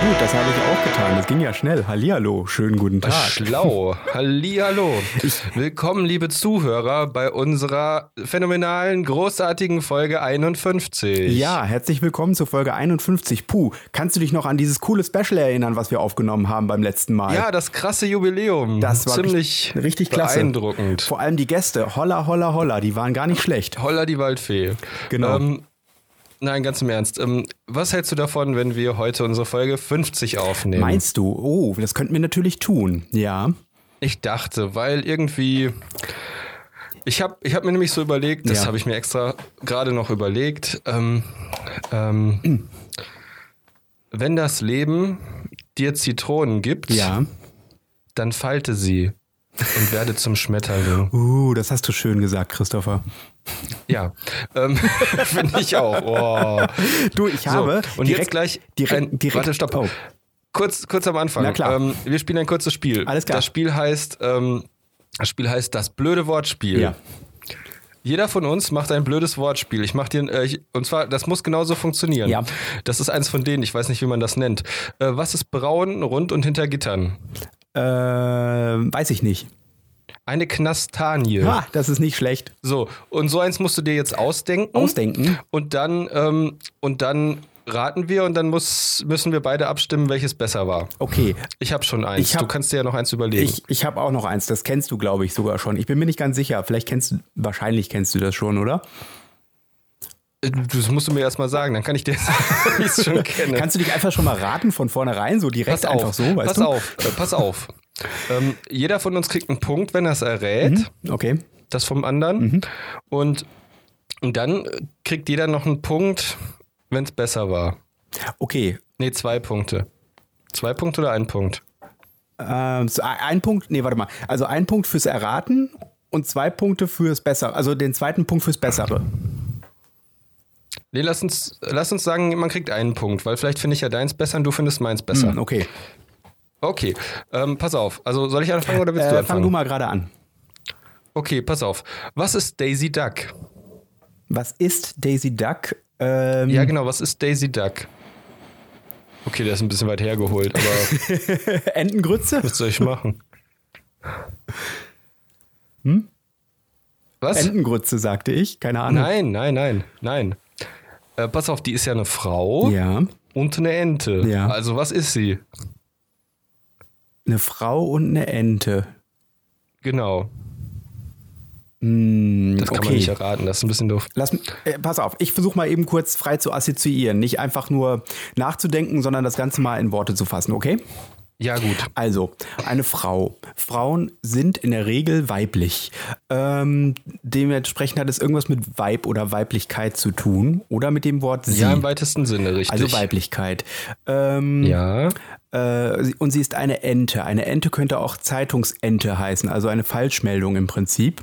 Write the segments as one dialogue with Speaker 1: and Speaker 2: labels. Speaker 1: Gut, das habe ich auch getan. Das ging ja schnell. Hallihallo, schönen guten Tag.
Speaker 2: Schlau. Hallihallo. Willkommen, liebe Zuhörer, bei unserer phänomenalen, großartigen Folge 51.
Speaker 1: Ja, herzlich willkommen zur Folge 51. Puh, kannst du dich noch an dieses coole Special erinnern, was wir aufgenommen haben beim letzten Mal?
Speaker 2: Ja, das krasse Jubiläum.
Speaker 1: das war
Speaker 2: ziemlich
Speaker 1: richtig, richtig klasse.
Speaker 2: beeindruckend.
Speaker 1: Vor allem die Gäste, holla, holla, holla, die waren gar nicht schlecht.
Speaker 2: Holla die Waldfee.
Speaker 1: Genau.
Speaker 2: Ähm, nein, ganz im Ernst. Ähm, was hältst du davon, wenn wir heute unsere Folge 50 aufnehmen?
Speaker 1: Meinst du? Oh, das könnten wir natürlich tun. Ja.
Speaker 2: Ich dachte, weil irgendwie. Ich habe ich hab mir nämlich so überlegt, das
Speaker 1: Ja.
Speaker 2: habe ich mir extra gerade noch überlegt. Ähm, ähm, wenn das Leben dir Zitronen gibt,
Speaker 1: Ja.
Speaker 2: dann falte sie und werde zum Schmetterling.
Speaker 1: Uh, das hast du schön gesagt, Christopher.
Speaker 2: Ja, ähm, finde ich auch. Oh.
Speaker 1: Du, ich habe
Speaker 2: und
Speaker 1: direkt
Speaker 2: jetzt gleich
Speaker 1: direkt,
Speaker 2: ein-
Speaker 1: direkt
Speaker 2: warte, stopp.
Speaker 1: Oh,
Speaker 2: Kurz, kurz am Anfang.
Speaker 1: Na klar.
Speaker 2: Ähm, wir spielen ein kurzes Spiel.
Speaker 1: Alles klar.
Speaker 2: Das Spiel heißt, ähm, das Spiel heißt das blöde Wortspiel.
Speaker 1: ja.
Speaker 2: Jeder von uns macht ein blödes Wortspiel. Ich mach dir, ein- äh, ich, und zwar, das muss genauso funktionieren.
Speaker 1: Ja.
Speaker 2: Das ist eins von denen, ich weiß nicht, wie man das nennt. Äh, was ist braun, rund und hinter Gittern?
Speaker 1: Äh, weiß ich nicht.
Speaker 2: Eine Knastanie.
Speaker 1: Ha, das ist nicht schlecht.
Speaker 2: So, und so eins musst du dir jetzt ausdenken.
Speaker 1: Ausdenken.
Speaker 2: Und dann, ähm, und dann raten wir und dann muss, müssen wir beide abstimmen, welches besser war.
Speaker 1: Okay,
Speaker 2: Ich habe schon eins.
Speaker 1: Ich hab-
Speaker 2: du kannst dir ja noch eins überlegen.
Speaker 1: ich, ich habe auch noch eins. Das kennst du, glaube ich, sogar schon. Ich bin mir nicht ganz sicher. Vielleicht kennst du, wahrscheinlich kennst du das schon, oder?
Speaker 2: Äh, Das musst du mir erst mal sagen, dann kann ich dir sagen, wie ich es schon kenne.
Speaker 1: Kannst du dich einfach schon mal raten von vornherein, so direkt
Speaker 2: pass auf,
Speaker 1: einfach so, weißt
Speaker 2: pass
Speaker 1: du?
Speaker 2: auf, äh, pass auf. Ähm, jeder von uns kriegt einen Punkt, wenn er es errät,
Speaker 1: Mhm. Okay.
Speaker 2: das vom anderen.
Speaker 1: Mhm.
Speaker 2: Und, und dann äh, kriegt jeder noch einen Punkt, wenn es besser war.
Speaker 1: Okay.
Speaker 2: Nee, zwei Punkte. Zwei Punkte oder ein Punkt?
Speaker 1: Ähm, so ein ein Punkt, nee, warte mal. Also ein Punkt fürs Erraten und zwei Punkte fürs Bessere. Also den zweiten Punkt fürs Bessere.
Speaker 2: Nee, lass uns, lass uns sagen, man kriegt einen Punkt, weil vielleicht finde ich ja deins besser und du findest meins besser.
Speaker 1: Hm, okay.
Speaker 2: Okay, ähm, pass auf. Also soll ich anfangen oder willst du
Speaker 1: Äh,
Speaker 2: anfangen?
Speaker 1: fang du mal gerade an.
Speaker 2: Okay, pass auf. Was ist Daisy Duck?
Speaker 1: Was ist Daisy Duck? Ähm,
Speaker 2: Ja, genau, was ist Daisy Duck? Okay, das ist ein bisschen weit hergeholt, aber
Speaker 1: Entengrütze?
Speaker 2: was soll ich machen? Hm?
Speaker 1: Hm?
Speaker 2: Was?
Speaker 1: Entengrütze, sagte ich. Keine Ahnung.
Speaker 2: Nein, nein, nein, nein. Äh, pass auf, die ist ja eine Frau
Speaker 1: Ja.
Speaker 2: und eine Ente.
Speaker 1: Ja.
Speaker 2: Also was ist sie?
Speaker 1: Eine Frau und eine Ente.
Speaker 2: Genau.
Speaker 1: Hm,
Speaker 2: Das kann
Speaker 1: okay.
Speaker 2: man nicht erraten, das ist ein bisschen doof.
Speaker 1: Lass, m- äh, pass auf, ich versuche mal eben kurz frei zu assoziieren. Nicht einfach nur nachzudenken, sondern das Ganze mal in Worte zu fassen, okay?
Speaker 2: Ja, gut.
Speaker 1: Also, eine Frau. Frauen sind in der Regel weiblich. Ähm, dementsprechend hat es irgendwas mit Weib oder Weiblichkeit zu tun oder mit dem Wort sie.
Speaker 2: Ja, im weitesten Sinne, richtig.
Speaker 1: also Weiblichkeit. Ähm,
Speaker 2: Ja.
Speaker 1: äh, sie- und sie ist eine Ente. Eine Ente könnte auch Zeitungsente heißen, also eine Falschmeldung im Prinzip.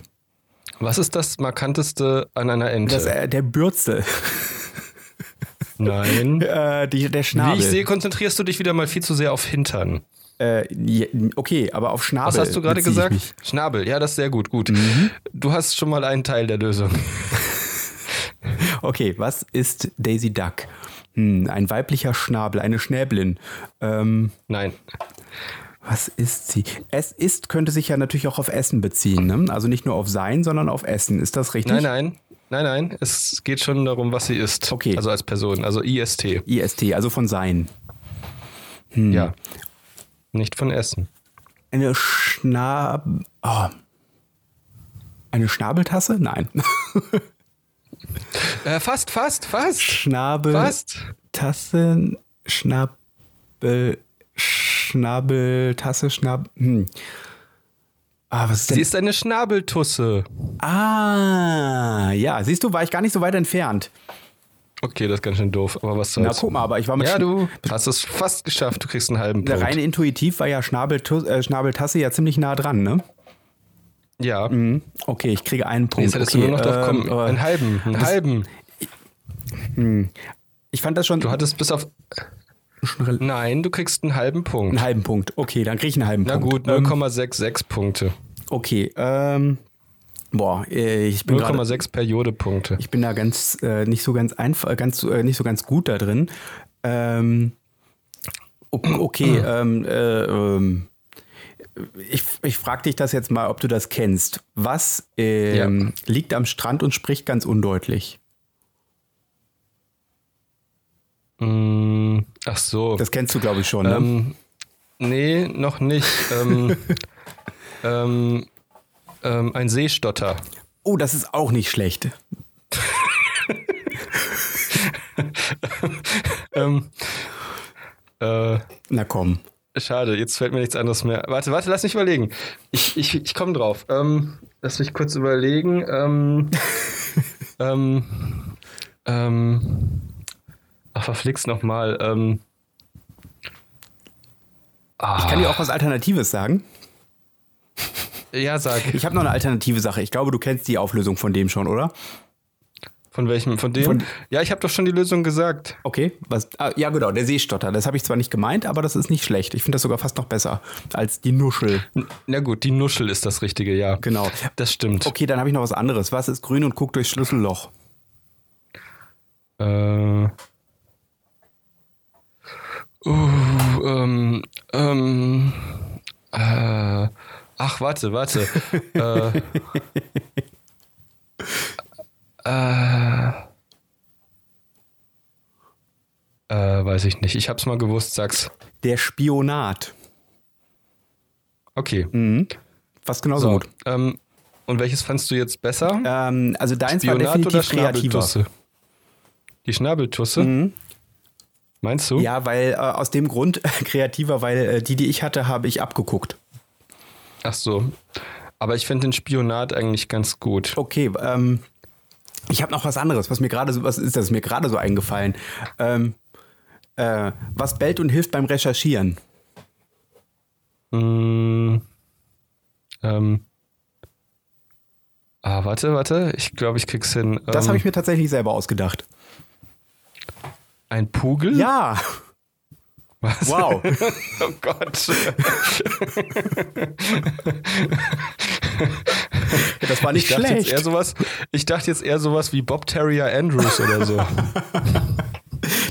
Speaker 2: Was ist das Markanteste an einer Ente?
Speaker 1: Das, äh, der Bürzel,
Speaker 2: Nein.
Speaker 1: äh, die, der
Speaker 2: Wie
Speaker 1: Schnabel.
Speaker 2: ich sehe, konzentrierst du dich wieder mal viel zu sehr auf Hintern.
Speaker 1: Äh, je- okay, aber auf Schnabel.
Speaker 2: Was hast du gerade
Speaker 1: Äh, beziehe ich
Speaker 2: gesagt?
Speaker 1: mich. Mhm.
Speaker 2: Schnabel, ja, das ist sehr gut, gut. Du hast schon mal einen Teil der Lösung.
Speaker 1: Okay, was ist Daisy Duck? Hm, ein weiblicher Schnabel, eine Schnäblin. Ähm,
Speaker 2: Nein.
Speaker 1: was ist sie? Es ist könnte sich ja natürlich auch auf Essen beziehen, ne? Also nicht nur auf Sein, sondern auf Essen. Ist das richtig?
Speaker 2: Nein, nein. Nein, nein. Es geht schon darum, was sie ist.
Speaker 1: Okay.
Speaker 2: Also als Person, also IST.
Speaker 1: IST, also von Sein. Hm.
Speaker 2: Ja. Nicht von Essen.
Speaker 1: Eine Schnab... Oh. Eine Schnabeltasse? Nein.
Speaker 2: Äh, fast, fast, fast.
Speaker 1: Schnabeltasse...
Speaker 2: Fast.
Speaker 1: Schnabel... Schnabeltasse, Schnabel... Hm. Ah, was ist denn
Speaker 2: Sie ist eine Schnabeltusse.
Speaker 1: Ah, ja, siehst du, war ich gar nicht so weit entfernt.
Speaker 2: Okay, das ist ganz schön doof, aber was
Speaker 1: Na,
Speaker 2: soll's.
Speaker 1: guck mal, aber ich war mit
Speaker 2: ja,
Speaker 1: Schn-
Speaker 2: du hast es fast geschafft. Du kriegst einen halben
Speaker 1: Der
Speaker 2: Punkt.
Speaker 1: reine Intuitiv war ja Schnabeltu- äh, Schnabeltasse ja ziemlich nah dran, ne? Hm?
Speaker 2: ja.
Speaker 1: Okay, ich kriege einen Punkt.
Speaker 2: Jetzt hättest
Speaker 1: Mm, okay,
Speaker 2: du nur noch drauf
Speaker 1: ähm,
Speaker 2: kommen.
Speaker 1: aber
Speaker 2: einen halben, einen halben.
Speaker 1: Ich fand das schon
Speaker 2: Du hattest bis auf.
Speaker 1: einen
Speaker 2: Nein, du kriegst einen halben Punkt.
Speaker 1: halben Punkt. Okay, dann kriege ich einen halben
Speaker 2: Na
Speaker 1: Punkt. Ähm,
Speaker 2: gut, ne? 0,66 Punkte.
Speaker 1: Okay, ähm, boah, äh, ich bin gerade
Speaker 2: 0,6 Periodepunkte.
Speaker 1: Ich bin da ganz äh, nicht so ganz einfach, ganz äh, nicht so ganz gut da drin. Ähm, Okay, ähm, äh, ähm, ich, ich frage dich das jetzt mal, ob du das kennst. Was ähm, liegt am Strand und spricht ganz undeutlich?
Speaker 2: Mm, Ach so.
Speaker 1: Das kennst du, glaube ich, schon. ne?
Speaker 2: Ähm, nee, noch nicht. Ähm, ähm, ähm, ein Seestotter.
Speaker 1: Oh, das ist auch nicht schlecht.
Speaker 2: Ähm, äh,
Speaker 1: Na komm.
Speaker 2: schade, jetzt fällt mir nichts anderes mehr. Warte, warte, lass mich überlegen. Ich, ich, ich komme drauf. Ähm, lass mich kurz überlegen. Ähm, ähm, ähm, ach, verflixt nochmal. Ähm,
Speaker 1: Ich kann dir auch was Alternatives sagen.
Speaker 2: ja, sag.
Speaker 1: Ich habe noch eine alternative Sache. Ich glaube, du kennst die Auflösung von dem schon, oder?
Speaker 2: Von welchem? Von dem?
Speaker 1: Von-
Speaker 2: ja, ich habe doch schon die Lösung gesagt.
Speaker 1: Okay, was? Ah, ja, genau, der Seestotter. Das habe ich zwar nicht gemeint, aber das ist nicht schlecht. Ich finde das sogar fast noch besser als die Nuschel.
Speaker 2: N- Na gut, die Nuschel ist das richtige, ja.
Speaker 1: Genau.
Speaker 2: Das stimmt.
Speaker 1: Okay, dann habe ich noch was anderes. Was ist grün und guckt durchs Schlüsselloch?
Speaker 2: Äh. Uh, ähm, ähm, äh, ach, warte, warte. äh, äh, äh, weiß ich nicht. Ich hab's mal gewusst, sag's.
Speaker 1: Der Spionat.
Speaker 2: Okay.
Speaker 1: Mhm. Was genauso
Speaker 2: So,
Speaker 1: gut.
Speaker 2: ähm, und welches fandst du jetzt besser?
Speaker 1: Ähm, also deins war
Speaker 2: Spionat oder
Speaker 1: definitiv kreativer. Mhm.
Speaker 2: Schnabeltusse? Die Schnabeltusse? Meinst du?
Speaker 1: Ja, weil äh, aus dem Grund kreativer, weil äh, die, die ich hatte, habe ich abgeguckt.
Speaker 2: Ach so. Aber ich finde den Spionat eigentlich ganz gut.
Speaker 1: Okay, ähm, ich habe noch was anderes, was mir gerade so, was ist das, ist mir gerade so eingefallen. Ähm, äh, was bellt und hilft beim Recherchieren?
Speaker 2: Mm, ähm. Ah, warte, warte. Ich glaube, ich krieg's hin.
Speaker 1: Das
Speaker 2: ähm,
Speaker 1: habe ich mir tatsächlich selber ausgedacht.
Speaker 2: Ein Pugel?
Speaker 1: Ja,
Speaker 2: Was?
Speaker 1: wow.
Speaker 2: Oh Gott.
Speaker 1: Das war
Speaker 2: Ich
Speaker 1: nicht
Speaker 2: dachte, jetzt
Speaker 1: schlecht.
Speaker 2: eher sowas, ich dachte jetzt eher sowas wie Bob Terrier Andrews oder so.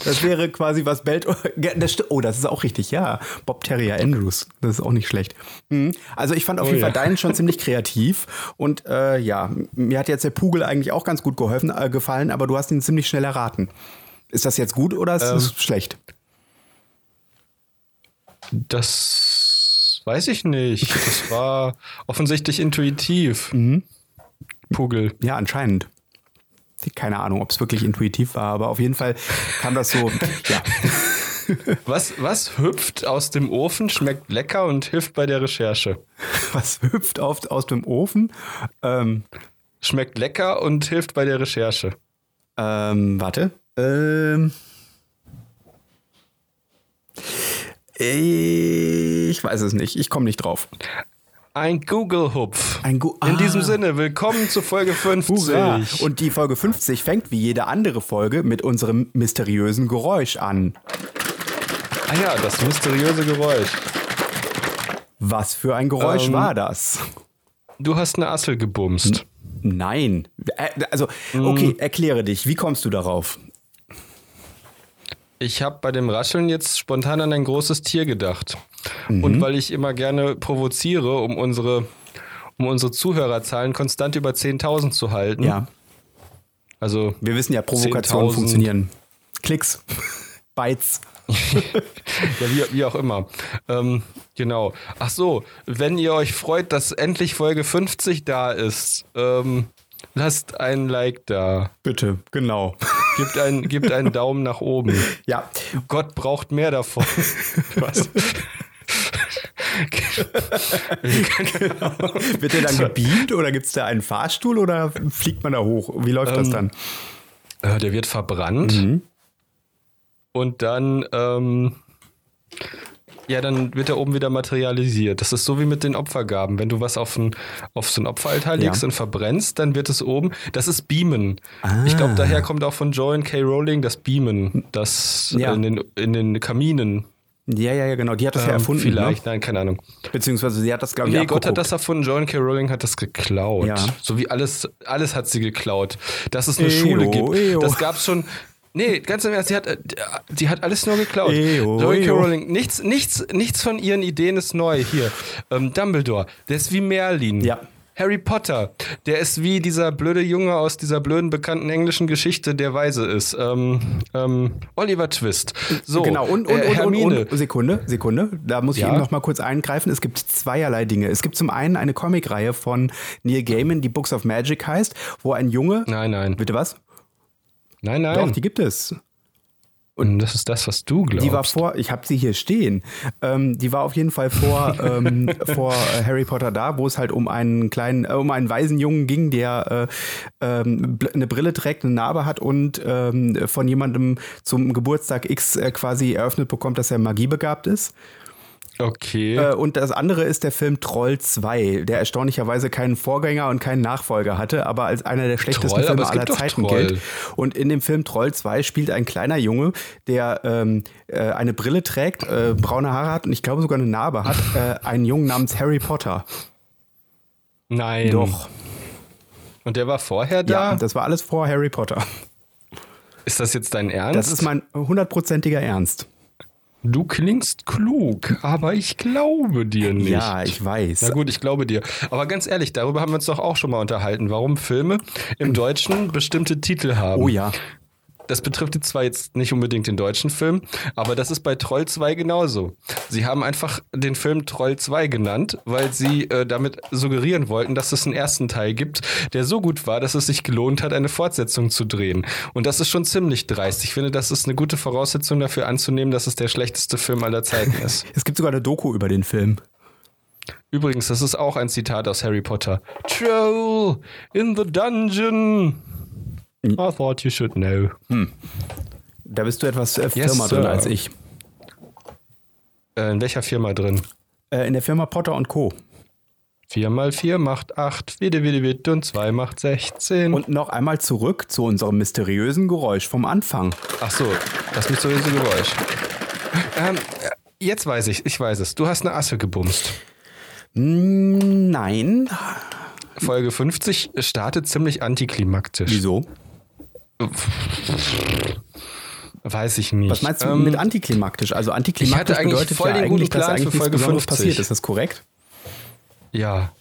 Speaker 1: Das wäre quasi was bellt. Ja, das sti- Oh, das ist auch richtig, ja. Bob Terrier Andrews. Das ist auch nicht schlecht. Mhm. Also ich fand auf
Speaker 2: Oh
Speaker 1: jeden
Speaker 2: ja.
Speaker 1: Fall deinen schon ziemlich kreativ. Und äh, ja, mir hat jetzt der Pugel eigentlich auch ganz gut geholfen, äh, gefallen, aber du hast ihn ziemlich schnell erraten. Ist das jetzt gut oder ist es schlecht?
Speaker 2: Das weiß ich nicht. Das war offensichtlich intuitiv.
Speaker 1: Mhm.
Speaker 2: Pugel.
Speaker 1: Ja, anscheinend. Keine Ahnung, ob es wirklich intuitiv war, aber auf jeden Fall kam das so. ja.
Speaker 2: Was, was hüpft aus dem Ofen, schmeckt lecker und hilft bei der Recherche?
Speaker 1: Was hüpft oft aus dem Ofen? Ähm,
Speaker 2: Schmeckt lecker und hilft bei der Recherche.
Speaker 1: Ähm, warte. Ähm. Ich weiß es nicht. Ich komme nicht drauf.
Speaker 2: Ein Google-Hupf.
Speaker 1: Ein Gu-
Speaker 2: In diesem
Speaker 1: Ah.
Speaker 2: Sinne, willkommen zu Folge 50.
Speaker 1: Hurra! Und die Folge 50 fängt wie jede andere Folge mit unserem mysteriösen Geräusch an.
Speaker 2: ah ja, das mysteriöse Geräusch.
Speaker 1: Was für ein Geräusch
Speaker 2: Ähm.
Speaker 1: war das?
Speaker 2: Du hast eine Assel
Speaker 1: Hm.
Speaker 2: gebumst.
Speaker 1: Nein. Äh, Also,
Speaker 2: Mm.
Speaker 1: okay, erkläre dich. Wie kommst du darauf?
Speaker 2: Ich habe bei dem Rascheln jetzt spontan an ein großes Tier gedacht.
Speaker 1: Mhm.
Speaker 2: Und weil ich immer gerne provoziere, um unsere, um unsere Zuhörerzahlen konstant über 10.000 zu halten.
Speaker 1: Ja,
Speaker 2: Also
Speaker 1: wir wissen ja, Provokationen
Speaker 2: 10.000.
Speaker 1: funktionieren. Klicks, Bytes.
Speaker 2: Ja, wie, wie auch immer. Ähm, genau. Ach so, wenn ihr euch freut, dass endlich Folge 50 da ist, ähm, lasst ein Like da.
Speaker 1: Bitte, genau.
Speaker 2: Gebt, ein, gebt einen Daumen nach oben.
Speaker 1: Ja,
Speaker 2: Gott braucht mehr davon. Was?
Speaker 1: Wird der
Speaker 2: Genau.
Speaker 1: dann gebeamt oder gibt es da einen Fahrstuhl oder fliegt man da hoch? Wie läuft
Speaker 2: Ähm,
Speaker 1: das dann?
Speaker 2: Äh, der wird verbrannt.
Speaker 1: Mhm.
Speaker 2: Und dann, ähm, ja, dann wird er oben wieder materialisiert. Das ist so wie mit den Opfergaben. Wenn du was auf, ein, auf so ein Opferaltar legst
Speaker 1: Ja.
Speaker 2: und verbrennst, dann wird es oben. Das ist Beamen. Ich
Speaker 1: Ah.
Speaker 2: glaube, daher kommt auch von Joan K. Rowling das Beamen, das
Speaker 1: Ja.
Speaker 2: in, den, in den Kaminen.
Speaker 1: Ja, ja, ja, genau. Die hat das ja
Speaker 2: ähm,
Speaker 1: erfunden.
Speaker 2: vielleicht, nein, keine Ahnung.
Speaker 1: Ne? Beziehungsweise sie hat das, glaube ich,
Speaker 2: Nee, Gott hat
Speaker 1: abgeguckt.
Speaker 2: das erfunden. Joan K. Rowling hat das geklaut.
Speaker 1: Ja.
Speaker 2: So wie alles, alles hat sie geklaut. Dass es eine
Speaker 1: Ejo,
Speaker 2: Schule gibt.
Speaker 1: ejo.
Speaker 2: Das gab's schon. Nee, ganz im Ernst, sie hat, äh, sie hat alles nur geklaut.
Speaker 1: Ejo,
Speaker 2: Joey
Speaker 1: ejo.
Speaker 2: Rowling, nichts, nichts, nichts von ihren Ideen ist neu. Hier, ähm, Dumbledore, der ist wie Merlin.
Speaker 1: Ja.
Speaker 2: Harry Potter, der ist wie dieser blöde Junge aus dieser blöden bekannten englischen Geschichte, der weise ist. Ähm, ähm, Oliver Twist. So,
Speaker 1: Genau, und, und,
Speaker 2: äh,
Speaker 1: und, und,
Speaker 2: Hermine.
Speaker 1: und, Sekunde, Sekunde, da muss ich
Speaker 2: Ja?
Speaker 1: eben noch mal kurz eingreifen. Es gibt zweierlei Dinge. Es gibt zum einen eine Comicreihe von Neil Gaiman, die Books of Magic heißt, wo ein Junge,
Speaker 2: Nein, nein,
Speaker 1: bitte was?
Speaker 2: nein, nein.
Speaker 1: Doch, die gibt es.
Speaker 2: und das ist das, was du glaubst.
Speaker 1: Die war vor, ich habe sie hier stehen. Ähm, die war auf jeden Fall vor, ähm, vor äh, Harry Potter da, wo es halt um einen kleinen, äh, um einen weisen Jungen ging, der äh, ähm, bl- eine Brille trägt, eine Narbe hat und ähm, von jemandem zum Geburtstag X äh, quasi eröffnet bekommt, dass er magiebegabt ist.
Speaker 2: okay.
Speaker 1: Äh, und das andere ist der Film Troll 2, der erstaunlicherweise keinen Vorgänger und keinen Nachfolger hatte, aber als einer der schlechtesten
Speaker 2: Troll?
Speaker 1: Filme
Speaker 2: Aber es gibt
Speaker 1: aller
Speaker 2: doch
Speaker 1: Zeiten
Speaker 2: Troll.
Speaker 1: gilt. Und in dem Film Troll 2 spielt ein kleiner Junge, der ähm, äh, eine Brille trägt, äh, braune Haare hat und ich glaube sogar eine Narbe hat, äh, einen Jungen namens Harry Potter.
Speaker 2: nein. Und der war vorher
Speaker 1: Ja,
Speaker 2: da?
Speaker 1: das war alles vor Harry Potter.
Speaker 2: ist das jetzt dein Ernst?
Speaker 1: Das ist mein hundertprozentiger Ernst.
Speaker 2: Du klingst klug, aber ich glaube dir nicht.
Speaker 1: Ja, ich
Speaker 2: Na
Speaker 1: weiß.
Speaker 2: gut, ich glaube dir. Aber ganz ehrlich, darüber haben wir uns doch auch schon mal unterhalten, warum Filme im Deutschen bestimmte Titel haben.
Speaker 1: Oh ja.
Speaker 2: Das betrifft jetzt zwar jetzt nicht unbedingt den deutschen Film, aber das ist bei Troll 2 genauso. Sie haben einfach den Film Troll 2 genannt, weil sie äh, damit suggerieren wollten, dass es einen ersten Teil gibt, der so gut war, dass es sich gelohnt hat, eine Fortsetzung zu drehen. Und das ist schon ziemlich dreist. Ich finde, das ist eine gute Voraussetzung dafür anzunehmen, dass es der schlechteste Film aller Zeiten ist.
Speaker 1: Es gibt sogar eine Doku über den Film.
Speaker 2: Übrigens, das ist auch ein Zitat aus Harry Potter. Troll in the dungeon. I thought you should know.
Speaker 1: Da bist du etwas äh,
Speaker 2: Yes,
Speaker 1: firmer drin
Speaker 2: Sir.
Speaker 1: als ich.
Speaker 2: Äh, in welcher Firma drin?
Speaker 1: Äh, in der Firma Potter und Co.
Speaker 2: 4 mal 4 macht 8, wieder, wieder, wieder und 2 macht 16.
Speaker 1: Und noch einmal zurück zu unserem mysteriösen Geräusch vom Anfang.
Speaker 2: ach so, das mysteriöse Geräusch. Ähm, äh, jetzt weiß ich, ich weiß es. Du hast eine Asse gebumst.
Speaker 1: Mm, Nein.
Speaker 2: Folge 50 startet ziemlich antiklimaktisch.
Speaker 1: Wieso?
Speaker 2: Weiß ich nicht.
Speaker 1: Was meinst du
Speaker 2: Ähm,
Speaker 1: mit antiklimaktisch? Also antiklimaktisch
Speaker 2: ich hatte eigentlich
Speaker 1: bedeutet
Speaker 2: voll
Speaker 1: ja
Speaker 2: den guten
Speaker 1: eigentlich, dass
Speaker 2: Plan
Speaker 1: eigentlich
Speaker 2: für
Speaker 1: nichts
Speaker 2: Folge
Speaker 1: Besonderes
Speaker 2: 50.
Speaker 1: passiert. Ist das korrekt?
Speaker 2: Ja.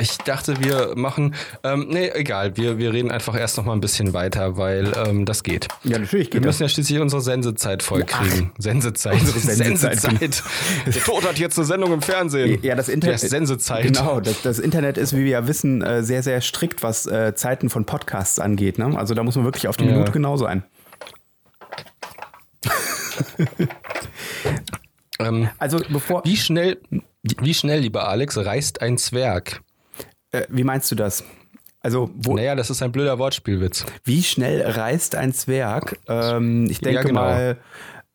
Speaker 2: Ich dachte, wir machen. Ähm, nee, egal. Wir, wir reden einfach erst noch mal ein bisschen weiter, weil ähm, das geht.
Speaker 1: Ja, natürlich
Speaker 2: Wir
Speaker 1: das.
Speaker 2: müssen ja schließlich unsere Sensezeit vollkriegen. Sensezeit.
Speaker 1: Genau. Unsere Sensezeit.
Speaker 2: Sensezeit. Der Tod hat jetzt eine Sendung im Fernsehen.
Speaker 1: Ja, das
Speaker 2: Der
Speaker 1: Internet.
Speaker 2: ist Sensezeit.
Speaker 1: Genau, das, das Internet ist, wie wir ja wissen, äh, sehr, sehr strikt, was äh, Zeiten von Podcasts angeht. Ne? Also da muss man wirklich auf die
Speaker 2: Ja.
Speaker 1: Minute genau sein.
Speaker 2: Ähm,
Speaker 1: Also bevor.
Speaker 2: wie schnell, wie schnell, lieber Alex, reißt ein Zwerg?
Speaker 1: Äh, wie meinst du das? Also, wo,
Speaker 2: Naja, das ist ein blöder Wortspielwitz.
Speaker 1: Wie schnell reist ein Zwerg? Ähm, ich denke
Speaker 2: genau.
Speaker 1: mal,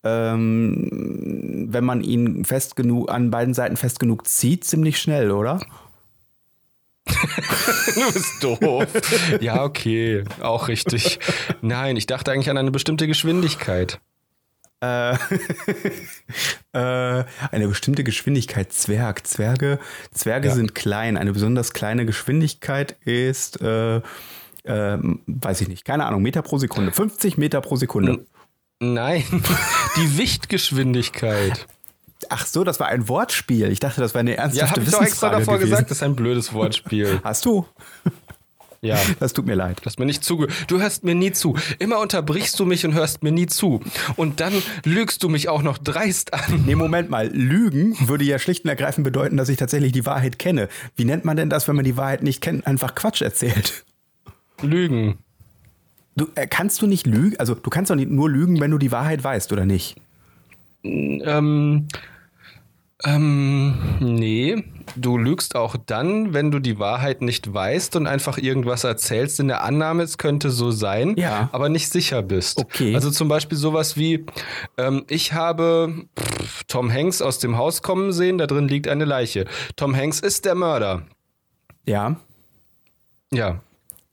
Speaker 1: ähm, wenn man ihn fest genug an beiden Seiten fest genug zieht, ziemlich schnell, oder?
Speaker 2: Du bist doof. ja, okay. Auch richtig. Nein, ich dachte eigentlich an eine bestimmte Geschwindigkeit.
Speaker 1: Äh, äh, eine bestimmte Geschwindigkeit Zwerg. Zwerge, Zwerge
Speaker 2: Ja.
Speaker 1: sind klein. Eine besonders kleine Geschwindigkeit ist, äh, ähm, weiß ich nicht, keine Ahnung, Meter pro Sekunde. 50 Meter pro Sekunde.
Speaker 2: Hm. Nein, die Wichtgeschwindigkeit.
Speaker 1: Ach so, das war ein Wortspiel. Ich dachte, das war eine
Speaker 2: Ja,
Speaker 1: ernsthafte
Speaker 2: habe ich doch
Speaker 1: Wissensfrage
Speaker 2: extra davor
Speaker 1: gewesen.
Speaker 2: gesagt, das ist ein blödes Wortspiel.
Speaker 1: Hast du?
Speaker 2: Ja,
Speaker 1: Das tut mir leid.
Speaker 2: du hast mir nicht zuge. Du hörst mir nie zu. Immer unterbrichst du mich und hörst mir nie zu. Und dann lügst du mich auch noch dreist an.
Speaker 1: Nee, Moment mal. Lügen würde ja schlicht und ergreifend bedeuten, dass ich tatsächlich die Wahrheit kenne. Wie nennt man denn das, wenn man die Wahrheit nicht kennt, einfach Quatsch erzählt?
Speaker 2: Lügen.
Speaker 1: Du, äh, kannst du nicht lügen? Also, du kannst doch nicht nur lügen, wenn du die Wahrheit weißt, oder nicht?
Speaker 2: Ähm, ähm, nee. Du lügst auch dann, wenn du die Wahrheit nicht weißt und einfach irgendwas erzählst in der Annahme, es könnte so sein,
Speaker 1: Ja.
Speaker 2: aber nicht sicher bist.
Speaker 1: Okay.
Speaker 2: Also zum Beispiel sowas wie, ähm, ich habe pff, Tom Hanks aus dem Haus kommen sehen, da drin liegt eine Leiche. Tom Hanks ist der Mörder.
Speaker 1: Ja.
Speaker 2: Ja.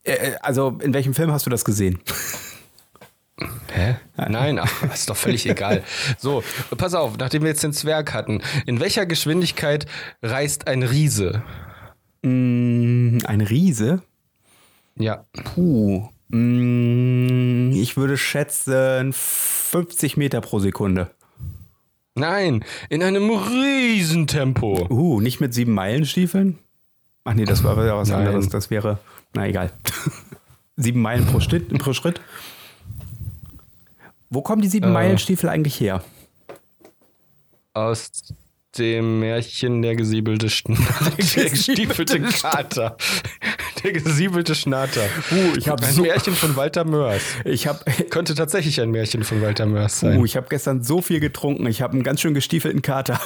Speaker 1: Äh, äh, also, in welchem Film hast du das gesehen?
Speaker 2: Hä? Nein, ach, ist doch völlig egal. So, pass auf, nachdem wir jetzt den Zwerg hatten, in welcher Geschwindigkeit reist ein Riese?
Speaker 1: Mm, ein Riese?
Speaker 2: Ja.
Speaker 1: Puh. Mm, Ich würde schätzen 50 Meter pro Sekunde.
Speaker 2: Nein, in einem Riesentempo.
Speaker 1: Uh, nicht mit sieben Meilenstiefeln? Ach nee, das war ja was
Speaker 2: Nein.
Speaker 1: anderes. Das wäre, na egal. sieben Meilen pro Schritt, pro Schritt. Wo kommen die sieben
Speaker 2: Äh.
Speaker 1: Meilenstiefel eigentlich her?
Speaker 2: Aus dem Märchen der gesiebelte Schnatter. Der gestiefelte Kater. Der gesiebelte Schnatter.
Speaker 1: Uh, ich hab
Speaker 2: ein
Speaker 1: so-
Speaker 2: Märchen von Walter Mörs.
Speaker 1: Ich habe
Speaker 2: Könnte tatsächlich ein Märchen von Walter Mörs sein.
Speaker 1: uh, ich hab gestern so viel getrunken. Ich habe einen ganz schön gestiefelten Kater.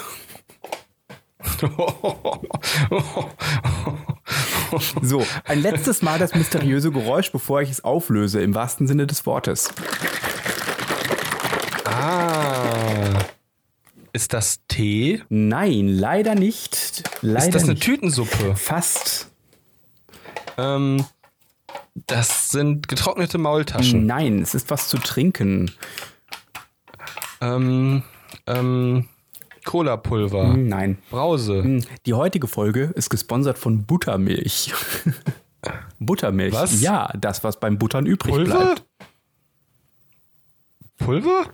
Speaker 1: So, ein letztes Mal das mysteriöse Geräusch, bevor ich es auflöse, im wahrsten Sinne des Wortes.
Speaker 2: ah. Ist das Tee?
Speaker 1: Nein, leider nicht. Leider
Speaker 2: Ist das eine
Speaker 1: nicht.
Speaker 2: Tütensuppe?
Speaker 1: Fast.
Speaker 2: Ähm, das sind getrocknete Maultaschen.
Speaker 1: Nein, es ist was zu trinken. Hm.
Speaker 2: Ähm, ähm, Cola-Pulver.
Speaker 1: Nein.
Speaker 2: Brause.
Speaker 1: Die heutige Folge ist gesponsert von Buttermilch. Buttermilch.
Speaker 2: Was?
Speaker 1: Ja, das, was beim Buttern übrig
Speaker 2: Pulver?
Speaker 1: bleibt.
Speaker 2: Pulver?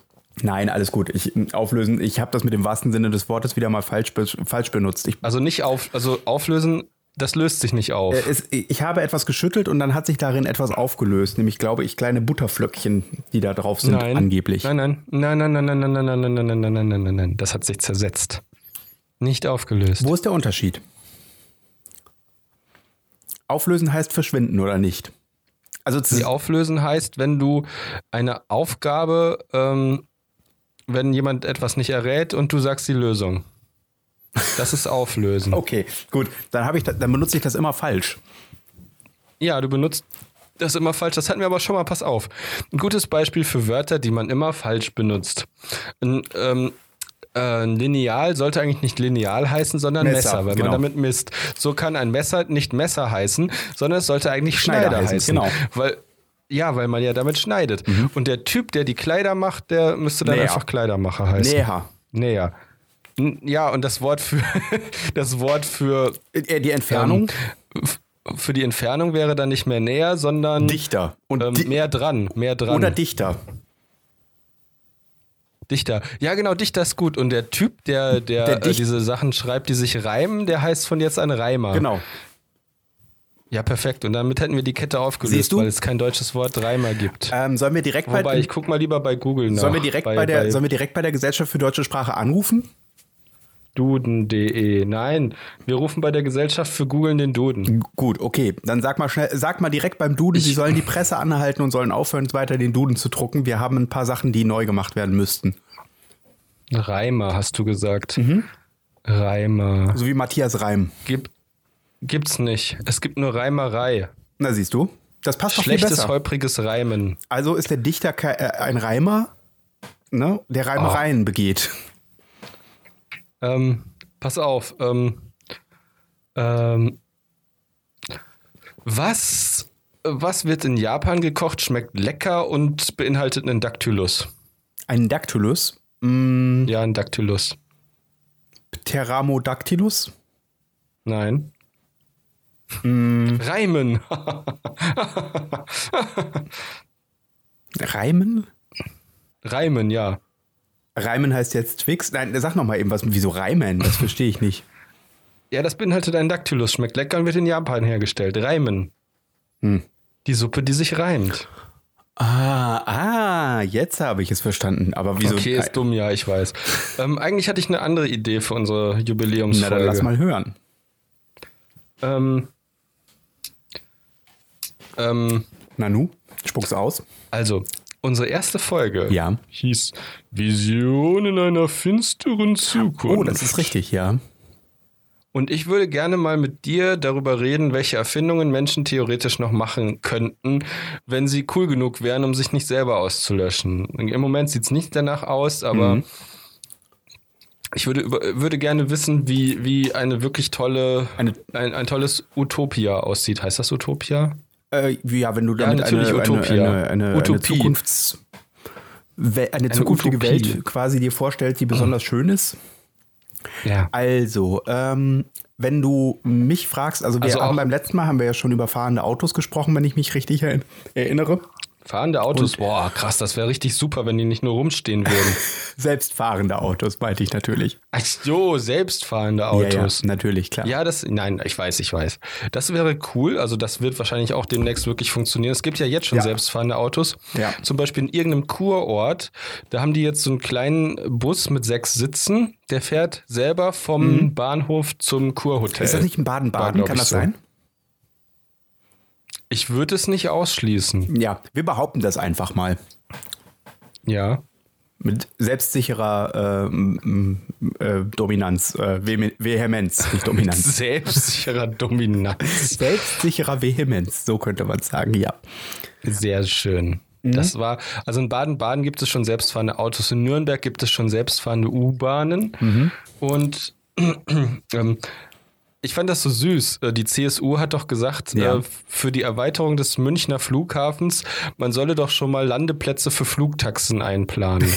Speaker 1: Nein, alles gut. Ich m, auflösen. Ich habe das mit dem wahrsten Sinne des Wortes wieder mal falsch, be falsch benutzt. Ich,
Speaker 2: Also nicht auf, also auflösen, das löst sich nicht auf.
Speaker 1: äh, es, ich habe etwas geschüttelt und dann hat sich darin etwas aufgelöst, nämlich glaube ich kleine Butterflöckchen, die da drauf sind
Speaker 2: nein.
Speaker 1: angeblich.
Speaker 2: Nein, nein, nein, nein, nein, nein, nein, nein, nein, nein, nein, nein, nein, nein, nein, nein. Das hat sich zersetzt. Nicht aufgelöst.
Speaker 1: Wo ist der Unterschied? Auflösen heißt verschwinden oder nicht? Also z-
Speaker 2: Sie auflösen heißt, wenn du eine Aufgabe, ähm, wenn jemand etwas nicht errät und du sagst die Lösung. Das ist auflösen.
Speaker 1: okay, gut, dann habe ich, da- dann benutze ich das immer falsch.
Speaker 2: Ja, du benutzt das immer falsch. Das hatten wir aber schon mal. Pass auf. Ein gutes Beispiel für Wörter, die man immer falsch benutzt. Ein, ähm, äh, ein Lineal sollte eigentlich nicht Lineal heißen, sondern
Speaker 1: Messer,
Speaker 2: Messer, weil
Speaker 1: genau.
Speaker 2: man damit misst. So kann ein Messer nicht Messer heißen, sondern es sollte eigentlich Schneider,
Speaker 1: Schneider heißen,
Speaker 2: heißen.
Speaker 1: genau. Mhm.
Speaker 2: Weil, ja, weil man ja damit schneidet. Und der Typ, der die Kleider macht, der müsste dann
Speaker 1: Näher.
Speaker 2: einfach Kleidermacher heißen.
Speaker 1: Näher.
Speaker 2: Näher. N- Ja, und das Wort für das Wort für
Speaker 1: Äh, Die Entfernung?
Speaker 2: ähm, f- für die Entfernung wäre dann nicht mehr näher, sondern
Speaker 1: Dichter. Und
Speaker 2: ähm,
Speaker 1: di
Speaker 2: mehr dran, mehr dran.
Speaker 1: oder dichter.
Speaker 2: dichter. Ja, genau, dichter ist gut. Und der Typ, der, der,
Speaker 1: Der
Speaker 2: äh,
Speaker 1: Dicht-
Speaker 2: diese Sachen schreibt, die sich reimen, der heißt von jetzt an Reimer.
Speaker 1: Genau.
Speaker 2: Ja, perfekt. Und damit hätten wir die Kette
Speaker 1: Siehst
Speaker 2: aufgelöst,
Speaker 1: du?
Speaker 2: weil es kein deutsches Wort Reimer gibt.
Speaker 1: Ähm, sollen wir direkt
Speaker 2: Wobei,
Speaker 1: bei,
Speaker 2: ich guck mal lieber bei Google nach.
Speaker 1: sollen wir direkt bei, der, sollen wir direkt bei der Gesellschaft für deutsche Sprache anrufen?
Speaker 2: Duden.de. Nein, wir rufen bei der Gesellschaft für Googeln den Duden.
Speaker 1: Gut, okay. Dann sag mal schnell, sag mal direkt beim Duden, sie sollen die Presse anhalten und sollen aufhören, weiter den Duden zu drucken. Wir haben ein paar Sachen, die neu gemacht werden müssten.
Speaker 2: Reimer, hast du gesagt.
Speaker 1: Mhm.
Speaker 2: Reimer.
Speaker 1: So wie Matthias Reim.
Speaker 2: Gib, gibt's nicht. Es gibt nur Reimerei.
Speaker 1: Na siehst du, das passt doch viel
Speaker 2: Schlechtes,
Speaker 1: besser.
Speaker 2: holpriges Reimen.
Speaker 1: Also ist der Dichter ke- äh, ein Reimer, ne? der Reimereien
Speaker 2: Ah.
Speaker 1: begeht.
Speaker 2: Ähm, pass auf. Ähm, ähm, was, was wird in Japan gekocht, schmeckt lecker und beinhaltet einen Dactylus?
Speaker 1: Ein Dactylus, mm,
Speaker 2: Ja, einen Dactylus.
Speaker 1: Pteramodactylus,
Speaker 2: Nein.
Speaker 1: Hm.
Speaker 2: Reimen.
Speaker 1: Reimen?
Speaker 2: Reimen, ja.
Speaker 1: Reimen heißt jetzt Twix. Nein, sag noch mal eben was. Wieso Reimen? Das verstehe ich nicht.
Speaker 2: Ja, das beinhaltet einen Dactylus, schmeckt lecker und wird in Japan hergestellt. Reimen.
Speaker 1: Hm.
Speaker 2: Die Suppe, die sich reimt.
Speaker 1: Ah, ah, jetzt habe ich es verstanden. Aber wieso?
Speaker 2: Okay, ist dumm, ja, ich weiß. ähm, eigentlich hatte ich eine andere Idee für unsere
Speaker 1: Na,
Speaker 2: Jubiläumsfolge.
Speaker 1: dann lass mal hören.
Speaker 2: Ähm, ähm,
Speaker 1: Nanu, spuck's aus.
Speaker 2: also, unsere erste Folge
Speaker 1: Ja.
Speaker 2: hieß Visionen einer finsteren Zukunft.
Speaker 1: Oh, das ist richtig, ja.
Speaker 2: Und ich würde gerne mal mit dir darüber reden, welche Erfindungen Menschen theoretisch noch machen könnten, wenn sie cool genug wären, um sich nicht selber auszulöschen. Im Moment sieht es nicht danach aus, aber
Speaker 1: Mhm.
Speaker 2: ich würde, über, würde gerne wissen, wie, wie eine wirklich tolle,
Speaker 1: Eine-
Speaker 2: ein, ein tolles Utopia aussieht. Heißt das Utopia?
Speaker 1: Äh, ja, wenn du damit eine,
Speaker 2: natürlich
Speaker 1: eine,
Speaker 2: Utopia.
Speaker 1: eine, eine, eine
Speaker 2: Utopie.
Speaker 1: Zukunfts We- eine zukünftige
Speaker 2: Utopie.
Speaker 1: Welt quasi dir vorstellst, die besonders schön ist.
Speaker 2: Ja.
Speaker 1: Also, ähm, wenn du mich fragst, also, wir
Speaker 2: Also auch-
Speaker 1: haben beim letzten Mal haben wir ja schon über fahrende Autos gesprochen, wenn ich mich richtig erinn- erinnere.
Speaker 2: Fahrende Autos, boah, krass, das wäre richtig super, wenn die nicht nur rumstehen würden.
Speaker 1: Selbstfahrende Autos, meinte ich natürlich.
Speaker 2: Ach so, selbstfahrende Autos.
Speaker 1: Ja, ja, natürlich, klar.
Speaker 2: Ja, das, nein, ich weiß, ich weiß. Das wäre cool. Also, das wird wahrscheinlich auch demnächst wirklich funktionieren. Es gibt ja jetzt schon
Speaker 1: Ja.
Speaker 2: selbstfahrende Autos.
Speaker 1: Ja.
Speaker 2: Zum Beispiel in irgendeinem Kurort, da haben die jetzt so einen kleinen Bus mit sechs Sitzen, der fährt selber vom Bahnhof zum Kurhotel.
Speaker 1: Mhm. Ist das nicht in
Speaker 2: War,
Speaker 1: Baden-Baden?
Speaker 2: glaub
Speaker 1: Kann
Speaker 2: ich,
Speaker 1: das
Speaker 2: so.
Speaker 1: sein?
Speaker 2: Ich würde es nicht ausschließen.
Speaker 1: Ja, wir behaupten das einfach mal.
Speaker 2: Ja.
Speaker 1: Mit selbstsicherer ähm, äh, Dominanz, äh, Vehme- Vehemenz, nicht Dominanz.
Speaker 2: Selbstsicherer Dominanz.
Speaker 1: Selbstsicherer Vehemenz, so könnte man sagen, ja.
Speaker 2: Sehr schön. Das war, also in Baden-Baden gibt es schon selbstfahrende Autos, in Nürnberg gibt es schon selbstfahrende U-Bahnen. Und ähm, ich fand das so süß. Äh, Die CSU hat doch gesagt,
Speaker 1: Ja.
Speaker 2: äh, für die Erweiterung des Münchner Flughafens, man solle doch schon mal Landeplätze für Flugtaxen einplanen.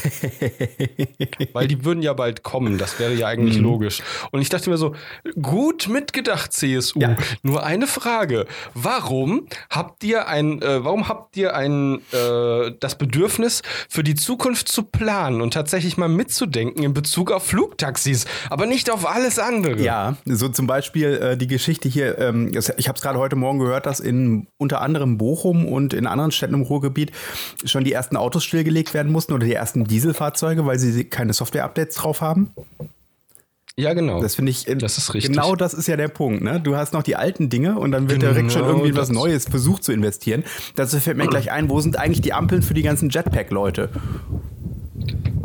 Speaker 2: Weil die würden ja bald kommen, das wäre ja eigentlich
Speaker 1: Mhm.
Speaker 2: logisch. Und ich dachte mir so, gut mitgedacht, CSU.
Speaker 1: Ja.
Speaker 2: Nur eine Frage. Warum habt ihr ein, äh, warum habt ihr ein äh, das Bedürfnis, für die Zukunft zu planen und tatsächlich mal mitzudenken in Bezug auf Flugtaxis, aber nicht auf alles andere?
Speaker 1: Ja, so zum Beispiel äh, die Geschichte hier, ähm, es- ich habe es gerade heute Morgen gehört, dass in unter anderem Bochum und in anderen Städten im Ruhrgebiet schon die ersten Autos stillgelegt werden mussten oder die ersten Dieselfahrzeuge, weil sie keine Software-Updates drauf haben.
Speaker 2: Ja, genau.
Speaker 1: Das finde ich, äh,
Speaker 2: Das ist richtig.
Speaker 1: genau das ist ja der Punkt. Ne? Du hast noch die alten Dinge und dann wird direkt schon
Speaker 2: Genau
Speaker 1: irgendwie in was
Speaker 2: das.
Speaker 1: Neues versucht zu investieren. Dazu fällt mir gleich ein, wo sind eigentlich die Ampeln für die ganzen Jetpack-Leute?
Speaker 2: Hm?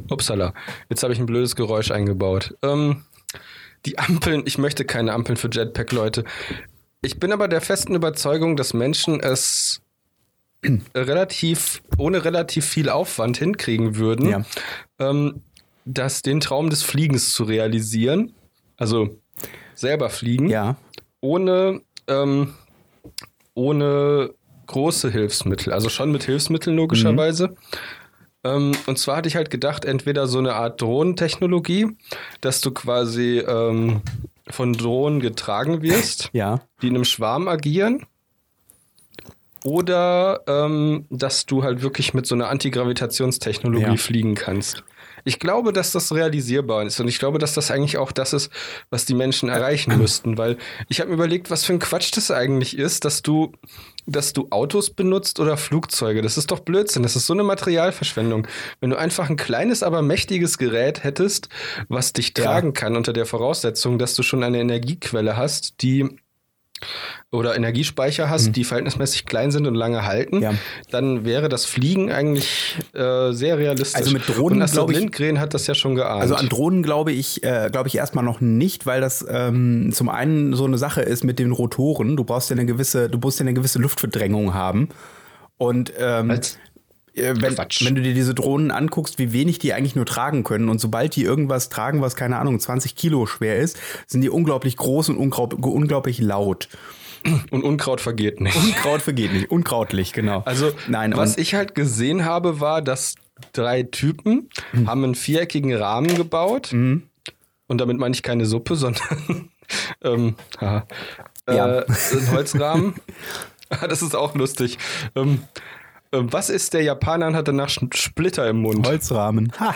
Speaker 2: Upsala. Jetzt habe ich ein blödes Geräusch eingebaut. Ähm, die Ampeln, ich möchte keine Ampeln für Jetpack, Leute. Ich bin aber der festen Überzeugung, dass Menschen es relativ, ohne relativ viel Aufwand hinkriegen würden,
Speaker 1: Ja.
Speaker 2: ähm, dass den Traum des Fliegens zu realisieren, also selber fliegen,
Speaker 1: Ja.
Speaker 2: ohne, ähm, ohne große Hilfsmittel, also schon mit Hilfsmitteln logischerweise. Ähm, und zwar hatte ich halt gedacht, entweder so eine Art Drohnentechnologie, dass du quasi ähm, von Drohnen getragen wirst,
Speaker 1: Ja.
Speaker 2: die in einem Schwarm agieren. Oder ähm, dass du halt wirklich mit so einer Antigravitationstechnologie
Speaker 1: Ja.
Speaker 2: fliegen kannst. Ich glaube, dass das realisierbar ist und ich glaube, dass das eigentlich auch das ist, was die Menschen erreichen müssten, weil ich habe mir überlegt, was für ein Quatsch das eigentlich ist, dass du, dass du Autos benutzt oder Flugzeuge. Das ist doch Blödsinn. Das ist so eine Materialverschwendung. Wenn du einfach ein kleines, aber mächtiges Gerät hättest, was dich
Speaker 1: Ja.
Speaker 2: tragen kann unter der Voraussetzung, dass du schon eine Energiequelle hast, die oder Energiespeicher hast, die verhältnismäßig klein sind und lange halten,
Speaker 1: Mhm. Ja.
Speaker 2: dann wäre das Fliegen eigentlich äh, sehr realistisch.
Speaker 1: Also mit Drohnen,
Speaker 2: und Astrid
Speaker 1: glaub ich-
Speaker 2: Lindgren hat das ja schon geahnt.
Speaker 1: Also an Drohnen glaube ich, äh, glaube ich erstmal noch nicht, weil das ähm, zum einen so eine Sache ist mit den Rotoren. Du brauchst ja eine gewisse, du musst ja eine gewisse Luftverdrängung haben. Und ähm,
Speaker 2: Als-
Speaker 1: äh, wenn,
Speaker 2: Quatsch.
Speaker 1: wenn du dir diese Drohnen anguckst, wie wenig die eigentlich nur tragen können. Und sobald die irgendwas tragen, was keine Ahnung, 20 Kilo schwer ist, sind die unglaublich groß und ungraub, unglaublich laut.
Speaker 2: und Unkraut vergeht nicht.
Speaker 1: Unkraut vergeht nicht, unkrautlich, genau.
Speaker 2: Also,
Speaker 1: Nein,
Speaker 2: was
Speaker 1: und-
Speaker 2: ich halt gesehen habe, war, dass drei Typen
Speaker 1: Mhm.
Speaker 2: haben einen viereckigen Rahmen gebaut. Und damit meine ich keine Suppe, sondern ähm, haha.
Speaker 1: Ja.
Speaker 2: äh, einen Holzrahmen. Ah, das ist auch lustig. Ähm, äh, was ist der Japaner und hat danach Sch- Splitter im Mund?
Speaker 1: Holzrahmen. Ha!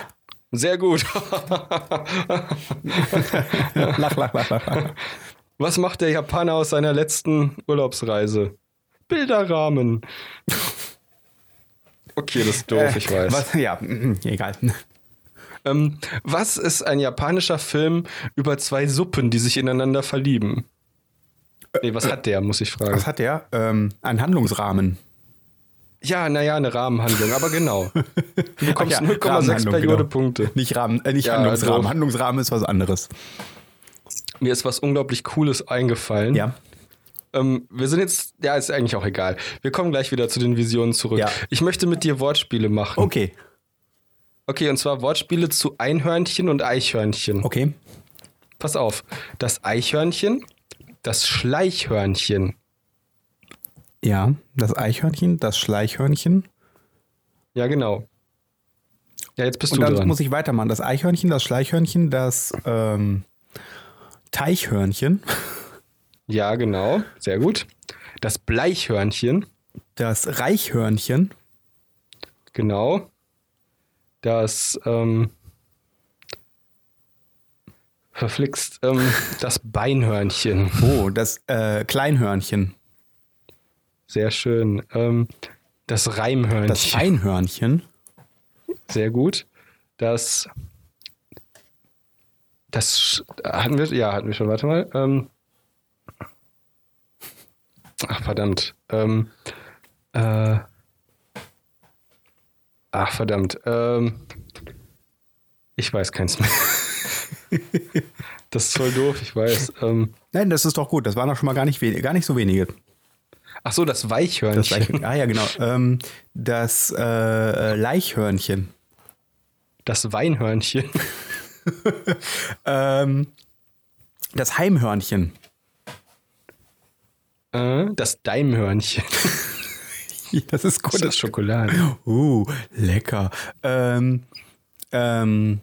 Speaker 2: Sehr gut.
Speaker 1: Lach, lach, lach, lach. lach.
Speaker 2: Was macht der Japaner aus seiner letzten Urlaubsreise? Bilderrahmen. Okay, das ist doof, ich
Speaker 1: Äh,
Speaker 2: weiß.
Speaker 1: Was, ja, mhm, egal.
Speaker 2: Ähm, was ist ein japanischer Film über zwei Suppen, die sich ineinander verlieben? Nee, was hat der, muss ich fragen.
Speaker 1: Was hat der? Ähm, einen Handlungsrahmen.
Speaker 2: Ja, naja, eine Rahmenhandlung, aber genau. Du bekommst
Speaker 1: Ach ja,
Speaker 2: 0,6
Speaker 1: Rahmenhandlung,
Speaker 2: Periode
Speaker 1: genau.
Speaker 2: Punkte.
Speaker 1: Nicht Rahmen, äh, nicht
Speaker 2: Ja,
Speaker 1: Handlungsrahmen.
Speaker 2: also-
Speaker 1: Handlungsrahmen ist was anderes.
Speaker 2: Mir ist was unglaublich Cooles eingefallen.
Speaker 1: Ja.
Speaker 2: Ähm, wir sind jetzt, ja, ist eigentlich auch egal. Wir kommen gleich wieder zu den Visionen zurück.
Speaker 1: Ja.
Speaker 2: Ich möchte mit dir Wortspiele machen.
Speaker 1: Okay.
Speaker 2: Okay, und zwar Wortspiele zu Einhörnchen und Eichhörnchen.
Speaker 1: Okay.
Speaker 2: Pass auf. Das Eichhörnchen, das Schleichhörnchen.
Speaker 1: Ja, das Eichhörnchen, das Schleichhörnchen.
Speaker 2: Ja, genau. Ja, jetzt bist
Speaker 1: Und
Speaker 2: du
Speaker 1: dann
Speaker 2: dran.
Speaker 1: muss ich weitermachen. Das Eichhörnchen, das Schleichhörnchen, das ähm, Teichhörnchen,
Speaker 2: Ja, genau. Sehr gut. Das Bleichhörnchen.
Speaker 1: das Reichhörnchen,
Speaker 2: Genau. Das, ähm, verflixt, ähm, das Beinhörnchen.
Speaker 1: oh, das äh, Kleinhörnchen,
Speaker 2: Sehr schön. Ähm, das Reimhörnchen.
Speaker 1: das Feinhörnchen,
Speaker 2: Sehr gut. Das, das Sch- hatten wir, ja, hatten wir schon, warte mal. Ähm, ach, verdammt. Ähm, äh, ach, verdammt. Ähm, ich weiß keins mehr. das ist voll doof, ich weiß. Ähm,
Speaker 1: Nein, das ist doch gut. Das waren doch schon mal gar nicht, wenige, gar nicht so wenige.
Speaker 2: ach so, das Weichhörnchen.
Speaker 1: Das Leich ah ja, genau. Ähm, das äh, äh, Leichhörnchen.
Speaker 2: das Weinhörnchen.
Speaker 1: Ähm, das Heimhörnchen.
Speaker 2: Äh, das Daimhörnchen.
Speaker 1: Das ist gut.
Speaker 2: Das ist Schokolade.
Speaker 1: Uh, lecker. Ähm, ähm,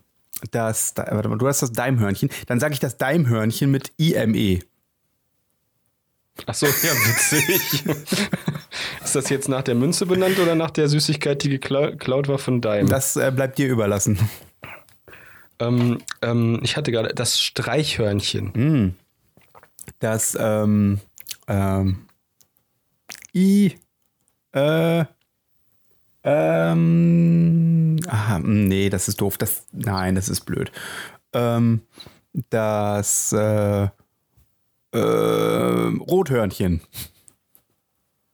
Speaker 1: das, da- warte mal, du hast das Daimhörnchen. Dann sage ich das Daimhörnchen mit E. IME.
Speaker 2: Ach so, ja, witzig. ist das jetzt nach der Münze benannt oder nach der Süßigkeit, die geklau- geklaut war von Dime?
Speaker 1: Das äh, bleibt dir überlassen.
Speaker 2: ähm, ähm, ich hatte gerade das Streichhörnchen.
Speaker 1: Hm? Das ähm, ähm, I äh, ähm, aha, mh, nee, das ist doof. Das, nein, das ist blöd. Ähm, das äh, äh, Rothörnchen.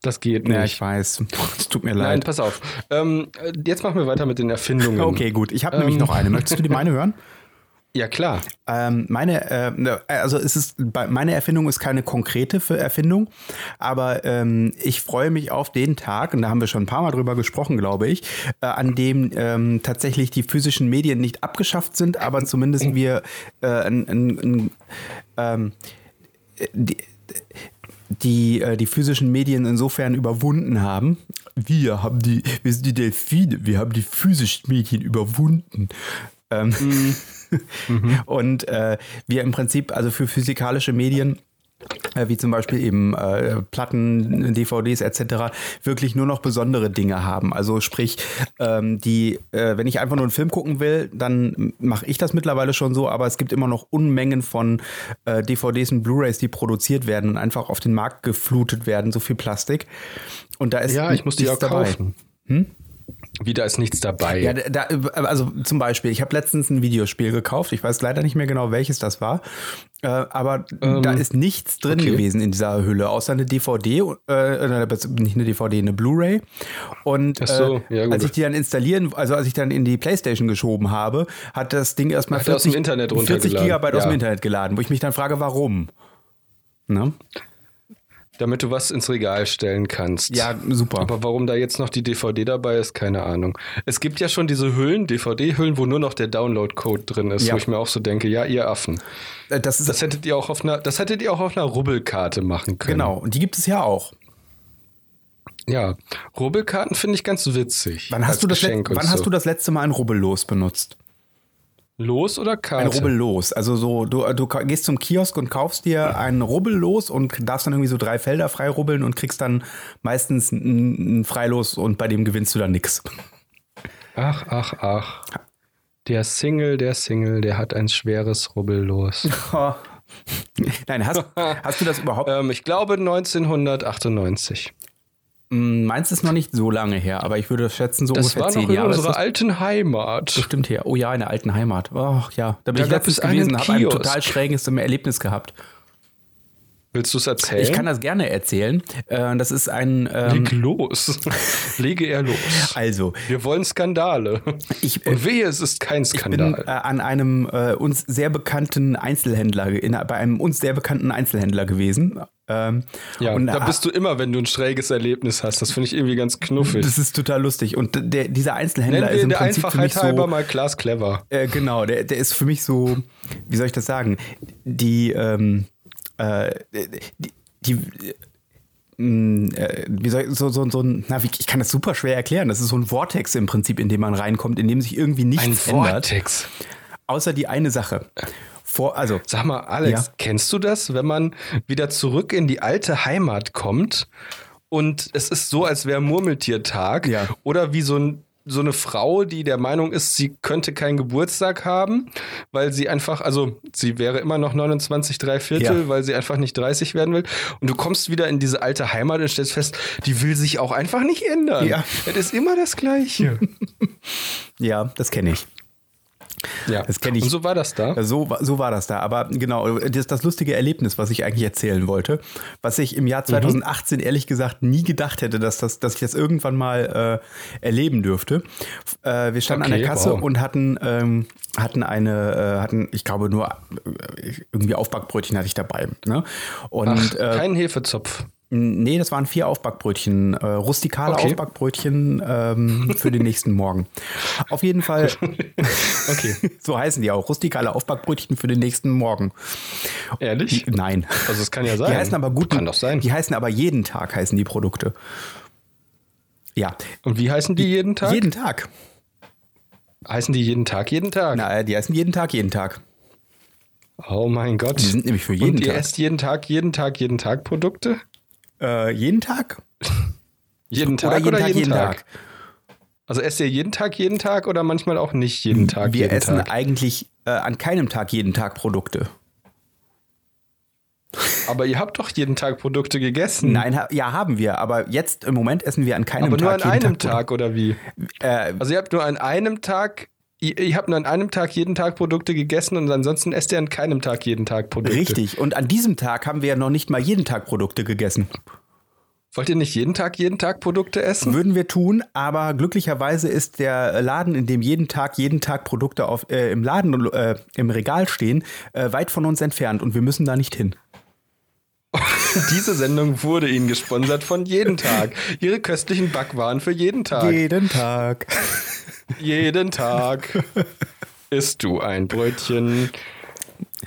Speaker 2: Das geht
Speaker 1: Ja,
Speaker 2: nicht.
Speaker 1: ich weiß. Es tut mir
Speaker 2: Nein,
Speaker 1: leid.
Speaker 2: pass auf. Ähm, äh, jetzt machen wir weiter mit den Erfindungen.
Speaker 1: Okay, gut. Ich habe nämlich noch eine. Möchtest du die meine hören?
Speaker 2: Ja, klar.
Speaker 1: Ähm, meine, äh, ne, also es ist, bei- meine Erfindung ist keine konkrete Fe- Erfindung, aber ähm, ich freue mich auf den Tag, und da haben wir schon ein paar Mal drüber gesprochen, glaube ich, äh, an dem ähm, tatsächlich die physischen Medien nicht abgeschafft sind, aber zumindest wir äh, ein, ein, ein, ähm, die, die, äh, die physischen Medien insofern überwunden haben. Wir haben die, wir sind die Delfine, wir haben die physischen Medien überwunden. Ähm, Und äh, wir im Prinzip, also für physikalische Medien, äh, wie zum Beispiel eben äh, Platten, DVDs etc., wirklich nur noch besondere Dinge haben. Also sprich, ähm, die, äh, wenn ich einfach nur einen Film gucken will, dann mache ich das mittlerweile schon so, aber es gibt immer noch Unmengen von äh, DVDs und Blu-Rays, die produziert werden und einfach auf den Markt geflutet werden, so viel Plastik. Und da ist
Speaker 2: Ja, ich muss die
Speaker 1: nichts Hm?
Speaker 2: auch kaufen. Wieder ist nichts dabei.
Speaker 1: ja, da, da- also zum Beispiel, ich habe letztens ein Videospiel gekauft. Ich weiß leider nicht mehr genau, welches das war. Äh, aber da ist nichts drin
Speaker 2: Ähm, okay.
Speaker 1: gewesen in dieser Hülle, außer eine DVD, äh, äh, nicht eine DVD, eine Blu-ray. Und
Speaker 2: Ach so,
Speaker 1: äh,
Speaker 2: ja, gut.
Speaker 1: als ich die dann installieren, also als ich dann in die Playstation geschoben habe, hat das Ding erstmal
Speaker 2: Hat er
Speaker 1: 40,
Speaker 2: aus dem Internet
Speaker 1: 40
Speaker 2: runtergeladen.
Speaker 1: Gigabyte aus
Speaker 2: Ja.
Speaker 1: dem Internet geladen, wo ich mich dann frage, warum? Ne?
Speaker 2: Damit du was ins Regal stellen kannst.
Speaker 1: Ja, super.
Speaker 2: Aber warum da jetzt noch die DVD dabei ist, keine Ahnung. Es gibt ja schon diese Hüllen, DVD-Hüllen, wo nur noch der Download-Code drin ist,
Speaker 1: Ja.
Speaker 2: wo ich mir auch so denke, ja, ihr Affen.
Speaker 1: Äh, das ist
Speaker 2: Das hättet ihr auch auf einer, das hättet ihr auch auf einer Rubbelkarte machen können.
Speaker 1: genau. Und die gibt es ja auch.
Speaker 2: Ja, Rubbelkarten finde ich ganz witzig.
Speaker 1: Wann, hast
Speaker 2: Als
Speaker 1: du, das
Speaker 2: Geschenk
Speaker 1: let-
Speaker 2: und
Speaker 1: wann
Speaker 2: so.
Speaker 1: hast du das letzte Mal ein Rubbellos benutzt?
Speaker 2: Los oder
Speaker 1: Ein
Speaker 2: Karte?
Speaker 1: Rubbellos. Also so, du, du ka- gehst zum Kiosk und kaufst dir ein Rubbellos und darfst dann irgendwie so drei Felder frei rubbeln und kriegst dann meistens ein ein Freilos und bei dem gewinnst du dann nix.
Speaker 2: Ach, ach, ach. Der Single, der Single, der hat ein schweres Rubbellos.
Speaker 1: Nein, hast, hast du das überhaupt?
Speaker 2: ähm, ich glaube 1998.
Speaker 1: Hm, Meins ist noch nicht so lange her, aber ich würde schätzen, so
Speaker 2: Das
Speaker 1: ungefähr
Speaker 2: war noch
Speaker 1: zehn
Speaker 2: in
Speaker 1: Jahre. ist
Speaker 2: unserer
Speaker 1: das
Speaker 2: alten Heimat.
Speaker 1: bestimmt her. Oh ja, in der alten Heimat. Ach ja, da bin
Speaker 2: Da
Speaker 1: ich
Speaker 2: gab
Speaker 1: letztens
Speaker 2: es einen
Speaker 1: gewesen, habe ein
Speaker 2: Kiosk.
Speaker 1: total schräges Erlebnis gehabt.
Speaker 2: Willst du es erzählen?
Speaker 1: Ich kann das gerne erzählen. Äh, Das ist ein. ähm,
Speaker 2: Leg los. Lege er los.
Speaker 1: Also,
Speaker 2: Wir wollen Skandale.
Speaker 1: ich,
Speaker 2: Und wehe, es ist kein
Speaker 1: bin
Speaker 2: Skandal.
Speaker 1: äh, an einem äh, uns sehr bekannten Einzelhändler, ge- in, bei einem uns sehr bekannten Einzelhändler gewesen. Ähm,
Speaker 2: ja,
Speaker 1: und
Speaker 2: da bist du immer, wenn du ein schräges Erlebnis hast. Das finde ich irgendwie ganz knuffig.
Speaker 1: das ist total lustig. Und d- der, dieser Einzelhändler
Speaker 2: Nennen wir
Speaker 1: ist
Speaker 2: ihn
Speaker 1: im
Speaker 2: der
Speaker 1: Prinzip für mich
Speaker 2: Einfachheit halber
Speaker 1: so.
Speaker 2: mal Klaas Clever.
Speaker 1: Äh, genau, der, der ist für mich so, wie soll ich das sagen? Die, ähm, äh, die, die mh, äh, wie soll ich, so, so, so ein, na, wie, ich kann das super schwer erklären. Das ist so ein Vortex im Prinzip, in dem man reinkommt, in dem sich irgendwie nichts ändert.
Speaker 2: Vortex.
Speaker 1: Außer die eine Sache. Vor, also,
Speaker 2: Sag mal, Alex,
Speaker 1: Ja.
Speaker 2: kennst du das, wenn man wieder zurück in die alte Heimat kommt und es ist so, als wäre Murmeltiertag
Speaker 1: Ja.
Speaker 2: oder wie so ein so eine Frau, die der Meinung ist, sie könnte keinen Geburtstag haben, weil sie einfach, also sie wäre immer noch 29, drei Viertel,
Speaker 1: Ja.
Speaker 2: weil sie einfach nicht 30 werden will. Und du kommst wieder in diese alte Heimat und stellst fest, die will sich auch einfach nicht ändern.
Speaker 1: Ja.
Speaker 2: Es ist immer das Gleiche.
Speaker 1: ja, das kenne ich.
Speaker 2: ja.
Speaker 1: Das kenn ich.
Speaker 2: Und so war das da.
Speaker 1: So, wa- so war das da. Aber genau, das, das lustige Erlebnis, was ich eigentlich erzählen wollte, was ich im
Speaker 2: Mhm.
Speaker 1: Jahr 2018 ehrlich gesagt nie gedacht hätte, dass, das, dass ich das irgendwann mal äh, erleben dürfte. F- Äh, wir standen an
Speaker 2: Okay,
Speaker 1: der Kasse
Speaker 2: wow.
Speaker 1: und hatten, ähm, hatten eine, äh, hatten, ich glaube, nur äh, irgendwie Aufbackbrötchen hatte ich dabei. Ne? Und
Speaker 2: Ach,
Speaker 1: äh,
Speaker 2: kein Hefezopf.
Speaker 1: Nee, das waren vier Aufbackbrötchen, äh, rustikale
Speaker 2: Okay.
Speaker 1: Aufbackbrötchen ähm, für den nächsten Morgen. Auf jeden Fall,
Speaker 2: Okay.
Speaker 1: so heißen die auch, rustikale Aufbackbrötchen für den nächsten Morgen.
Speaker 2: Ehrlich?
Speaker 1: Nein.
Speaker 2: Also es kann ja sein.
Speaker 1: Die heißen aber guten,
Speaker 2: Kann doch sein.
Speaker 1: Die heißen aber jeden Tag heißen die Produkte. Ja,
Speaker 2: Und wie heißen die jeden Tag?
Speaker 1: jeden Tag.
Speaker 2: heißen die jeden Tag, jeden Tag?
Speaker 1: Na, äh, die heißen jeden Tag, jeden Tag.
Speaker 2: Oh mein Gott.
Speaker 1: Die sind nämlich für jeden
Speaker 2: Und ihr
Speaker 1: Tag.
Speaker 2: esst jeden Tag, jeden Tag, jeden Tag Produkte?
Speaker 1: Äh, jeden Tag?
Speaker 2: Jeden Tag oder jeden, Tag, Also esst ihr jeden Tag, jeden Tag oder manchmal auch nicht jeden Tag,
Speaker 1: Wir
Speaker 2: jeden
Speaker 1: essen
Speaker 2: Tag?
Speaker 1: eigentlich äh, an keinem Tag jeden Tag Produkte.
Speaker 2: Aber ihr habt doch jeden Tag Produkte gegessen.
Speaker 1: Nein, ha ja, haben wir, aber jetzt im Moment essen wir an keinem
Speaker 2: Hm. aber
Speaker 1: Tag.
Speaker 2: nur an
Speaker 1: jeden
Speaker 2: einem
Speaker 1: Produkte.
Speaker 2: Tag, oder wie?
Speaker 1: Äh,
Speaker 2: Also ihr habt nur an einem Tag, ihr, ihr habt nur an einem Tag jeden Tag Produkte gegessen und ansonsten esst ihr an keinem Tag jeden Tag Produkte.
Speaker 1: richtig. Und an diesem Tag haben wir ja noch nicht mal jeden Tag Produkte gegessen.
Speaker 2: Wollt ihr nicht jeden Tag, jeden Tag Produkte essen?
Speaker 1: Würden wir tun, aber glücklicherweise ist der Laden, in dem jeden Tag, jeden Tag Produkte auf, äh, im Laden, äh, im Regal stehen, äh, weit von uns entfernt und wir müssen da nicht hin.
Speaker 2: Diese Sendung wurde Ihnen gesponsert von jeden Tag. Ihre köstlichen Backwaren für jeden Tag.
Speaker 1: Jeden Tag.
Speaker 2: jeden Tag isst du ein Brötchen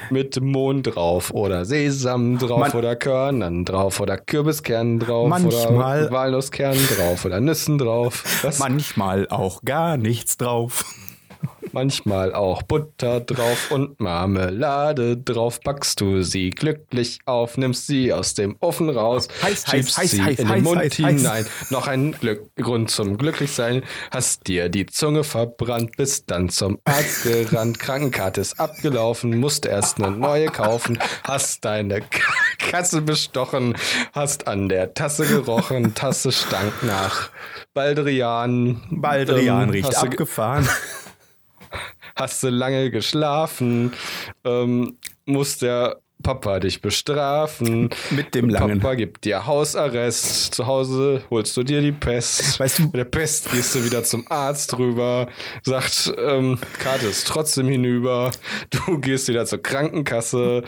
Speaker 2: mit Mohn drauf oder Sesam drauf
Speaker 1: Man-
Speaker 2: oder Körnern drauf oder Kürbiskernen drauf
Speaker 1: Manchmal-
Speaker 2: oder Walnusskernen drauf oder Nüssen drauf. Was?
Speaker 1: Manchmal auch gar nichts drauf.
Speaker 2: Manchmal auch Butter drauf und Marmelade drauf. Backst du sie glücklich auf, nimmst sie aus dem Ofen raus,
Speaker 1: Heiß, heiß,
Speaker 2: schiebst
Speaker 1: heiß,
Speaker 2: sie
Speaker 1: heiß,
Speaker 2: in den
Speaker 1: heiß,
Speaker 2: Mund
Speaker 1: heiß, heiß.
Speaker 2: hinein. Noch ein Glück Grund zum Glücklichsein. Hast dir die Zunge verbrannt, bist dann zum Arzt gerannt. Krankenkarte ist abgelaufen, musst erst eine neue kaufen. Hast deine K Kasse bestochen, hast an der Tasse gerochen. Tasse stank nach Baldrian.
Speaker 1: Baldrian
Speaker 2: Ähm,
Speaker 1: riecht
Speaker 2: hast du ge-
Speaker 1: abgefahren.
Speaker 2: hast du lange geschlafen, ähm, muss der Papa dich bestrafen.
Speaker 1: Mit dem langen.
Speaker 2: Papa gibt dir Hausarrest. Zu Hause holst du dir die Pest.
Speaker 1: Weißt du-
Speaker 2: Mit der Pest gehst du wieder zum Arzt rüber, sagt, ähm, Karte ist trotzdem hinüber. Du gehst wieder zur Krankenkasse.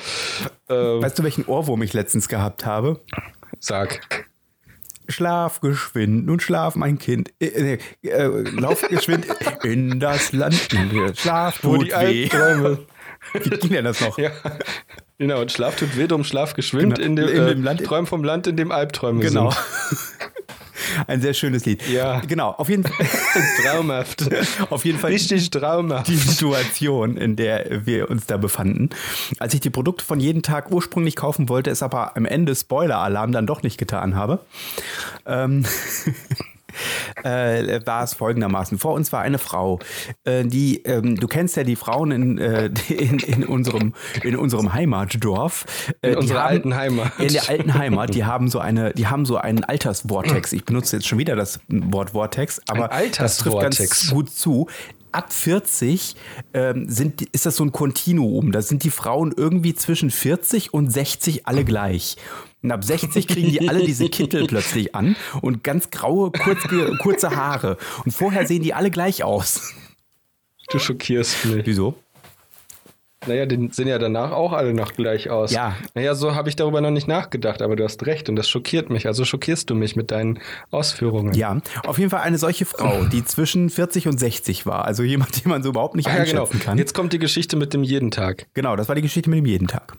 Speaker 2: Ähm,
Speaker 1: Weißt du, welchen Ohrwurm ich letztens gehabt habe?
Speaker 2: Sag.
Speaker 1: Schlaf geschwind, nun schlaf mein Kind. Äh, äh, äh, lauf geschwind in das Land. Schlaf
Speaker 2: Wo
Speaker 1: tut
Speaker 2: die
Speaker 1: weh.
Speaker 2: Albträume.
Speaker 1: Wie ging denn das noch?
Speaker 2: Ja. Genau, und Schlaf tut weh, drum Schlaf geschwimmt
Speaker 1: Genau,
Speaker 2: in dem,
Speaker 1: in
Speaker 2: äh,
Speaker 1: dem Land-
Speaker 2: Träum vom Land, in dem Albträume
Speaker 1: Genau.
Speaker 2: sind.
Speaker 1: Ein sehr schönes Lied.
Speaker 2: Ja.
Speaker 1: Genau, auf jeden,
Speaker 2: Traumhaft.
Speaker 1: auf jeden Fall
Speaker 2: Richtig traumhaft.
Speaker 1: die Situation, in der wir uns da befanden. Als ich die Produkte von jeden Tag ursprünglich kaufen wollte, es aber am Ende Spoiler-Alarm dann doch nicht getan habe, ähm, äh, war es folgendermaßen. Vor uns war eine Frau, äh, die, ähm, du kennst ja die Frauen in, äh, in, in, unserem, in unserem Heimatdorf. Äh, die
Speaker 2: unserer
Speaker 1: haben-
Speaker 2: alten Heimat.
Speaker 1: In der alten Heimat, die haben so eine, die haben so einen Altersvortex. Ich benutze jetzt schon wieder das Wort Vortex, aber das trifft ganz
Speaker 2: Altersvortex.
Speaker 1: gut zu. Ab 40 ähm, sind, die- ist das so ein Kontinuum. Da sind die Frauen irgendwie zwischen 40 und 60 alle gleich. Und ab 60 kriegen die alle diese Kittel plötzlich an und ganz graue, kurze, kurze Haare. Und vorher sehen die alle gleich aus.
Speaker 2: Du schockierst mich.
Speaker 1: Wieso?
Speaker 2: Naja, die sehen ja danach auch alle noch gleich aus.
Speaker 1: Ja.
Speaker 2: Naja, so habe ich darüber noch nicht nachgedacht, aber du hast recht und das schockiert mich. Also schockierst du mich mit deinen Ausführungen.
Speaker 1: Ja, auf jeden Fall eine solche Frau, die zwischen 40 und 60 war. Also jemand, den man so überhaupt nicht
Speaker 2: Ah, ja genau.
Speaker 1: einschätzen kann.
Speaker 2: Jetzt kommt die Geschichte mit dem jeden Tag.
Speaker 1: Genau, das war die Geschichte mit dem jeden Tag.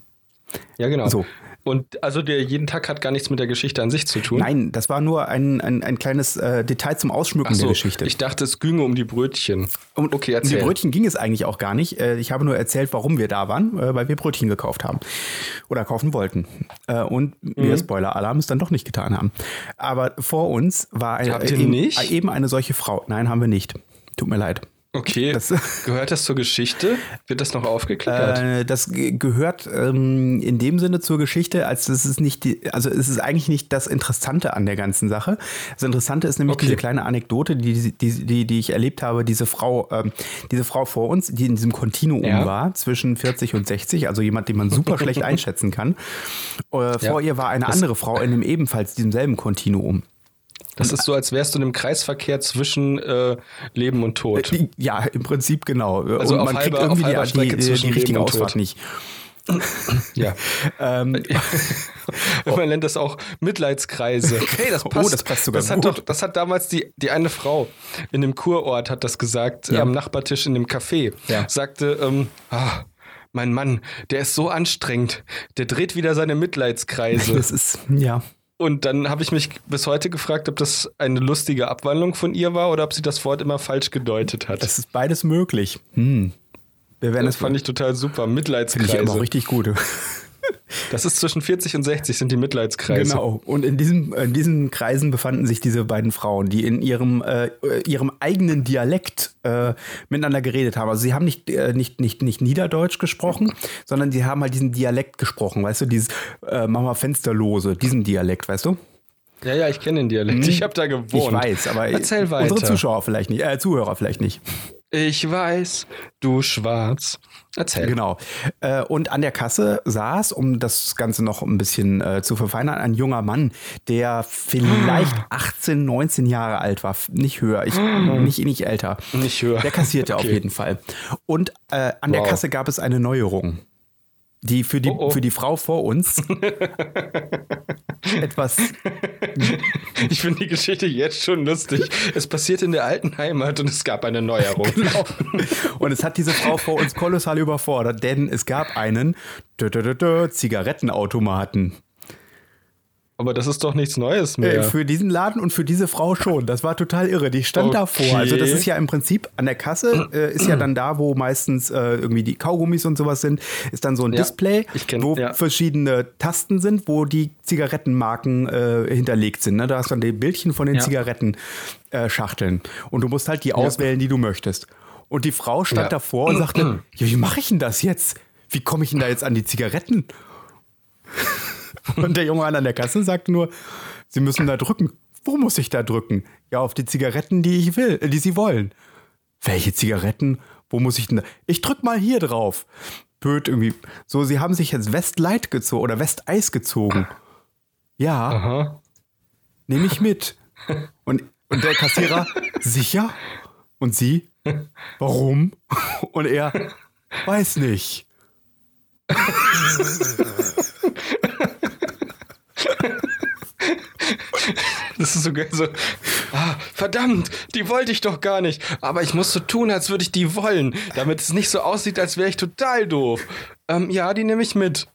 Speaker 2: Ja, genau.
Speaker 1: So.
Speaker 2: Und also der jeden Tag hat gar nichts mit der Geschichte an sich zu tun.
Speaker 1: Nein, das war nur ein, ein, ein kleines äh, Detail zum Ausschmücken
Speaker 2: Ach so,
Speaker 1: der Geschichte.
Speaker 2: Ich dachte, es ginge um die Brötchen.
Speaker 1: Und
Speaker 2: okay,
Speaker 1: um die
Speaker 2: erzähl.
Speaker 1: Brötchen ging es eigentlich auch gar nicht. Äh, Ich habe nur erzählt, warum wir da waren, äh, weil wir Brötchen gekauft haben oder kaufen wollten. Äh, Und
Speaker 2: Mhm.
Speaker 1: wir Spoiler-Alarm es dann doch nicht getan haben. Aber vor uns war eine,
Speaker 2: Habt ihr
Speaker 1: eben,
Speaker 2: nicht?
Speaker 1: eben eine solche Frau. Nein, haben wir nicht. Tut mir leid.
Speaker 2: Okay,
Speaker 1: Das-
Speaker 2: gehört das zur Geschichte? Wird das noch aufgeklärt?
Speaker 1: Äh, das ge- gehört ähm, in dem Sinne zur Geschichte, als das ist nicht die, also es ist eigentlich nicht das Interessante an der ganzen Sache. Das Interessante ist nämlich
Speaker 2: Okay.
Speaker 1: diese kleine Anekdote, die, die, die, die ich erlebt habe, diese Frau, ähm, diese Frau vor uns, die in diesem Kontinuum
Speaker 2: Ja.
Speaker 1: war, zwischen 40 und 60, also jemand, den man super schlecht einschätzen kann. Äh, vor
Speaker 2: Ja.
Speaker 1: ihr war eine
Speaker 2: Das-
Speaker 1: andere Frau in dem ebenfalls diesem selben Kontinuum.
Speaker 2: das ist so, als wärst du in einem Kreisverkehr zwischen äh, Leben und Tod.
Speaker 1: Ja, im Prinzip genau.
Speaker 2: Also
Speaker 1: und
Speaker 2: auf
Speaker 1: man kriegt
Speaker 2: halber-
Speaker 1: irgendwie
Speaker 2: auf halber
Speaker 1: die,
Speaker 2: Strecke
Speaker 1: die, die
Speaker 2: zwischen
Speaker 1: richtige
Speaker 2: Leben und
Speaker 1: Ausfahrt
Speaker 2: Tod.
Speaker 1: nicht.
Speaker 2: Ja.
Speaker 1: Ähm,
Speaker 2: Man nennt das auch Mitleidskreise. Hey, das
Speaker 1: Oh,
Speaker 2: passt.
Speaker 1: das passt sogar
Speaker 2: das hat
Speaker 1: gut.
Speaker 2: Doch, das hat damals die, die eine Frau in dem Kurort hat das gesagt,
Speaker 1: Ja.
Speaker 2: am Nachbartisch in dem Café.
Speaker 1: Ja.
Speaker 2: Sagte, ähm, ah, mein Mann, der ist so anstrengend. Der dreht wieder seine Mitleidskreise.
Speaker 1: das also ist, ja.
Speaker 2: Und dann habe ich mich bis heute gefragt, ob das eine lustige Abwandlung von ihr war oder ob sie das Wort immer falsch gedeutet hat.
Speaker 1: Das ist beides möglich. Hm. Wir werden
Speaker 2: Das
Speaker 1: es
Speaker 2: fand ich total super.
Speaker 1: finde ich immer auch
Speaker 2: Mitleidskreise.
Speaker 1: richtig gut.
Speaker 2: Das ist zwischen 40 und 60 sind die Mitleidskreise.
Speaker 1: Genau. Und in, diesem, in diesen Kreisen befanden sich diese beiden Frauen, die in ihrem, äh, ihrem eigenen Dialekt äh, miteinander geredet haben. Also sie haben nicht, äh, nicht, nicht, nicht Niederdeutsch gesprochen, sondern sie haben halt diesen Dialekt gesprochen, weißt du, dieses äh, Mach mal Fensterlose, diesen Dialekt, weißt du?
Speaker 2: Ja, ja, ich kenne den Dialekt. Ich habe da gewohnt.
Speaker 1: Mhm. Ich weiß, aber
Speaker 2: Erzähl weiter.
Speaker 1: unsere Zuschauer vielleicht nicht, äh, Zuhörer vielleicht nicht.
Speaker 2: Ich weiß, du schwarz. Erzähl.
Speaker 1: Genau. Äh, und an der Kasse saß, um das Ganze noch ein bisschen äh, zu verfeinern, ein junger Mann, der vielleicht
Speaker 2: Ah.
Speaker 1: 18, 19 Jahre alt war. F- Nicht höher, ich, nicht, nicht älter.
Speaker 2: Nicht höher.
Speaker 1: Der kassierte auf
Speaker 2: Okay.
Speaker 1: jeden Fall. Und äh, an der
Speaker 2: Wow.
Speaker 1: Kasse gab es eine Neuerung, die für die,
Speaker 2: Oh, oh.
Speaker 1: Für die Frau vor uns etwas
Speaker 2: Ich finde die Geschichte jetzt schon lustig. Es passiert in der alten Heimat und es gab eine Neuerung.
Speaker 1: Genau. Und es hat diese Frau vor uns kolossal überfordert, denn es gab einen dö, dö, dö, dö, Zigarettenautomaten.
Speaker 2: Aber das ist doch nichts Neues
Speaker 1: Äh,
Speaker 2: mehr.
Speaker 1: Für diesen Laden und für diese Frau schon. Das war total irre. Die stand
Speaker 2: Okay.
Speaker 1: davor. Also das ist ja im Prinzip an der Kasse, äh, ist ja dann da, wo meistens äh, irgendwie die Kaugummis und sowas sind, ist dann so ein
Speaker 2: Ja,
Speaker 1: Display,
Speaker 2: ich kenn-
Speaker 1: wo
Speaker 2: ja.
Speaker 1: verschiedene Tasten sind, wo die Zigarettenmarken äh, hinterlegt sind. Ne? Da hast du dann die Bildchen von den
Speaker 2: Ja.
Speaker 1: Zigarettenschachteln. Und du musst halt die auswählen, die du möchtest. Und die Frau stand
Speaker 2: Ja.
Speaker 1: davor und sagte, ja, wie mache ich denn das jetzt? Wie komme ich denn da jetzt an die Zigaretten? Und der junge Mann an der Kasse sagt nur, Sie müssen da drücken. Wo muss ich da drücken? Ja, auf die Zigaretten, die ich will, äh, die Sie wollen. Welche Zigaretten? Wo muss ich denn da? Ich drück mal hier drauf. Blöd irgendwie. So, Sie haben sich jetzt Westlight gezogen oder Westeis gezogen. Ja,
Speaker 2: Aha.
Speaker 1: nehme ich mit. Und, und der Kassierer, sicher? Und Sie, warum? Und er, weiß nicht.
Speaker 2: Das ist sogar so. Ah, verdammt, die wollte ich doch gar nicht. Aber ich muss so tun, als würde ich die wollen, damit es nicht so aussieht, als wäre ich total doof. Ähm, ja, die nehme ich mit.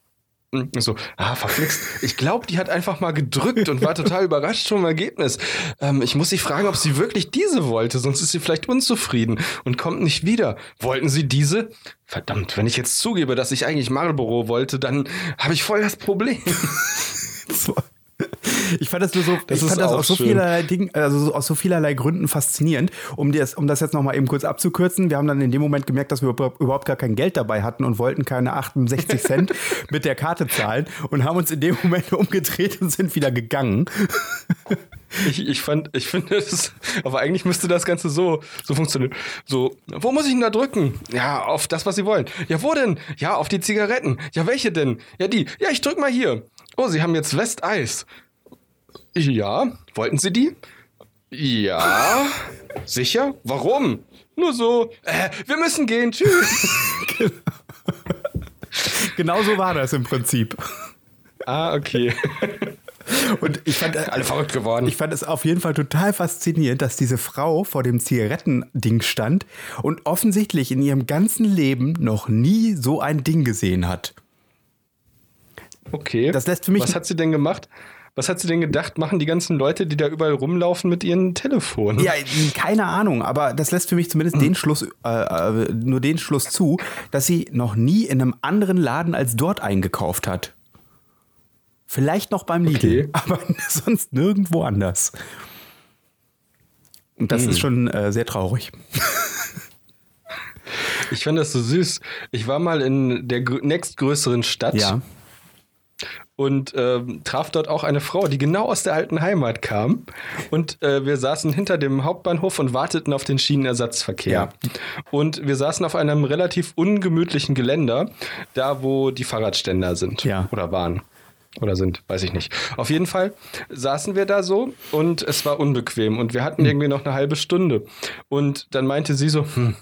Speaker 2: Hm, So, ah, verflixt. Ich glaube, die hat einfach mal gedrückt und war total überrascht vom Ergebnis. Ähm, ich muss sie fragen, ob sie wirklich diese wollte, sonst ist sie vielleicht unzufrieden und kommt nicht wieder. Wollten sie diese? Verdammt, wenn ich jetzt zugebe, dass ich eigentlich Marlboro wollte, dann habe ich voll das Problem.
Speaker 1: So. Ich fand das nur so,
Speaker 2: Das
Speaker 1: ich
Speaker 2: ist
Speaker 1: fand das
Speaker 2: auch
Speaker 1: aus so
Speaker 2: schön.
Speaker 1: vielerlei Dingen, also so- aus so vielerlei Gründen faszinierend, um das, um das jetzt nochmal eben kurz abzukürzen. Wir haben dann in dem Moment gemerkt, dass wir über- überhaupt gar kein Geld dabei hatten und wollten keine 68 Cent mit der Karte zahlen und haben uns in dem Moment umgedreht und sind wieder gegangen.
Speaker 2: Ich, ich fand, ich finde das, aber eigentlich müsste das Ganze so, so funktionieren. So, wo muss ich denn da drücken? Ja, auf das, was Sie wollen. Ja, wo denn? Ja, auf die Zigaretten. Ja, welche denn? Ja, die. Ja, ich drück mal hier. Oh, Sie haben jetzt Westeis. Ja, wollten Sie die? Ja, sicher? Warum? Nur so. Äh, wir müssen gehen. Tschüss.
Speaker 1: Genau so war das im Prinzip.
Speaker 2: Ah, okay.
Speaker 1: Und ich fand,
Speaker 2: Alle verrückt geworden.
Speaker 1: Ich fand es auf jeden Fall total faszinierend, dass diese Frau vor dem Zigarettending stand und offensichtlich in ihrem ganzen Leben noch nie so ein Ding gesehen hat.
Speaker 2: Okay.
Speaker 1: Das lässt für mich.
Speaker 2: Was hat sie denn gemacht? Was hat sie denn gedacht, machen die ganzen Leute, die da überall rumlaufen mit ihren Telefonen?
Speaker 1: ja, keine Ahnung, aber das lässt für mich zumindest
Speaker 2: Hm.
Speaker 1: den Schluss, äh, äh, nur den Schluss zu, dass sie noch nie in einem anderen Laden als dort eingekauft hat. Vielleicht noch beim Lidl,
Speaker 2: Okay.
Speaker 1: aber sonst nirgendwo anders. Und
Speaker 2: Hm.
Speaker 1: das ist schon äh, sehr traurig.
Speaker 2: Ich fand das so süß. Ich war mal in der grö- nächstgrößeren Stadt
Speaker 1: Ja.
Speaker 2: und ähm, traf dort auch eine Frau, die genau aus der alten Heimat kam. Und äh, wir saßen hinter dem Hauptbahnhof und warteten auf den Schienenersatzverkehr.
Speaker 1: Ja.
Speaker 2: Und wir saßen auf einem relativ ungemütlichen Geländer, da wo die Fahrradständer sind
Speaker 1: Ja.
Speaker 2: oder waren. Oder sind, weiß ich nicht. Auf jeden Fall saßen wir da so und es war unbequem und wir hatten irgendwie noch eine halbe Stunde. Und dann meinte sie so, hm,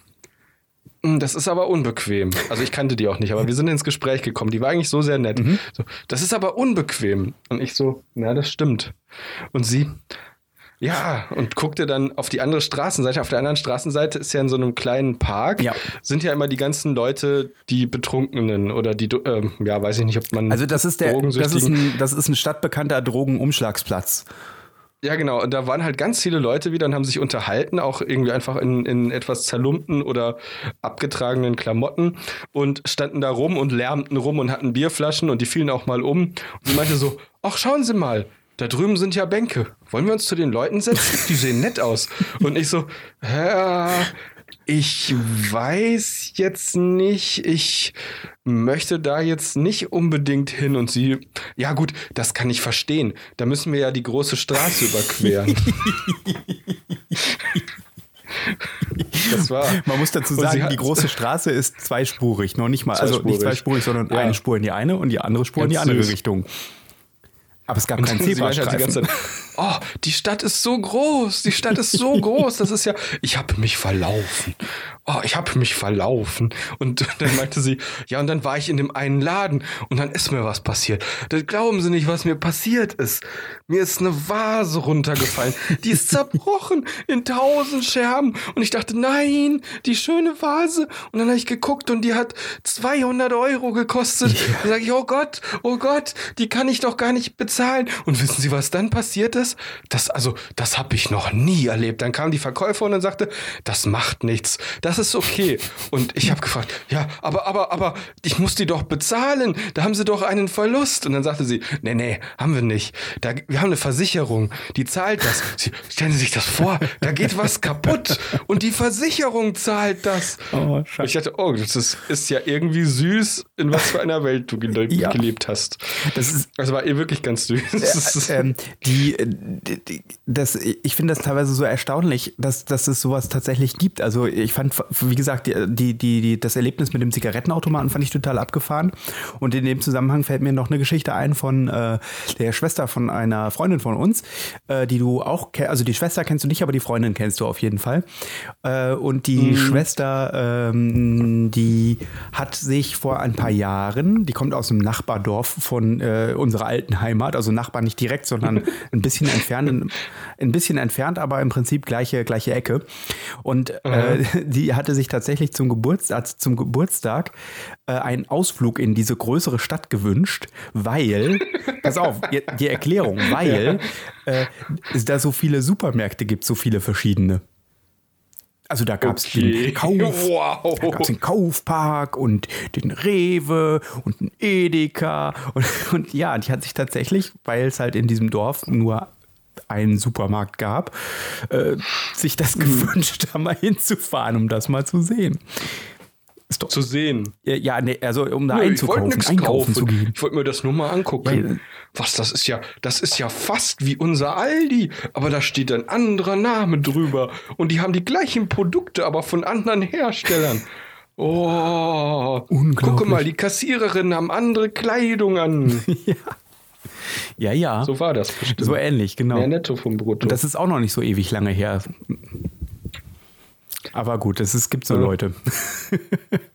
Speaker 2: "Mm, das ist aber unbequem. Also ich kannte die auch nicht, aber wir sind ins Gespräch gekommen. Die war eigentlich so sehr nett. So, das ist aber unbequem. Und ich so, na, das stimmt. Und sie, ja, und guckte dann auf die andere Straßenseite. Auf der anderen Straßenseite ist ja in so einem kleinen Park,
Speaker 1: Ja.
Speaker 2: sind ja immer die ganzen Leute, die Betrunkenen oder die, Do- ähm, ja, weiß ich nicht, ob man.
Speaker 1: Also das ist der, das ist,
Speaker 2: Drogensüchtigen-
Speaker 1: ein, das ist ein stadtbekannter Drogenumschlagsplatz.
Speaker 2: Ja, genau. Und da waren halt ganz viele Leute wieder und haben sich unterhalten, auch irgendwie einfach in, in etwas zerlumpten oder abgetragenen Klamotten und standen da rum und lärmten rum und hatten Bierflaschen und die fielen auch mal um. Und sie meinte so, ach, schauen Sie mal, da drüben sind ja Bänke. Wollen wir uns zu den Leuten setzen? Die sehen nett aus. Und ich so, ja, ich weiß jetzt nicht, ich möchte da jetzt nicht unbedingt hin und sie, ja gut, das kann ich verstehen. Da müssen wir ja die große Straße überqueren. das war.
Speaker 1: Man muss dazu
Speaker 2: Und sie
Speaker 1: sagen,
Speaker 2: hat-
Speaker 1: die große Straße ist zweispurig, noch nicht mal, also nicht
Speaker 2: Zweispurig.
Speaker 1: zweispurig, sondern
Speaker 2: Ja.
Speaker 1: eine Spur in die eine und die andere Spur in die
Speaker 2: Ganz
Speaker 1: andere
Speaker 2: süß.
Speaker 1: Richtung. Aber es gab
Speaker 2: Und
Speaker 1: keinen
Speaker 2: sie meinte halt die ganze
Speaker 1: Zebrastreifen.
Speaker 2: Zeit, oh, die Stadt ist so groß, die Stadt ist so groß, das ist ja, ich habe mich verlaufen. Oh, ich habe mich verlaufen. Und dann meinte sie, ja, und dann war ich in dem einen Laden und dann ist mir was passiert. Das glauben Sie nicht, was mir passiert ist. Mir ist eine Vase runtergefallen, die ist zerbrochen in tausend Scherben und ich dachte, nein, die schöne Vase. Und dann habe ich geguckt und die hat 200 Euro gekostet. Dann sage ich, oh Gott, oh Gott, die kann ich doch gar nicht bezahlen. Und wissen Sie, was dann passiert ist? Das, also, das habe ich noch nie erlebt. Dann kam die Verkäuferin und sagte, das macht nichts. Das ist okay. Und ich habe gefragt, ja, aber, aber, aber, ich muss die doch bezahlen. Da haben sie doch einen Verlust. Und dann sagte sie, nee, nee, haben wir nicht. Da, wir haben eine Versicherung, die zahlt das. Sie, stellen Sie sich das vor, da geht was kaputt. Und die Versicherung zahlt das.
Speaker 1: Oh,
Speaker 2: Und ich dachte, oh, das ist, ist ja irgendwie süß, in was für einer Welt du gele
Speaker 1: Ja.
Speaker 2: gelebt hast.
Speaker 1: Das ist-
Speaker 2: das war ihr wirklich ganz süß. Das ist-
Speaker 1: ähm, die, äh, die, die- das, ich finde das teilweise so erstaunlich, dass, dass es sowas tatsächlich gibt. Also ich fand, wie gesagt, die, die, die, die- das Erlebnis mit dem Zigarettenautomaten fand ich total abgefahren. Und in dem Zusammenhang fällt mir noch eine Geschichte ein von äh, der Schwester von einer Freundin von uns, äh, die du auch kennst. Also die Schwester kennst du nicht, aber die Freundin kennst du auf jeden Fall. Äh, und
Speaker 2: Mhm.
Speaker 1: die Schwester, ähm, die hat sich vor ein paar Jahren, die kommt aus einem Nachbardorf von äh, unserer alten Heimat, also Nachbar nicht direkt, sondern ein bisschen entfernt, ein- ein bisschen entfernt, aber im Prinzip gleiche, gleiche Ecke. Und äh, die hatte sich tatsächlich zum Geburtstag, zum Geburtstag äh, einen Ausflug in diese größere Stadt gewünscht, weil, pass auf, je- die Erklärung, weil äh, es da so viele Supermärkte gibt, so viele verschiedene. Also da gab es den Kauf,
Speaker 2: Wow.
Speaker 1: da gab es den Kaufpark und den Rewe und den Edeka. Und, und ja, die hat sich tatsächlich, weil es halt in diesem Dorf nur einen Supermarkt gab, äh, sich das
Speaker 2: Hm.
Speaker 1: gewünscht, da mal hinzufahren, um das mal zu sehen. Ist doch,
Speaker 2: Zu sehen.
Speaker 1: ja, ja, nee, also um da
Speaker 2: Nö,
Speaker 1: einzukaufen,
Speaker 2: nix
Speaker 1: einkaufen zu gehen. äh,
Speaker 2: Ich wollte mir das nur mal angucken.
Speaker 1: Ja.
Speaker 2: Was, das ist ja, das ist ja fast wie unser Aldi, aber da steht ein anderer Name drüber. Und die haben die gleichen Produkte, aber von anderen Herstellern. Oh, gucke
Speaker 1: Unglaublich.
Speaker 2: mal, die Kassiererin haben andere Kleidung an.
Speaker 1: Ja, ja. So,
Speaker 2: So war das bestimmt.
Speaker 1: ähnlich, genau.
Speaker 2: Mehr netto vom Brutto.
Speaker 1: Und das ist auch noch nicht so ewig lange her. Aber gut, es ist- gibt so Leute.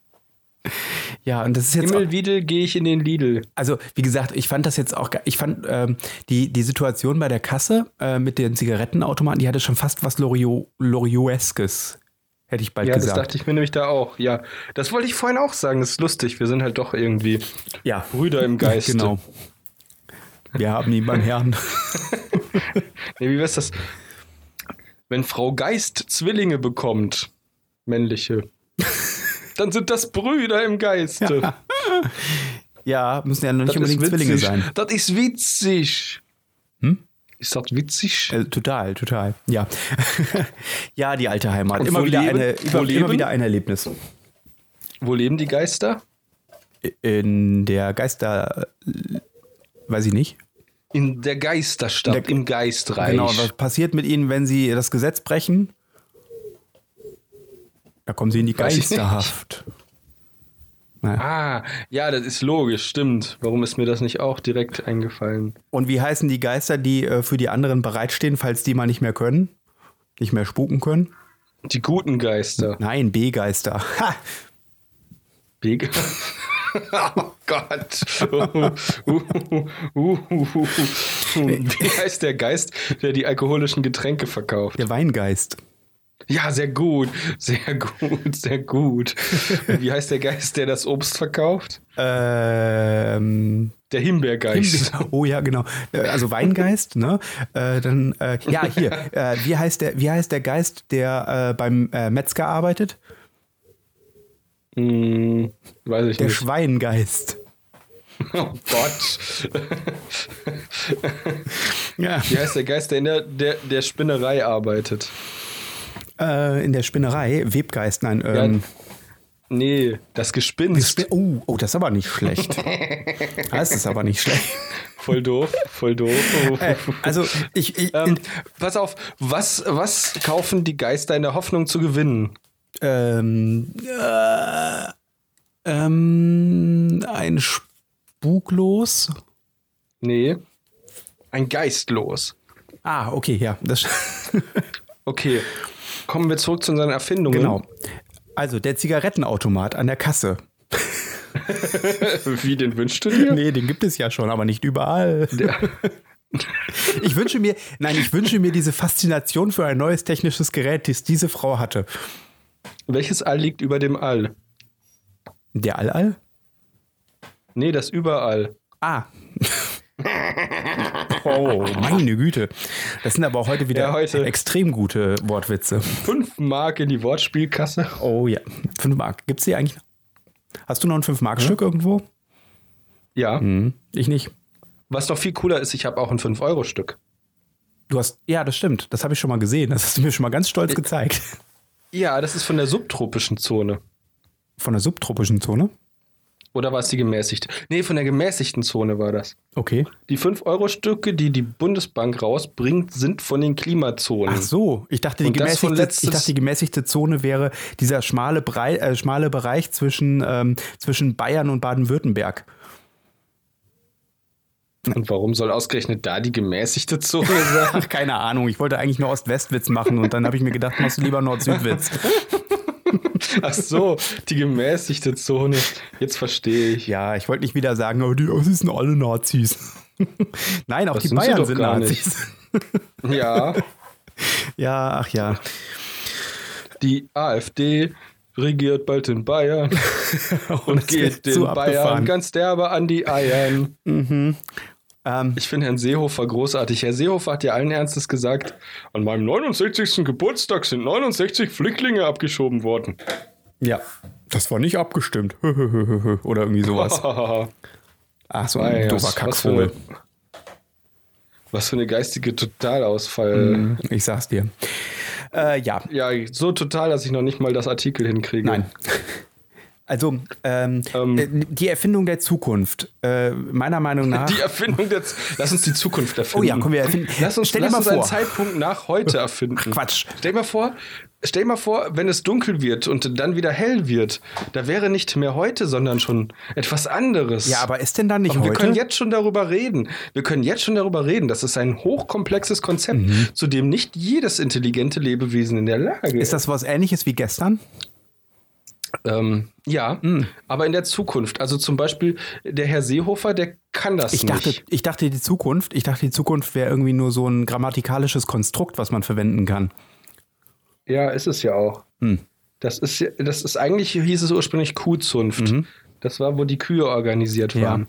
Speaker 1: ja, und das ist jetzt. Auch,
Speaker 2: Himmelwiedel gehe ich in den Lidl.
Speaker 1: also, wie gesagt, ich fand das jetzt auch. ge- Ich fand ähm, die, die Situation bei der Kasse äh, mit dem Zigarettenautomaten, die hatte schon fast was Loriot- Lorioteskes. hätte ich bald
Speaker 2: ja,
Speaker 1: gesagt.
Speaker 2: das dachte ich mir nämlich da auch. Ja, das wollte ich vorhin auch sagen. Das ist lustig. Wir sind halt doch irgendwie
Speaker 1: ja.
Speaker 2: Brüder im Geiste.
Speaker 1: Genau. Wir haben ihn beim Herrn.
Speaker 2: Nee, wie wär's das? Wenn Frau Geist Zwillinge bekommt, männliche, dann sind das Brüder im Geiste.
Speaker 1: Ja, müssen ja noch nicht
Speaker 2: Das ist
Speaker 1: unbedingt Zwillinge
Speaker 2: witzig.
Speaker 1: sein. Hm?
Speaker 2: Das ist witzig. Ist das witzig?
Speaker 1: Äh, total, total. Ja. ja, die alte Heimat.
Speaker 2: Und
Speaker 1: immer
Speaker 2: wo
Speaker 1: wieder,
Speaker 2: leben-
Speaker 1: eine,
Speaker 2: wo
Speaker 1: immer, immer
Speaker 2: leben?
Speaker 1: wieder ein Erlebnis.
Speaker 2: Wo leben die Geister?
Speaker 1: In der Geister. Weiß ich nicht.
Speaker 2: In der Geisterstadt,
Speaker 1: Der-
Speaker 2: im Geistreich.
Speaker 1: Genau, was passiert mit ihnen, wenn sie das Gesetz brechen? Da kommen sie in die
Speaker 2: Weiß ich nicht.
Speaker 1: Geisterhaft.
Speaker 2: Ah, ja, das ist logisch, stimmt. Warum ist mir das nicht auch direkt eingefallen?
Speaker 1: Und wie heißen die Geister, die äh, für die anderen bereitstehen, falls die mal nicht mehr können? Nicht mehr spuken können?
Speaker 2: Die guten Geister.
Speaker 1: Nein, B-Geister. Ha!
Speaker 2: Big. Oh Gott. Uh, uh, uh, uh, uh. Die heißt der Geist, der die alkoholischen Getränke verkauft.
Speaker 1: Der Weingeist.
Speaker 2: Ja, sehr gut. Sehr gut, sehr gut. Und Wie heißt der Geist, der das Obst verkauft?
Speaker 1: Ähm,
Speaker 2: Der Himbeergeist.
Speaker 1: oh ja, genau. Äh, Also Weingeist, ne? Äh, dann, äh, ja, hier. Äh, wie, heißt der, wie heißt der Geist, der äh, beim äh, Metzger arbeitet?
Speaker 2: Hm, weiß ich
Speaker 1: Der
Speaker 2: nicht.
Speaker 1: Schweingeist.
Speaker 2: Oh Gott.
Speaker 1: Ja.
Speaker 2: Wie heißt der Geist, der in der, der, der Spinnerei arbeitet?
Speaker 1: Äh, in der Spinnerei, Webgeist, nein. Ähm,
Speaker 2: Nee, das Gespinst.
Speaker 1: Spin- oh, oh, das ist aber nicht schlecht. das ist aber nicht schlecht.
Speaker 2: Voll doof, voll doof.
Speaker 1: Äh, also, ich, ich
Speaker 2: Ähm, pass auf, was, was kaufen die Geister in der Hoffnung zu gewinnen?
Speaker 1: Ähm, äh, ähm, ein Spuklos.
Speaker 2: Nee. Ein Geistlos.
Speaker 1: Ah, okay, ja. Das,
Speaker 2: Okay. Kommen wir zurück zu unseren Erfindungen.
Speaker 1: genau. Also der Zigarettenautomat an der Kasse.
Speaker 2: Wie den wünschst du dir?
Speaker 1: Nee, den gibt es ja schon, aber nicht überall. Ich wünsche mir, nein, ich wünsche mir diese Faszination für ein neues technisches Gerät, die es diese Frau hatte.
Speaker 2: Welches All liegt über dem All?
Speaker 1: Der All-All?
Speaker 2: Nee, das Überall.
Speaker 1: Ah. Oh, meine Güte. Das sind aber auch heute wieder
Speaker 2: Ja, heute.
Speaker 1: extrem gute Wortwitze.
Speaker 2: Fünf Mark in die Wortspielkasse.
Speaker 1: Oh ja, 5 Mark. Gibt es die eigentlich? Hast du noch ein 5-Mark-Stück irgendwo?
Speaker 2: Ja.
Speaker 1: Mhm. Ich nicht.
Speaker 2: Was noch viel cooler ist, ich habe auch ein 5-Euro-Stück.
Speaker 1: Du hast, ja, das stimmt. Das habe ich schon mal gesehen. Das hast du mir schon mal ganz stolz gezeigt.
Speaker 2: Ja, das ist von der subtropischen Zone.
Speaker 1: Von der subtropischen Zone.
Speaker 2: Oder war es die gemäßigte? Nee, von der gemäßigten Zone war das.
Speaker 1: Okay.
Speaker 2: Die 5-Euro-Stücke, die die Bundesbank rausbringt, sind von den Klimazonen.
Speaker 1: Ach so, ich dachte, die,
Speaker 2: Und das von
Speaker 1: gemäßigte,
Speaker 2: letztes-
Speaker 1: ich dachte, die gemäßigte Zone wäre dieser schmale, Brei, äh, schmale Bereich zwischen, ähm, zwischen Bayern und Baden-Württemberg.
Speaker 2: Und warum soll ausgerechnet da die gemäßigte Zone sein?
Speaker 1: Ach, keine Ahnung. Ich wollte eigentlich nur Ost-West-Witz machen und dann habe ich mir gedacht, machst du lieber Nord-Süd-Witz.
Speaker 2: Ach so, die gemäßigte Zone. Jetzt verstehe ich.
Speaker 1: Ja, ich wollte nicht wieder sagen, oh, die Ossis sind alle Nazis. Nein, auch
Speaker 2: Das
Speaker 1: die
Speaker 2: sind sie
Speaker 1: Bayern
Speaker 2: doch
Speaker 1: sind
Speaker 2: gar
Speaker 1: Nazis.
Speaker 2: Ja,
Speaker 1: Ja, ach ja.
Speaker 2: die AfD regiert bald in Bayern
Speaker 1: Und
Speaker 2: und geht den Bayern ganz derbe an die Eiern.
Speaker 1: Mhm. Ähm,
Speaker 2: Ich finde Herrn Seehofer großartig. Herr Seehofer hat ja allen Ernstes gesagt, an meinem 69. Geburtstag sind 69 Flüchtlinge abgeschoben worden.
Speaker 1: ja, das war nicht abgestimmt. Oder irgendwie sowas. Ach, so ein
Speaker 2: Ei,
Speaker 1: doofer
Speaker 2: was- was für
Speaker 1: Kackvogel.
Speaker 2: eine- Was für eine geistige Totalausfall.
Speaker 1: Ich sag's dir. Äh, ja,
Speaker 2: Ja, so total, dass ich noch nicht mal das Artikel hinkriege.
Speaker 1: nein. Also, ähm,
Speaker 2: Ähm.
Speaker 1: äh, die Erfindung der Zukunft. Äh, meiner Meinung nach.
Speaker 2: Die Erfindung der Z Lass uns die Zukunft erfinden.
Speaker 1: Oh ja, komm, wir erfinden-
Speaker 2: Lass uns,
Speaker 1: Stell dir
Speaker 2: lass
Speaker 1: mal
Speaker 2: uns einen
Speaker 1: vor.
Speaker 2: Zeitpunkt nach heute erfinden.
Speaker 1: Quatsch.
Speaker 2: Stell dir mal vor, stell dir mal vor, wenn es dunkel wird und dann wieder hell wird, da wäre nicht mehr heute, sondern schon etwas anderes.
Speaker 1: ja, aber ist denn dann nicht
Speaker 2: Aber wir
Speaker 1: heute?
Speaker 2: können jetzt schon darüber reden. Wir können jetzt schon darüber reden. Das ist ein hochkomplexes Konzept,
Speaker 1: Mhm.
Speaker 2: zu dem nicht jedes intelligente Lebewesen in der Lage
Speaker 1: ist das was ähnliches wie gestern?
Speaker 2: Ähm, ja,
Speaker 1: Mhm.
Speaker 2: aber in der Zukunft. Also zum Beispiel der Herr Seehofer, der kann das
Speaker 1: Ich dachte,
Speaker 2: nicht.
Speaker 1: ich dachte, die Zukunft, ich dachte, die Zukunft wäre irgendwie nur so ein grammatikalisches Konstrukt, was man verwenden kann.
Speaker 2: Ja, ist es ja auch. Das ist, ja- das ist eigentlich, hieß es ursprünglich Kuhzunft.
Speaker 1: Mhm.
Speaker 2: Das war, wo die Kühe organisiert
Speaker 1: Ja.
Speaker 2: waren.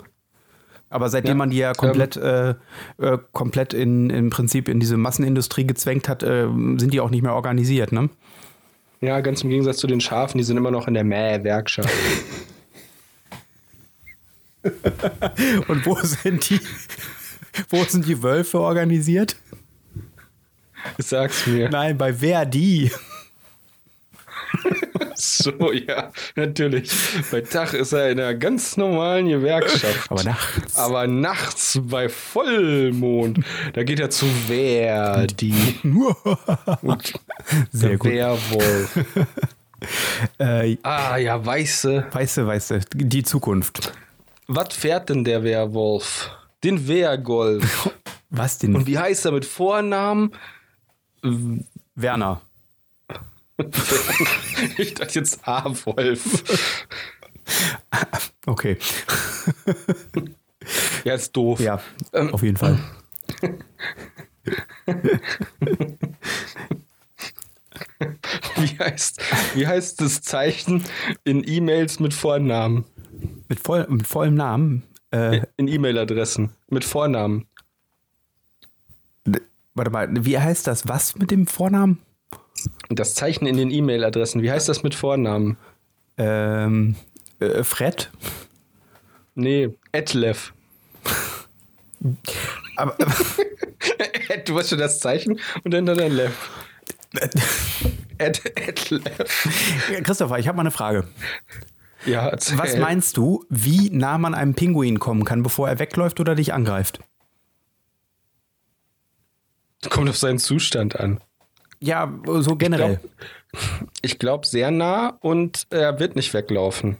Speaker 1: Aber seitdem
Speaker 2: Ja, ähm.
Speaker 1: man die ja komplett, äh, äh, komplett in, im Prinzip in diese Massenindustrie gezwängt hat, äh, sind die auch nicht mehr organisiert, ne?
Speaker 2: Ja. ganz im Gegensatz zu den Schafen, die sind immer noch in der Mäh-Werkschaft.
Speaker 1: Und wo sind die, wo sind die Wölfe organisiert?
Speaker 2: Sag's mir.
Speaker 1: Nein, bei Verdi.
Speaker 2: So, ja, natürlich. Bei Tag ist er in einer ganz normalen Gewerkschaft.
Speaker 1: Aber nachts.
Speaker 2: Aber nachts bei Vollmond, da geht er zu Verdi. Und
Speaker 1: Sehr
Speaker 2: der
Speaker 1: gut.
Speaker 2: Werwolf.
Speaker 1: Äh,
Speaker 2: Ah, ja, weiße.
Speaker 1: weißt du, weißt du, die Zukunft.
Speaker 2: Was fährt denn der Werwolf? Den Wehrgolf.
Speaker 1: Was denn?
Speaker 2: Und wie heißt er mit Vornamen?
Speaker 1: Werner.
Speaker 2: ich dachte jetzt A-Wolf.
Speaker 1: Okay.
Speaker 2: Ja, ist doof.
Speaker 1: Ja,
Speaker 2: Ähm,
Speaker 1: auf jeden Fall.
Speaker 2: Wie, heißt, wie heißt das Zeichen in E-Mails mit Vornamen?
Speaker 1: Mit, voll, mit vollem Namen. Äh,
Speaker 2: In E-Mail-Adressen. Mit Vornamen.
Speaker 1: Warte mal, wie heißt das? Was mit dem Vornamen?
Speaker 2: Das Zeichen in den E-Mail-Adressen. Wie heißt das mit Vornamen?
Speaker 1: Ähm, äh, Fred?
Speaker 2: Nee, Etlef.
Speaker 1: Aber,
Speaker 2: Et, du hast schon das Zeichen und dann dann ein Lev.
Speaker 1: Äh.
Speaker 2: Et, Etlef.
Speaker 1: Christopher, ich habe mal eine Frage.
Speaker 2: Ja, erzähl.
Speaker 1: Was meinst du, wie nah man einem Pinguin kommen kann, bevor er wegläuft oder dich angreift?
Speaker 2: Kommt auf seinen Zustand an.
Speaker 1: Ja, so generell.
Speaker 2: Ich glaube, sehr nah und er wird nicht weglaufen.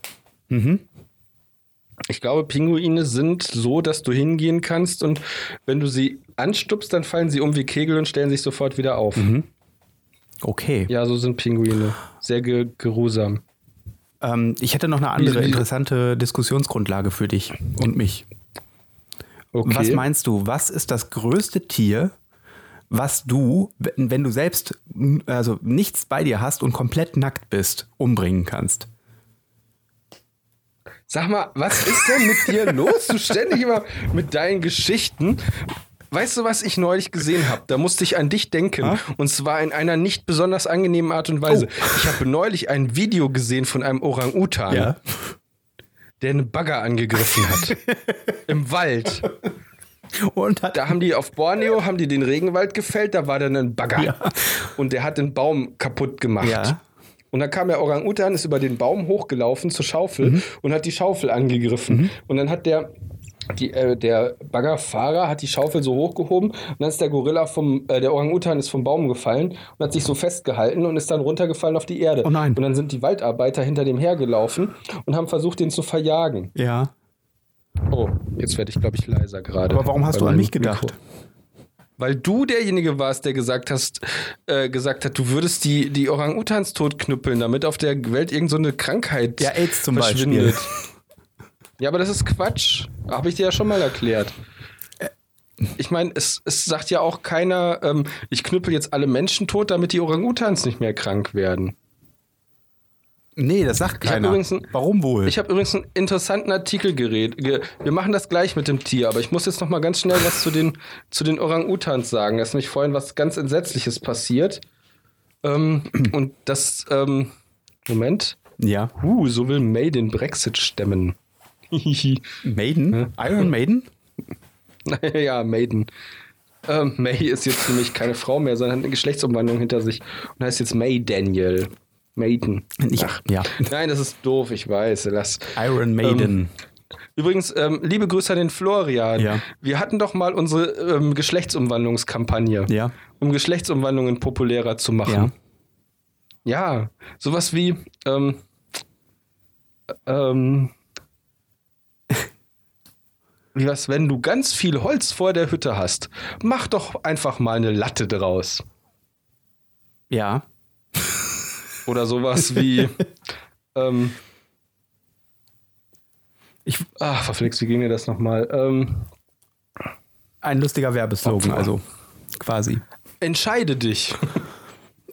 Speaker 2: Ich glaube, Pinguine sind so, dass du hingehen kannst und wenn du sie anstupst, dann fallen sie um wie Kegel und stellen sich sofort wieder auf.
Speaker 1: Okay.
Speaker 2: Ja, so sind Pinguine. Sehr ge geruhsam.
Speaker 1: Ähm, ich hätte noch eine andere
Speaker 2: Wie- wie-
Speaker 1: interessante Diskussionsgrundlage für dich und mich.
Speaker 2: Okay.
Speaker 1: Was meinst du, was ist das größte Tier, was du, wenn wenn du selbst n- also nichts bei dir hast und komplett nackt bist, umbringen kannst?
Speaker 2: Sag mal, was ist denn mit dir los? Du ständig immer mit deinen Geschichten. Weißt du, was ich neulich gesehen habe? Da musste ich an dich denken. Und zwar in einer nicht besonders angenehmen Art und Weise. Ich habe neulich ein Video gesehen von einem Orang-Utan, der einen Bagger angegriffen hat. Im Wald.
Speaker 1: Und hat
Speaker 2: Da haben die auf Borneo, haben die den Regenwald gefällt, da war dann ein Bagger. Und der hat den Baum kaputt gemacht.
Speaker 1: Ja.
Speaker 2: Und dann kam der Orang-Utan, ist über den Baum hochgelaufen zur Schaufel
Speaker 1: Mhm.
Speaker 2: und hat die Schaufel angegriffen. Und dann hat der, die, äh, der Baggerfahrer hat die Schaufel so hochgehoben und dann ist der Gorilla vom, äh, der Orang-Utan ist vom Baum gefallen und hat sich so festgehalten und ist dann runtergefallen auf die Erde.
Speaker 1: Oh nein.
Speaker 2: Und dann sind die Waldarbeiter hinter dem hergelaufen und haben versucht, den zu verjagen.
Speaker 1: ja.
Speaker 2: Oh, jetzt werde ich, glaube ich, leiser gerade.
Speaker 1: Aber warum hast
Speaker 2: Bei
Speaker 1: du an
Speaker 2: meinem
Speaker 1: mich gedacht?
Speaker 2: Mikro. Weil du derjenige warst, der gesagt hast, äh, gesagt hat, du würdest die, die Orang-Utans totknüppeln, damit auf der Welt irgend so eine Krankheit
Speaker 1: Ja, AIDS zum
Speaker 2: verschwindet. Ja, aber das ist Quatsch. Habe ich dir ja schon mal erklärt. Ich meine, es, es sagt ja auch keiner, ähm, ich knüppel jetzt alle Menschen tot, damit die Orang-Utans nicht mehr krank werden.
Speaker 1: Nee, das sagt
Speaker 2: hab
Speaker 1: keiner.
Speaker 2: übrigens ein-
Speaker 1: Warum wohl?
Speaker 2: Ich habe übrigens einen interessanten Artikel geredet. Ge Wir machen das gleich mit dem Tier, aber ich muss jetzt noch mal ganz schnell was zu den, zu den Orang-Utans sagen. Da ist nämlich vorhin was ganz Entsetzliches passiert. Ähm, und das, ähm, Moment.
Speaker 1: ja.
Speaker 2: Uh, so will May den Brexit stemmen. Hm?
Speaker 1: Maiden? Iron Maiden?
Speaker 2: naja, Maiden. Ähm, May ist jetzt nämlich keine Frau mehr, sondern hat eine Geschlechtsumwandlung hinter sich und heißt jetzt May Daniel. Maiden.
Speaker 1: Ich, ja.
Speaker 2: Nein, das ist doof, ich weiß. Lass.
Speaker 1: Iron
Speaker 2: Ähm.
Speaker 1: Maiden.
Speaker 2: Übrigens, ähm, liebe Grüße an den Florian.
Speaker 1: Ja.
Speaker 2: Wir hatten doch mal unsere ähm, Geschlechtsumwandlungskampagne,
Speaker 1: Ja.
Speaker 2: um Geschlechtsumwandlungen populärer zu machen. Ja, sowas wie ähm, ähm, wie was, wenn du ganz viel Holz vor der Hütte hast, mach doch einfach mal eine Latte draus.
Speaker 1: ja.
Speaker 2: Oder sowas wie ähm,
Speaker 1: Ich,
Speaker 2: ach, Ah, verflixt, wie ging mir das nochmal? Ähm,
Speaker 1: ein lustiger Werbeslogan, also quasi.
Speaker 2: entscheide dich.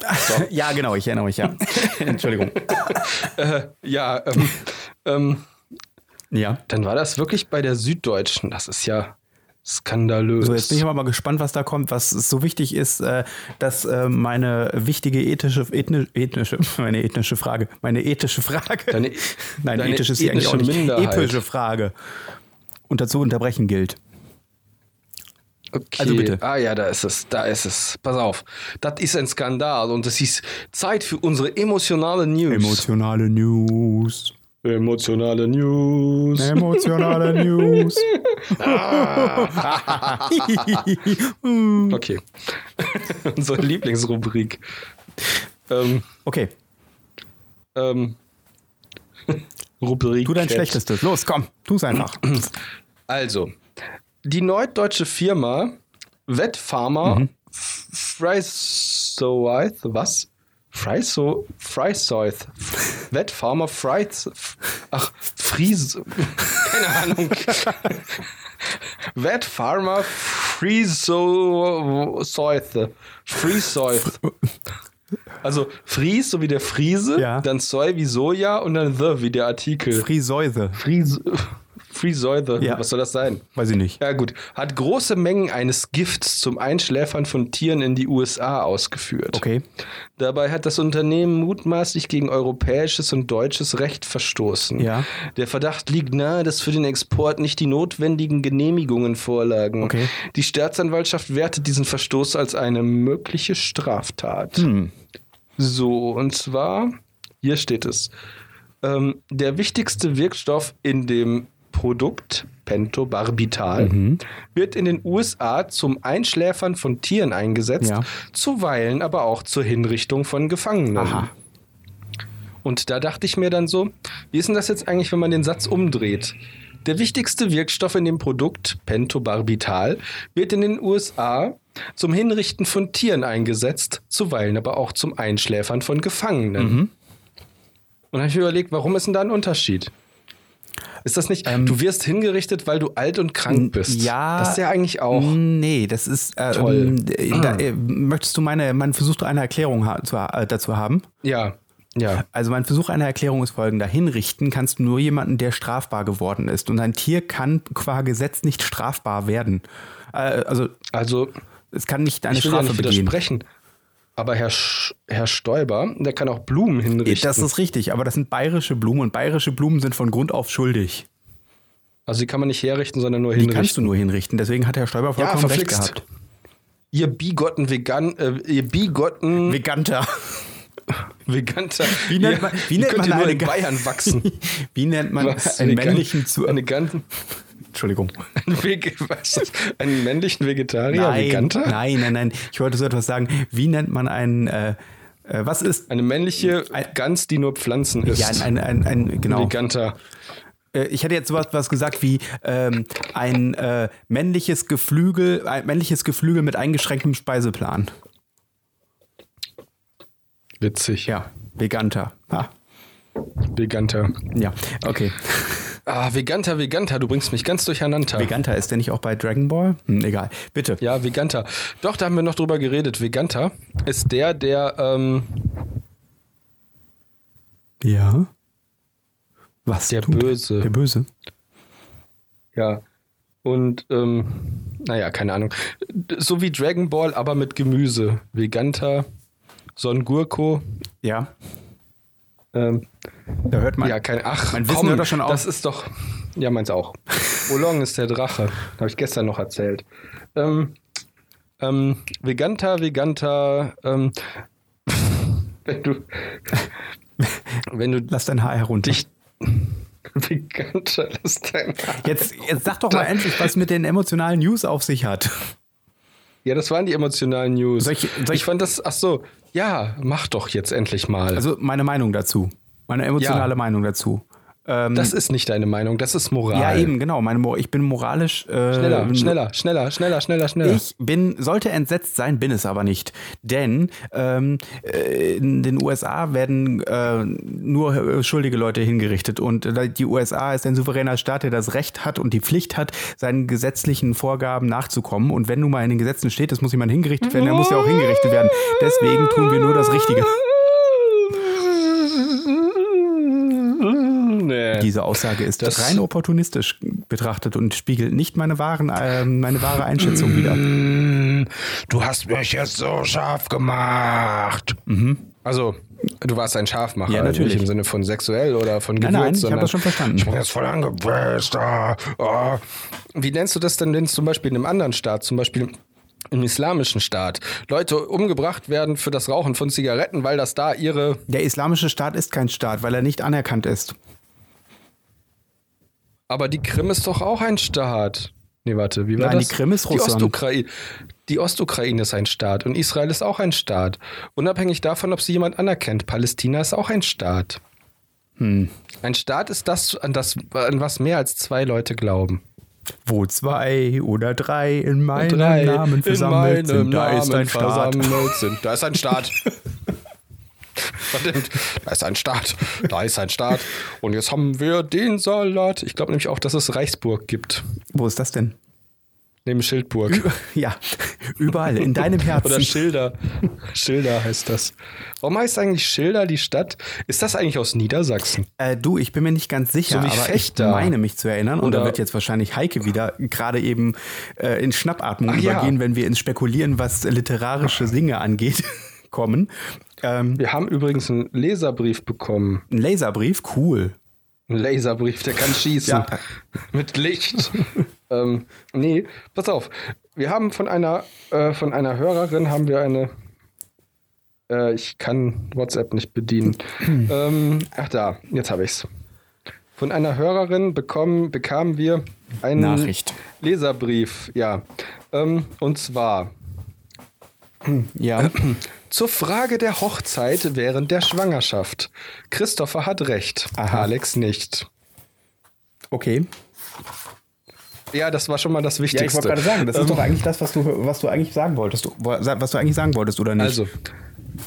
Speaker 2: So.
Speaker 1: Ja, genau, ich erinnere mich, ja. Entschuldigung.
Speaker 2: äh, ja, ähm, ähm,
Speaker 1: Ja.
Speaker 2: dann war das wirklich bei der Süddeutschen. Das ist ja skandalös.
Speaker 1: So, jetzt bin ich aber mal gespannt, was da kommt, was so wichtig ist, äh, dass äh, meine wichtige ethische, ethni, ethnische, meine ethnische Frage, meine ethische Frage,
Speaker 2: Deine-
Speaker 1: nein,
Speaker 2: deine
Speaker 1: ethisch ist sie eigentlich auch
Speaker 2: ethnische
Speaker 1: nicht,
Speaker 2: Minderheit.
Speaker 1: epische Frage unter zu unterbrechen gilt.
Speaker 2: Okay.
Speaker 1: Also bitte.
Speaker 2: Ah ja, da ist es, da ist es. Pass auf, das ist ein Skandal und es ist Zeit für unsere emotionale News.
Speaker 1: Emotionale News.
Speaker 2: emotionale News.
Speaker 1: Emotionale News.
Speaker 2: Ah. Okay. unsere Lieblingsrubrik. Ähm,
Speaker 1: okay,
Speaker 2: ähm, Rubrik.
Speaker 1: tu dein
Speaker 2: Chat.
Speaker 1: Schlechtestes. Los, komm, tu's einfach.
Speaker 2: Also, die norddeutsche Firma Wetfarmer mhm. Freisoith, was? Freiso, Freisoith. Wetfarmer Freis, ach, Fries, keine Ahnung. Wetfarmer Freisoith. Freisoith. Also Fries, so wie der Friese,
Speaker 1: Ja.
Speaker 2: dann Soy wie Soja und dann The wie der Artikel.
Speaker 1: Friseuse.
Speaker 2: Fries, Friseuse.
Speaker 1: Ja.
Speaker 2: Was soll das sein?
Speaker 1: Weiß ich nicht.
Speaker 2: Ja, gut. Hat große Mengen eines Gifts zum Einschläfern von Tieren in die USA ausgeführt.
Speaker 1: Okay.
Speaker 2: Dabei hat das Unternehmen mutmaßlich gegen europäisches und deutsches Recht verstoßen.
Speaker 1: Ja.
Speaker 2: Der Verdacht liegt nahe, dass für den Export nicht die notwendigen Genehmigungen vorlagen.
Speaker 1: Okay.
Speaker 2: Die Staatsanwaltschaft wertet diesen Verstoß als eine mögliche Straftat.
Speaker 1: Hm.
Speaker 2: So, und zwar, hier steht es. Ähm, der wichtigste Wirkstoff in dem Produkt Pentobarbital
Speaker 1: Mhm.
Speaker 2: wird in den USA zum Einschläfern von Tieren eingesetzt,
Speaker 1: Ja.
Speaker 2: zuweilen aber auch zur Hinrichtung von Gefangenen.
Speaker 1: Aha.
Speaker 2: Und da dachte ich mir dann so, wie ist denn das jetzt eigentlich, wenn man den Satz umdreht? Der wichtigste Wirkstoff in dem Produkt, Pentobarbital, wird in den USA zum Hinrichten von Tieren eingesetzt, zuweilen aber auch zum Einschläfern von
Speaker 1: Mhm.
Speaker 2: Gefangenen. Und habe ich mir überlegt, warum ist denn da ein Unterschied? Ist das nicht, du wirst hingerichtet, weil du alt und krank bist?
Speaker 1: Ähm. Ja.
Speaker 2: Das ist ja eigentlich auch.
Speaker 1: Nee, das ist. Äh,
Speaker 2: Toll.
Speaker 1: ähm, Da, äh, möchtest du meine, man versucht eine Erklärung ha zu, ha- äh, dazu haben?
Speaker 2: Ja. Ja.
Speaker 1: Also mein Versuch einer Erklärung ist folgender. Hinrichten kannst du nur jemanden, der strafbar geworden ist. Und ein Tier kann qua Gesetz nicht strafbar werden. Äh, also
Speaker 2: Also,
Speaker 1: es kann nicht eine
Speaker 2: ich will ja
Speaker 1: Strafe
Speaker 2: nicht
Speaker 1: begehen.
Speaker 2: widersprechen. Aber Herr, Sch Herr Stoiber, der kann auch Blumen hinrichten.
Speaker 1: Das ist richtig, aber das sind bayerische Blumen und bayerische Blumen sind von Grund auf schuldig.
Speaker 2: Also die kann man nicht herrichten, sondern nur
Speaker 1: Die kannst
Speaker 2: hinrichten.
Speaker 1: du nur hinrichten. Deswegen hat Herr Stoiber
Speaker 2: Ja,
Speaker 1: vollkommen recht
Speaker 2: verflixt.
Speaker 1: gehabt.
Speaker 2: Ihr bigotten Vegan, äh, ihr bigotten
Speaker 1: Veganter.
Speaker 2: Veganter.
Speaker 1: Wie nennt
Speaker 2: ihr,
Speaker 1: man- wie
Speaker 2: ihr
Speaker 1: nennt
Speaker 2: könnt
Speaker 1: man
Speaker 2: ihr nur
Speaker 1: eine
Speaker 2: in
Speaker 1: Ga-
Speaker 2: Bayern wachsen.
Speaker 1: Wie nennt man einen
Speaker 2: Eine Gan-
Speaker 1: männlichen zu.
Speaker 2: eine ganzen,
Speaker 1: Entschuldigung.
Speaker 2: einen, Vege- was ist das? einen männlichen Vegetarier,
Speaker 1: Nein,
Speaker 2: Veganter?
Speaker 1: nein, nein, nein. Ich wollte so etwas sagen. Wie nennt man einen, äh, äh, was ist?
Speaker 2: Eine männliche
Speaker 1: Ein-
Speaker 2: Gans, die nur Pflanzen isst.
Speaker 1: Ja, ein, ein, ein, ein genau.
Speaker 2: Veganter.
Speaker 1: Äh, Ich hätte jetzt sowas was gesagt wie ähm, ein äh, männliches Geflügel, ein männliches Geflügel mit eingeschränktem Speiseplan.
Speaker 2: Witzig.
Speaker 1: Ja, Veganter. Ha,
Speaker 2: Veganter.
Speaker 1: ja, okay.
Speaker 2: Ah, Veganter, Veganter, du bringst mich ganz durcheinander.
Speaker 1: Veganter ist der nicht auch bei Dragon Ball? Hm, egal. Bitte.
Speaker 2: Ja, Veganter. Doch, da haben wir noch drüber geredet. Veganter ist der, der ähm,
Speaker 1: Ja. Was?
Speaker 2: Der
Speaker 1: tut-
Speaker 2: Böse.
Speaker 1: Der Böse.
Speaker 2: Ja. Und, ähm, naja, keine Ahnung. D- So wie Dragon Ball, aber mit Gemüse. Veganta, Son Gurko.
Speaker 1: Ja,
Speaker 2: Ähm,
Speaker 1: da hört man.
Speaker 2: ja, kein Ach.
Speaker 1: mein Wissen hört doch schon auf.
Speaker 2: Das ist doch. Ja, meins auch. Olong ist der Drache. Habe ich gestern noch erzählt. Ähm, ähm, Veganta, Veganta, ähm, wenn du. Wenn du
Speaker 1: Lass dein Haar herunter.
Speaker 2: dich. Veganta, lass dein Haar.
Speaker 1: Jetzt, jetzt sag doch mal endlich, was mit den emotionalen News auf sich hat.
Speaker 2: Ja, das waren die emotionalen News.
Speaker 1: Soll ich- soll ich-
Speaker 2: ich fand das, ach so, ja, mach doch jetzt endlich mal.
Speaker 1: Also meine Meinung dazu. Meine emotionale
Speaker 2: Ja.
Speaker 1: Meinung dazu. Ähm,
Speaker 2: Das ist nicht deine Meinung, das ist Moral.
Speaker 1: ja, eben, genau. Meine, Mor- ich bin moralisch. Äh,
Speaker 2: Schneller, schneller, schneller, schneller, schneller, schneller.
Speaker 1: Ich bin, sollte entsetzt sein, bin es aber nicht. Denn ähm, äh, in den USA werden äh, nur äh, schuldige Leute hingerichtet. Und äh, die USA ist ein souveräner Staat, der das Recht hat und die Pflicht hat, seinen gesetzlichen Vorgaben nachzukommen. Und wenn nun mal in den Gesetzen steht, es muss jemand hingerichtet werden, dann muss ja auch hingerichtet werden. Deswegen tun wir nur das Richtige.
Speaker 2: Nee.
Speaker 1: Diese Aussage ist
Speaker 2: Äh, Das-
Speaker 1: rein opportunistisch betrachtet und spiegelt nicht meine, wahren, äh, meine wahre Einschätzung wider.
Speaker 2: Du hast mich jetzt so scharf gemacht. Also, du warst ein Schafmacher.
Speaker 1: Mhm. Ja, natürlich.
Speaker 2: Nicht im Sinne von sexuell oder von
Speaker 1: Nein, nein,
Speaker 2: Gewürz.
Speaker 1: ich habe
Speaker 2: sondern-
Speaker 1: das schon verstanden.
Speaker 2: Ich bin jetzt voll angepisst. Ah, ah. Wie nennst du das denn, wenn es zum Beispiel in einem anderen Staat, zum Beispiel im islamischen Staat, Leute umgebracht werden für das Rauchen von Zigaretten, weil das da ihre...
Speaker 1: Der islamische Staat ist kein Staat, weil er nicht anerkannt ist.
Speaker 2: Aber die Krim ist doch auch ein Staat. Nee, warte, wie war
Speaker 1: Nein,
Speaker 2: das?
Speaker 1: die Krim ist Russland.
Speaker 2: Die Ostukraine. Die Ostukraine ist ein Staat und Israel ist auch ein Staat. Unabhängig davon, ob sie jemand anerkennt, Palästina ist auch ein Staat.
Speaker 1: Hm.
Speaker 2: Ein Staat ist das, an das, an was mehr als zwei Leute glauben.
Speaker 1: Wo zwei oder drei in meinem
Speaker 2: Drei
Speaker 1: Namen versammelt
Speaker 2: in meinem
Speaker 1: sind, da
Speaker 2: Namen
Speaker 1: ist ein Staat.
Speaker 2: versammelt sind. Da ist ein Staat. Verdammt, da ist ein Staat. Da ist ein Staat. Und jetzt haben wir den Salat. Ich glaube nämlich auch, dass es Reichsburg gibt.
Speaker 1: Wo ist das denn?
Speaker 2: Neben Schildburg.
Speaker 1: Ja, überall, in deinem
Speaker 2: Oder
Speaker 1: Herzen.
Speaker 2: Schilder. Schilder heißt das. Warum heißt eigentlich Schilder die Stadt? Ist das eigentlich aus Niedersachsen?
Speaker 1: Äh, du, ich bin mir nicht ganz sicher,
Speaker 2: So wie
Speaker 1: aber
Speaker 2: Fechter.
Speaker 1: ich meine mich zu erinnern. Und da
Speaker 2: Oder-
Speaker 1: wird jetzt wahrscheinlich Heike wieder gerade eben äh, in Schnappatmung
Speaker 2: Ach ja.
Speaker 1: übergehen, wenn wir ins Spekulieren, was literarische Dinge angeht, kommen. Ähm,
Speaker 2: Wir haben übrigens einen Leserbrief bekommen.
Speaker 1: ein Laserbrief, cool.
Speaker 2: Ein Laserbrief, der kann schießen.
Speaker 1: Ja.
Speaker 2: Mit Licht. ähm, nee, pass auf. Wir haben von einer, äh, von einer Hörerin haben wir eine. Äh, ich kann WhatsApp nicht bedienen. ähm, ach da, jetzt habe ich's. Von einer Hörerin bekommen, bekamen wir einen
Speaker 1: Nachricht.
Speaker 2: Leserbrief, ja. Ähm, und zwar.
Speaker 1: Ja.
Speaker 2: Zur Frage der Hochzeit während der Schwangerschaft. Christopher hat recht,
Speaker 1: Aha.
Speaker 2: Alex nicht.
Speaker 1: Okay.
Speaker 2: Ja, das war schon mal das
Speaker 1: Ja, ich
Speaker 2: Wichtigste.
Speaker 1: wollte gerade sagen,
Speaker 2: Ähm.
Speaker 1: das ist doch eigentlich das, was du, was du eigentlich sagen wolltest. Du- Was du eigentlich sagen wolltest, oder nicht?
Speaker 2: Also,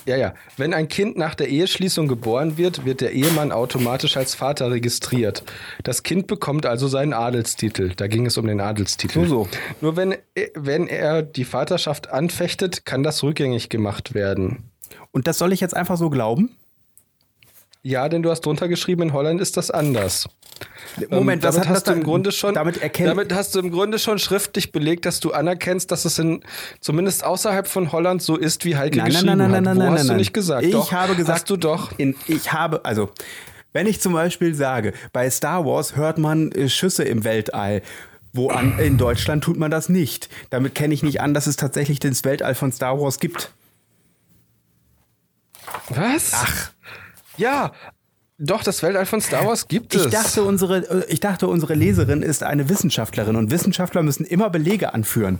Speaker 2: ja, ja. Wenn ein Kind nach der Eheschließung geboren wird, wird der Ehemann automatisch als Vater registriert. Das Kind bekommt also seinen Adelstitel. Da ging es um den Adelstitel.
Speaker 1: So, so.
Speaker 2: Nur wenn, äh, wenn er die Vaterschaft anfechtet, kann das rückgängig gemacht werden.
Speaker 1: Und das soll ich jetzt einfach so glauben?
Speaker 2: Ja, denn du hast drunter geschrieben, in Holland ist das anders.
Speaker 1: Moment, was
Speaker 2: Ähm, damit
Speaker 1: hat das
Speaker 2: hast du im
Speaker 1: dann-
Speaker 2: Grunde schon
Speaker 1: damit erkennt-
Speaker 2: damit hast du im Grunde schon schriftlich belegt, dass du anerkennst, dass es in zumindest außerhalb von Holland so ist, wie Heike geschrieben hat. Wo hast du nicht gesagt?
Speaker 1: Ich
Speaker 2: doch.
Speaker 1: habe gesagt,
Speaker 2: hast du doch.
Speaker 1: In, ich habe, also, wenn ich zum Beispiel sage, bei Star Wars hört man äh, Schüsse im Weltall. Wo an, in Deutschland tut man das nicht. Damit kenne ich nicht an, dass es tatsächlich das Weltall von Star Wars gibt.
Speaker 2: Was? Ach. Ja, doch das Weltall von Star Wars gibt es.
Speaker 1: Ich dachte, unsere, äh, ich dachte, unsere Leserin ist eine Wissenschaftlerin und Wissenschaftler müssen immer Belege anführen.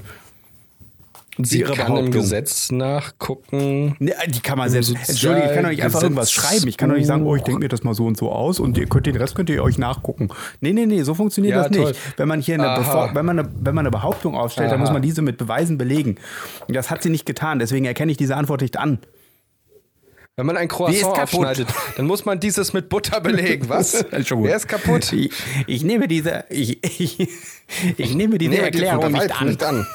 Speaker 2: sie
Speaker 1: ihre
Speaker 2: kann im
Speaker 1: Behauptung.
Speaker 2: Gesetz nachgucken.
Speaker 1: Ne, die kann man selbst.
Speaker 2: Sozial-
Speaker 1: Entschuldige, ich kann doch nicht einfach irgendwas
Speaker 2: Gesetzbuch.
Speaker 1: schreiben. Ich kann doch nicht sagen, oh, ich denke mir das mal so und so aus und ihr könnt den Rest könnt ihr euch nachgucken. Nee, nee, nee, so funktioniert
Speaker 2: Ja,
Speaker 1: das nicht.
Speaker 2: toll.
Speaker 1: Wenn man hier eine,
Speaker 2: Aha.
Speaker 1: Bevor- wenn man eine, wenn man eine Behauptung aufstellt, dann
Speaker 2: Aha.
Speaker 1: muss man diese mit Beweisen belegen. Und das hat sie nicht getan, deswegen erkenne ich diese Antwort nicht an.
Speaker 2: Wenn man ein
Speaker 1: Die ist
Speaker 2: Croissant
Speaker 1: kaputt.
Speaker 2: abschneidet, dann muss man dieses mit Butter belegen. Was?
Speaker 1: Entschuldigung.
Speaker 2: Der ist kaputt.
Speaker 1: Ich, ich nehme diese, ich, ich, ich nehme diese
Speaker 2: Nehme die
Speaker 1: Erklärung
Speaker 2: Unterhaltung
Speaker 1: nicht an.
Speaker 2: an.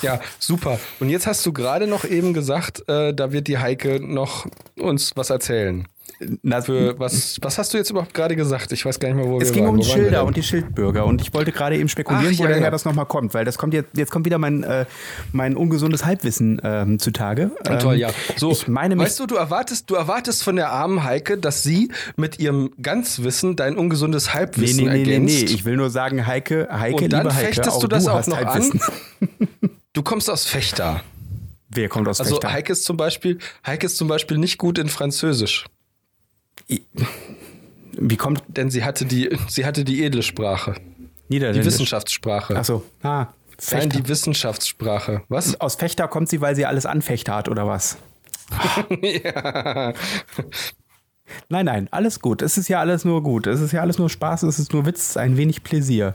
Speaker 2: Ja, super. Und jetzt hast du gerade noch eben gesagt, äh, da wird die Heike noch uns was erzählen.
Speaker 1: Na,
Speaker 2: Für was, was hast du jetzt überhaupt gerade gesagt? Ich weiß gar nicht mehr, wo
Speaker 1: es
Speaker 2: wir
Speaker 1: ging
Speaker 2: waren.
Speaker 1: um
Speaker 2: Wo waren wir
Speaker 1: Schilder
Speaker 2: denn?
Speaker 1: und die Schildbürger und ich wollte gerade eben spekulieren,
Speaker 2: Ach, ja,
Speaker 1: woher
Speaker 2: genau.
Speaker 1: das nochmal kommt, weil das kommt jetzt, jetzt kommt wieder mein, äh, mein ungesundes Halbwissen ähm, zutage. Ähm,
Speaker 2: Ah, Toll, ja. So,
Speaker 1: ich meine mich,
Speaker 2: weißt du, du erwartest, du erwartest von der armen Heike, dass sie mit ihrem Ganzwissen dein ungesundes
Speaker 1: nee,
Speaker 2: Halbwissen
Speaker 1: nee, nee, nee, nee,
Speaker 2: ergänzt.
Speaker 1: ich will nur sagen, Heike, Heike,
Speaker 2: Und dann
Speaker 1: liebe Heike,
Speaker 2: fechtest
Speaker 1: auch
Speaker 2: du das auch
Speaker 1: hast
Speaker 2: noch
Speaker 1: Halbwissen.
Speaker 2: an? Du kommst aus Fechter.
Speaker 1: Wer kommt aus
Speaker 2: Also
Speaker 1: Fechter?
Speaker 2: Heike ist zum Beispiel, Heike ist zum Beispiel nicht gut in Französisch,
Speaker 1: Wie kommt
Speaker 2: denn sie hatte die, sie hatte die edle Sprache, die
Speaker 1: Niederländisch?
Speaker 2: Wissenschaftssprache.
Speaker 1: Ach so. ah,
Speaker 2: Nein,
Speaker 1: Fechter.
Speaker 2: die Wissenschaftssprache. Was?
Speaker 1: aus Fechter kommt sie, weil sie alles anfechter hat, oder was?
Speaker 2: ja.
Speaker 1: Nein, nein, alles gut. Es ist ja alles nur gut. Es ist ja alles nur Spaß, es ist nur Witz, ein wenig Pläsier.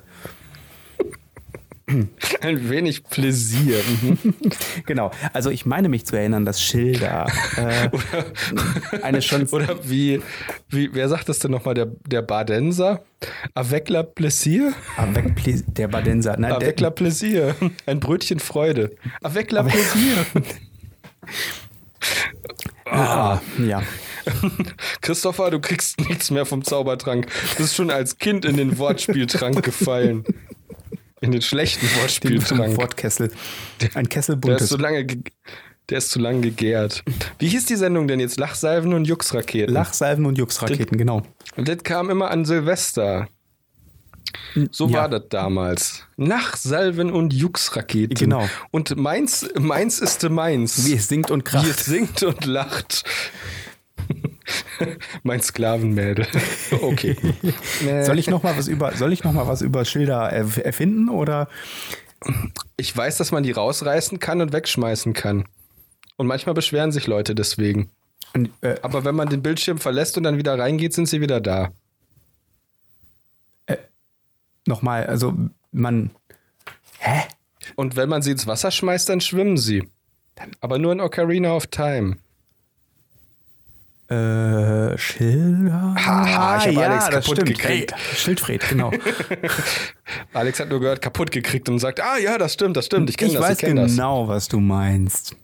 Speaker 2: Ein wenig Pläsier. Mhm.
Speaker 1: Genau. Also ich meine mich zu erinnern, dass Schilder äh, eine schon
Speaker 2: Oder wie, wie, wer sagt das denn nochmal? Der, der Badenser? Avec la Plaisir?
Speaker 1: Avec Plä- Ah, der Badenser. Nein,
Speaker 2: Avec la
Speaker 1: der,
Speaker 2: Plaisir. Ein Brötchen Freude. Avec la Plaisir.
Speaker 1: ah, ja.
Speaker 2: Christopher, du kriegst nichts mehr vom Zaubertrank. Du bist schon als Kind in den Wortspieltrank gefallen. In den schlechten
Speaker 1: Den
Speaker 2: Wortspieltrank.
Speaker 1: Wortkessel. Ein Kessel
Speaker 2: Der ist,
Speaker 1: buntes.
Speaker 2: zu lange ge- der ist zu lange gegärt. Wie hieß die Sendung denn jetzt? Lachsalven und Juxraketen.
Speaker 1: Lachsalven und Juxraketen, genau.
Speaker 2: Und das kam immer an Silvester. So
Speaker 1: Ja.
Speaker 2: war das damals. Lachsalven und Juxraketen.
Speaker 1: Genau.
Speaker 2: Und meins, meins ist meins.
Speaker 1: Wie es singt und
Speaker 2: Wie
Speaker 1: kracht.
Speaker 2: es singt und lacht. mein Sklavenmädel. Okay.
Speaker 1: Soll ich noch mal was über soll ich noch mal was über Schilder erf- erfinden oder
Speaker 2: Ich weiß, dass man die rausreißen kann und wegschmeißen kann. Und manchmal beschweren sich Leute deswegen.
Speaker 1: äh,
Speaker 2: Aber wenn man den Bildschirm verlässt und dann wieder reingeht, sind sie wieder da.
Speaker 1: noch mal also man hä
Speaker 2: Und wenn man sie ins Wasser schmeißt, dann schwimmen sie. Aber nur in Ocarina of Time.
Speaker 1: äh, Schilder Ah,
Speaker 2: Haha, ich hab Alex
Speaker 1: das
Speaker 2: kaputt
Speaker 1: stimmt.
Speaker 2: gekriegt.
Speaker 1: Hey, Schildfried, genau.
Speaker 2: Alex hat nur gehört, kaputt gekriegt und sagt, ah ja, das stimmt, das stimmt, ich
Speaker 1: Ich,
Speaker 2: kenne das,
Speaker 1: weiß
Speaker 2: ich kenne das.
Speaker 1: genau, was du meinst.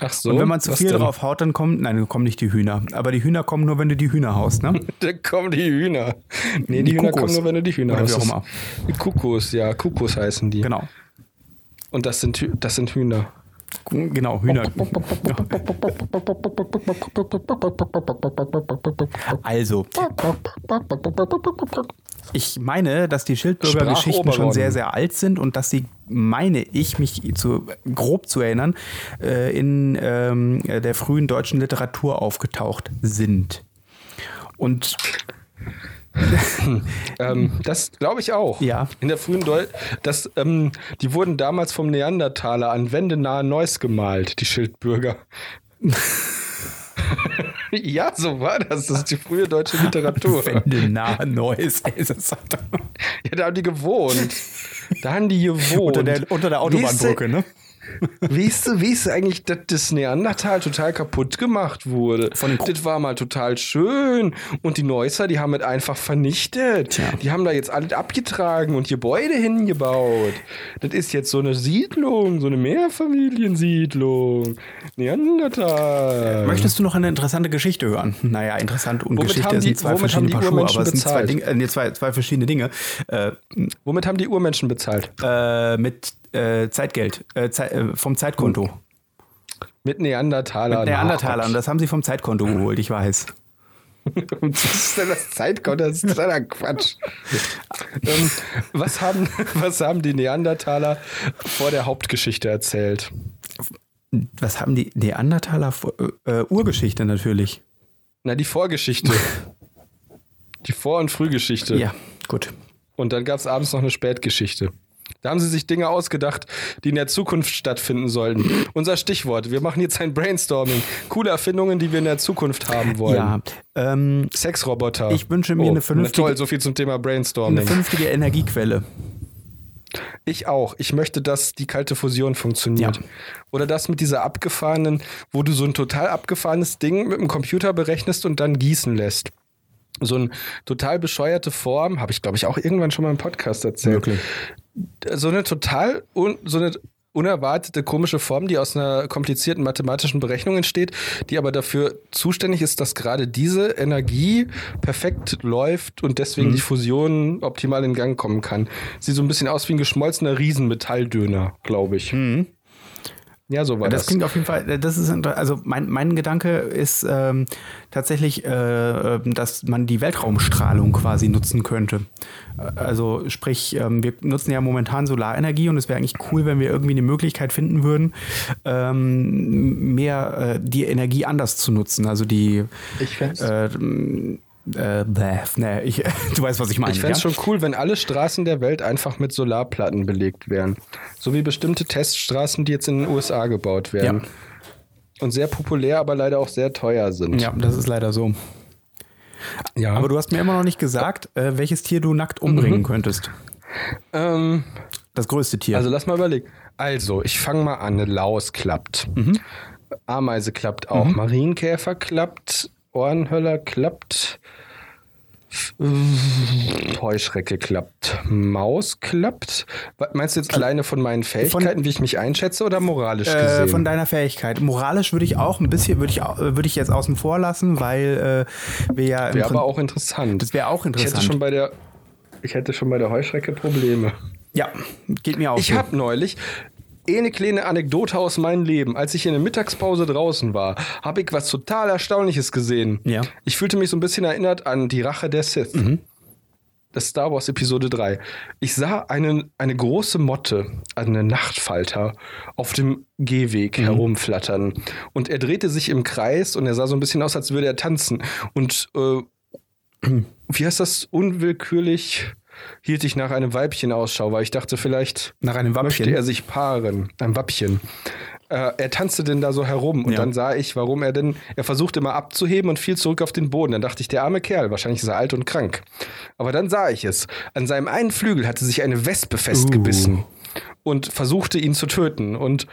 Speaker 2: Ach so.
Speaker 1: Und wenn man zu
Speaker 2: was
Speaker 1: viel
Speaker 2: denn?
Speaker 1: drauf haut, dann kommen nein, dann kommen nicht die Hühner, aber die Hühner kommen nur, wenn du die Hühner haust, ne?
Speaker 2: Da kommen die Hühner. Nee, die,
Speaker 1: Die
Speaker 2: Hühner
Speaker 1: Kuckucks.
Speaker 2: kommen nur, wenn du die Hühner
Speaker 1: Oder wie
Speaker 2: hast.
Speaker 1: auch immer.
Speaker 2: Die Kuckucks, ja, Kuckucks heißen die.
Speaker 1: Genau.
Speaker 2: Und das sind, Hü- das sind Hühner.
Speaker 1: Genau, Hühner. Also, ich meine, dass die Schildbürgergeschichten schon
Speaker 2: Sprachoberon.
Speaker 1: sehr, sehr alt sind und dass sie, meine ich, mich zu, grob zu erinnern, äh, in ähm, der frühen deutschen Literatur aufgetaucht sind. Und
Speaker 2: Ähm, das glaube ich auch.
Speaker 1: Ja.
Speaker 2: In der frühen Deu das, ähm, die wurden damals vom Neandertaler an Wände nahe Neuss gemalt, die Schildbürger. ja, so war das. Das ist die frühe deutsche Literatur.
Speaker 1: Wände nahe Neues. Es ist-
Speaker 2: Ja, da haben die gewohnt. Da haben die gewohnt.
Speaker 1: unter, der, unter der Autobahnbrücke, ne?
Speaker 2: Weißt du, weißt du eigentlich, dass das Neandertal total kaputt gemacht wurde?
Speaker 1: Von den Gro-
Speaker 2: das war mal total schön. Und die Neusser, die haben es einfach vernichtet. Die haben da jetzt alles abgetragen und Gebäude hingebaut. Das ist jetzt so eine Siedlung, so eine Mehrfamiliensiedlung. Neandertal.
Speaker 1: Möchtest du noch eine interessante Geschichte hören? Naja, interessant und
Speaker 2: Womit
Speaker 1: Geschichte
Speaker 2: haben die-
Speaker 1: sind zwei
Speaker 2: womit
Speaker 1: verschiedene Paar
Speaker 2: haben die
Speaker 1: Schuhe,
Speaker 2: Urmenschen
Speaker 1: aber es sind zwei,
Speaker 2: bezahlt?
Speaker 1: Dinge, äh, nee, zwei, zwei verschiedene Dinge. Äh,
Speaker 2: Womit haben die Urmenschen bezahlt?
Speaker 1: äh, mit äh, Zeitgeld, äh, Zei- äh, vom Zeitkonto.
Speaker 2: Mit Neandertalern.
Speaker 1: Der Andertaler, das haben sie vom Zeitkonto geholt, ich weiß.
Speaker 2: Was ist denn das Zeitkonto? Das ist totaler Quatsch. ähm, was, haben, was haben die Neandertaler vor der Hauptgeschichte erzählt?
Speaker 1: Was haben die Neandertaler? vor- Äh, Urgeschichte natürlich.
Speaker 2: Na, die Vorgeschichte. die Vor- und Frühgeschichte.
Speaker 1: Ja, gut.
Speaker 2: Und dann gab es abends noch eine Spätgeschichte. Da haben sie sich Dinge ausgedacht, die in der Zukunft stattfinden sollten. Unser Stichwort. Wir machen jetzt ein Brainstorming. Coole Erfindungen, die wir in der Zukunft haben wollen.
Speaker 1: Ja, ähm,
Speaker 2: Sexroboter. Oh,
Speaker 1: Ich wünsche mir eine
Speaker 2: na
Speaker 1: vernünftige-
Speaker 2: Toll, so viel zum Thema Brainstorming.
Speaker 1: eine vernünftige Energiequelle.
Speaker 2: Ich auch. Ich möchte, dass die kalte Fusion funktioniert.
Speaker 1: Ja.
Speaker 2: Oder das mit dieser abgefahrenen, wo du so ein total abgefahrenes Ding mit dem Computer berechnest und dann gießen lässt. So eine total bescheuerte Form, habe ich, glaube ich, auch irgendwann schon mal im Podcast erzählt. So eine total un, so eine unerwartete komische Form, die aus einer komplizierten mathematischen Berechnung entsteht, die aber dafür zuständig ist, dass gerade diese Energie perfekt läuft und deswegen
Speaker 1: Mhm.
Speaker 2: die Fusion optimal in Gang kommen kann. Sieht so ein bisschen aus wie ein geschmolzener Riesenmetalldöner, glaube ich. Ja, so war
Speaker 1: Mhm. Das
Speaker 2: das.
Speaker 1: klingt auf jeden Fall, das ist, inter- also mein, mein Gedanke ist ähm, tatsächlich, äh, äh, dass man die Weltraumstrahlung quasi nutzen könnte. Äh, Also sprich, ähm, wir nutzen ja momentan Solarenergie und es wäre eigentlich cool, wenn wir irgendwie eine Möglichkeit finden würden, ähm, mehr äh, die Energie anders zu nutzen. Also die
Speaker 2: ich fände es
Speaker 1: äh, äh, bäh, nee, ich, du weißt, was ich meine.
Speaker 2: Ich fände es
Speaker 1: ja?
Speaker 2: schon cool, wenn alle Straßen der Welt einfach mit Solarplatten belegt wären. So wie bestimmte Teststraßen, die jetzt in den USA gebaut werden. Und sehr populär, aber leider auch sehr teuer sind.
Speaker 1: ja, das ist leider so.
Speaker 2: Ja.
Speaker 1: Aber du hast mir immer noch nicht gesagt, äh, welches Tier du
Speaker 2: Mhm.
Speaker 1: nackt umbringen könntest.
Speaker 2: Ähm,
Speaker 1: Das größte Tier.
Speaker 2: Also lass mal überlegen. Also, ich fange mal an. Eine Laus klappt.
Speaker 1: Mhm.
Speaker 2: Ameise klappt auch. Marienkäfer klappt. Ohrenhöller klappt. Heuschrecke klappt. Maus klappt. Was, meinst du jetzt alleine von meinen Fähigkeiten, wie ich mich einschätze oder moralisch gesehen?
Speaker 1: äh, von deiner Fähigkeit. Moralisch würde ich auch ein bisschen, würde ich, au- äh, würde ich jetzt außen vor lassen, weil äh, wir ja im
Speaker 2: Wäre
Speaker 1: Prin-
Speaker 2: aber auch interessant.
Speaker 1: das wäre auch
Speaker 2: Ich hätte
Speaker 1: interessant.
Speaker 2: schon bei der, ich hätte schon bei der Heuschrecke Probleme.
Speaker 1: ja, geht mir auch
Speaker 2: Ich
Speaker 1: so.
Speaker 2: habe neulich eh eine kleine Anekdote aus meinem Leben. Als ich in der Mittagspause draußen war, habe ich was total Erstaunliches gesehen.
Speaker 1: Ja. Mhm.
Speaker 2: Ich fühlte mich so ein bisschen erinnert an die Rache der Sith. Das Star Wars Episode 3. Ich sah einen, eine große Motte, eine Nachtfalter, auf dem Gehweg
Speaker 1: Mhm.
Speaker 2: herumflattern. Und er drehte sich im Kreis und er sah so ein bisschen aus, als würde er tanzen. Und äh, wie heißt das? Unwillkürlich hielt ich nach einem Weibchen Ausschau, weil ich dachte, vielleicht
Speaker 1: Nach einem
Speaker 2: möchte
Speaker 1: Wappchen.
Speaker 2: er sich paaren. Ein Wappchen. Äh, er tanzte denn da so herum und
Speaker 1: Ja.
Speaker 2: dann sah ich, warum er denn. Er versuchte mal abzuheben und fiel zurück auf den Boden. Dann dachte ich, der arme Kerl, wahrscheinlich ist er alt und krank. Aber dann sah ich es. An seinem einen Flügel hatte sich eine Wespe festgebissen und versuchte ihn zu töten. Und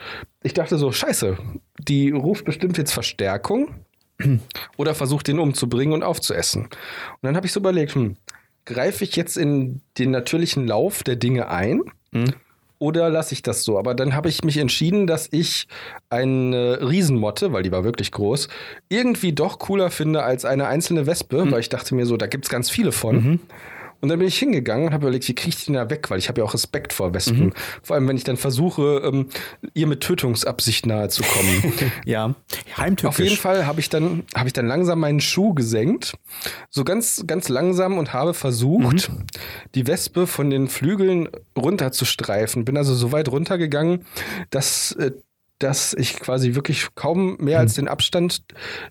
Speaker 2: ich dachte so, scheiße, die ruft bestimmt jetzt Verstärkung oder versucht ihn umzubringen und aufzuessen. Und dann habe ich so überlegt, hm, greife ich jetzt in den natürlichen Lauf der Dinge ein? Oder lasse ich das so? Aber dann habe ich mich entschieden, dass ich eine Riesenmotte, weil die war wirklich groß, irgendwie doch cooler finde als eine einzelne Wespe, weil ich dachte mir so, da gibt es ganz viele von. Und dann bin ich hingegangen und habe überlegt, wie kriege ich den da weg, weil ich habe ja auch Respekt vor Wespen. Vor allem, wenn ich dann versuche, ähm, ihr mit Tötungsabsicht nahe zu kommen.
Speaker 1: Ja,
Speaker 2: Auf jeden
Speaker 1: heimtückisch.
Speaker 2: Fall habe ich, dann- habe ich dann langsam meinen Schuh gesenkt, so ganz, ganz langsam und habe versucht, die Wespe von den Flügeln runterzustreifen. Bin also so weit runtergegangen, dass, äh, dass ich quasi wirklich kaum mehr als den Abstand,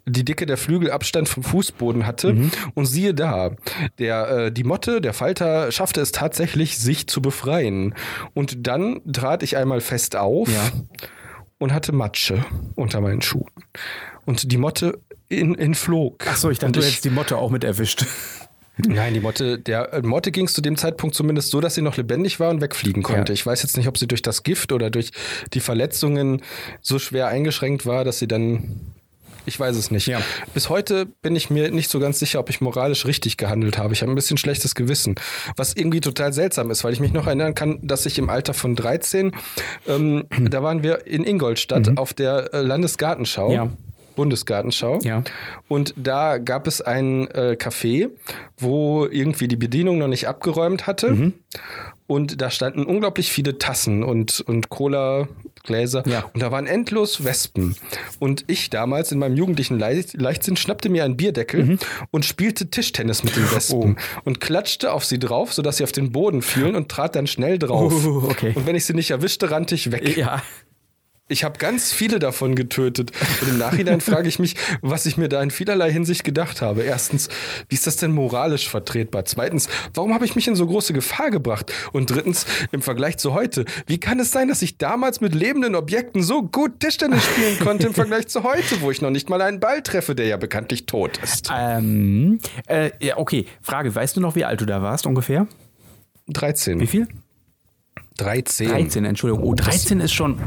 Speaker 2: die Dicke der Flügelabstand vom Fußboden hatte. Und siehe da, der, äh, die Motte, der Falter, schaffte es tatsächlich, sich zu befreien. Und dann trat ich einmal fest auf
Speaker 1: Ja.
Speaker 2: und hatte Matsche unter meinen Schuhen. Und die Motte in, entflog.
Speaker 1: Achso, ich
Speaker 2: Und
Speaker 1: dachte, du hättest die Motte auch mit erwischt.
Speaker 2: Nein, die Motte, der äh, Motte ging es zu dem Zeitpunkt zumindest so, dass sie noch lebendig war und wegfliegen konnte.
Speaker 1: Ja.
Speaker 2: Ich weiß jetzt nicht, ob sie durch das Gift oder durch die Verletzungen so schwer eingeschränkt war, dass sie dann. Ich weiß es nicht.
Speaker 1: Ja.
Speaker 2: Bis heute bin ich mir nicht so ganz sicher, ob ich moralisch richtig gehandelt habe. Ich habe ein bisschen schlechtes Gewissen, was irgendwie total seltsam ist, weil ich mich noch erinnern kann, dass ich im Alter von 13, ähm, da waren wir in Ingolstadt auf der äh, Landesgartenschau,
Speaker 1: Mhm. Ja.
Speaker 2: Bundesgartenschau.
Speaker 1: Ja.
Speaker 2: Und da gab es ein äh, Café, wo irgendwie die Bedienung noch nicht abgeräumt hatte.
Speaker 1: Mhm.
Speaker 2: Und da standen unglaublich viele Tassen und, und Cola-Gläser.
Speaker 1: Ja.
Speaker 2: Und da waren endlos Wespen. Und ich damals in meinem jugendlichen Leicht Leichtsinn schnappte mir einen Bierdeckel
Speaker 1: Mhm.
Speaker 2: und spielte Tischtennis mit den Wespen.
Speaker 1: Oh.
Speaker 2: Und klatschte auf sie drauf, sodass sie auf den Boden fielen und trat dann schnell drauf.
Speaker 1: Oh, okay.
Speaker 2: Und wenn ich sie nicht erwischte, rannte ich weg.
Speaker 1: Ja.
Speaker 2: Ich habe ganz viele davon getötet. Und im Nachhinein frage ich mich, was ich mir da in vielerlei Hinsicht gedacht habe. Erstens, wie ist das denn moralisch vertretbar? Zweitens, warum habe ich mich in so große Gefahr gebracht? Und drittens, im Vergleich zu heute, wie kann es sein, dass ich damals mit lebenden Objekten so gut Tischtennis spielen konnte im Vergleich zu heute, wo ich noch nicht mal einen Ball treffe, der ja bekanntlich tot ist?
Speaker 1: Ähm, äh, ja, okay. Frage, weißt du noch, wie alt du da warst ungefähr? Wie
Speaker 2: 13.
Speaker 1: viel?
Speaker 2: 13.
Speaker 1: 13, Entschuldigung. Oh, 13 ist schon.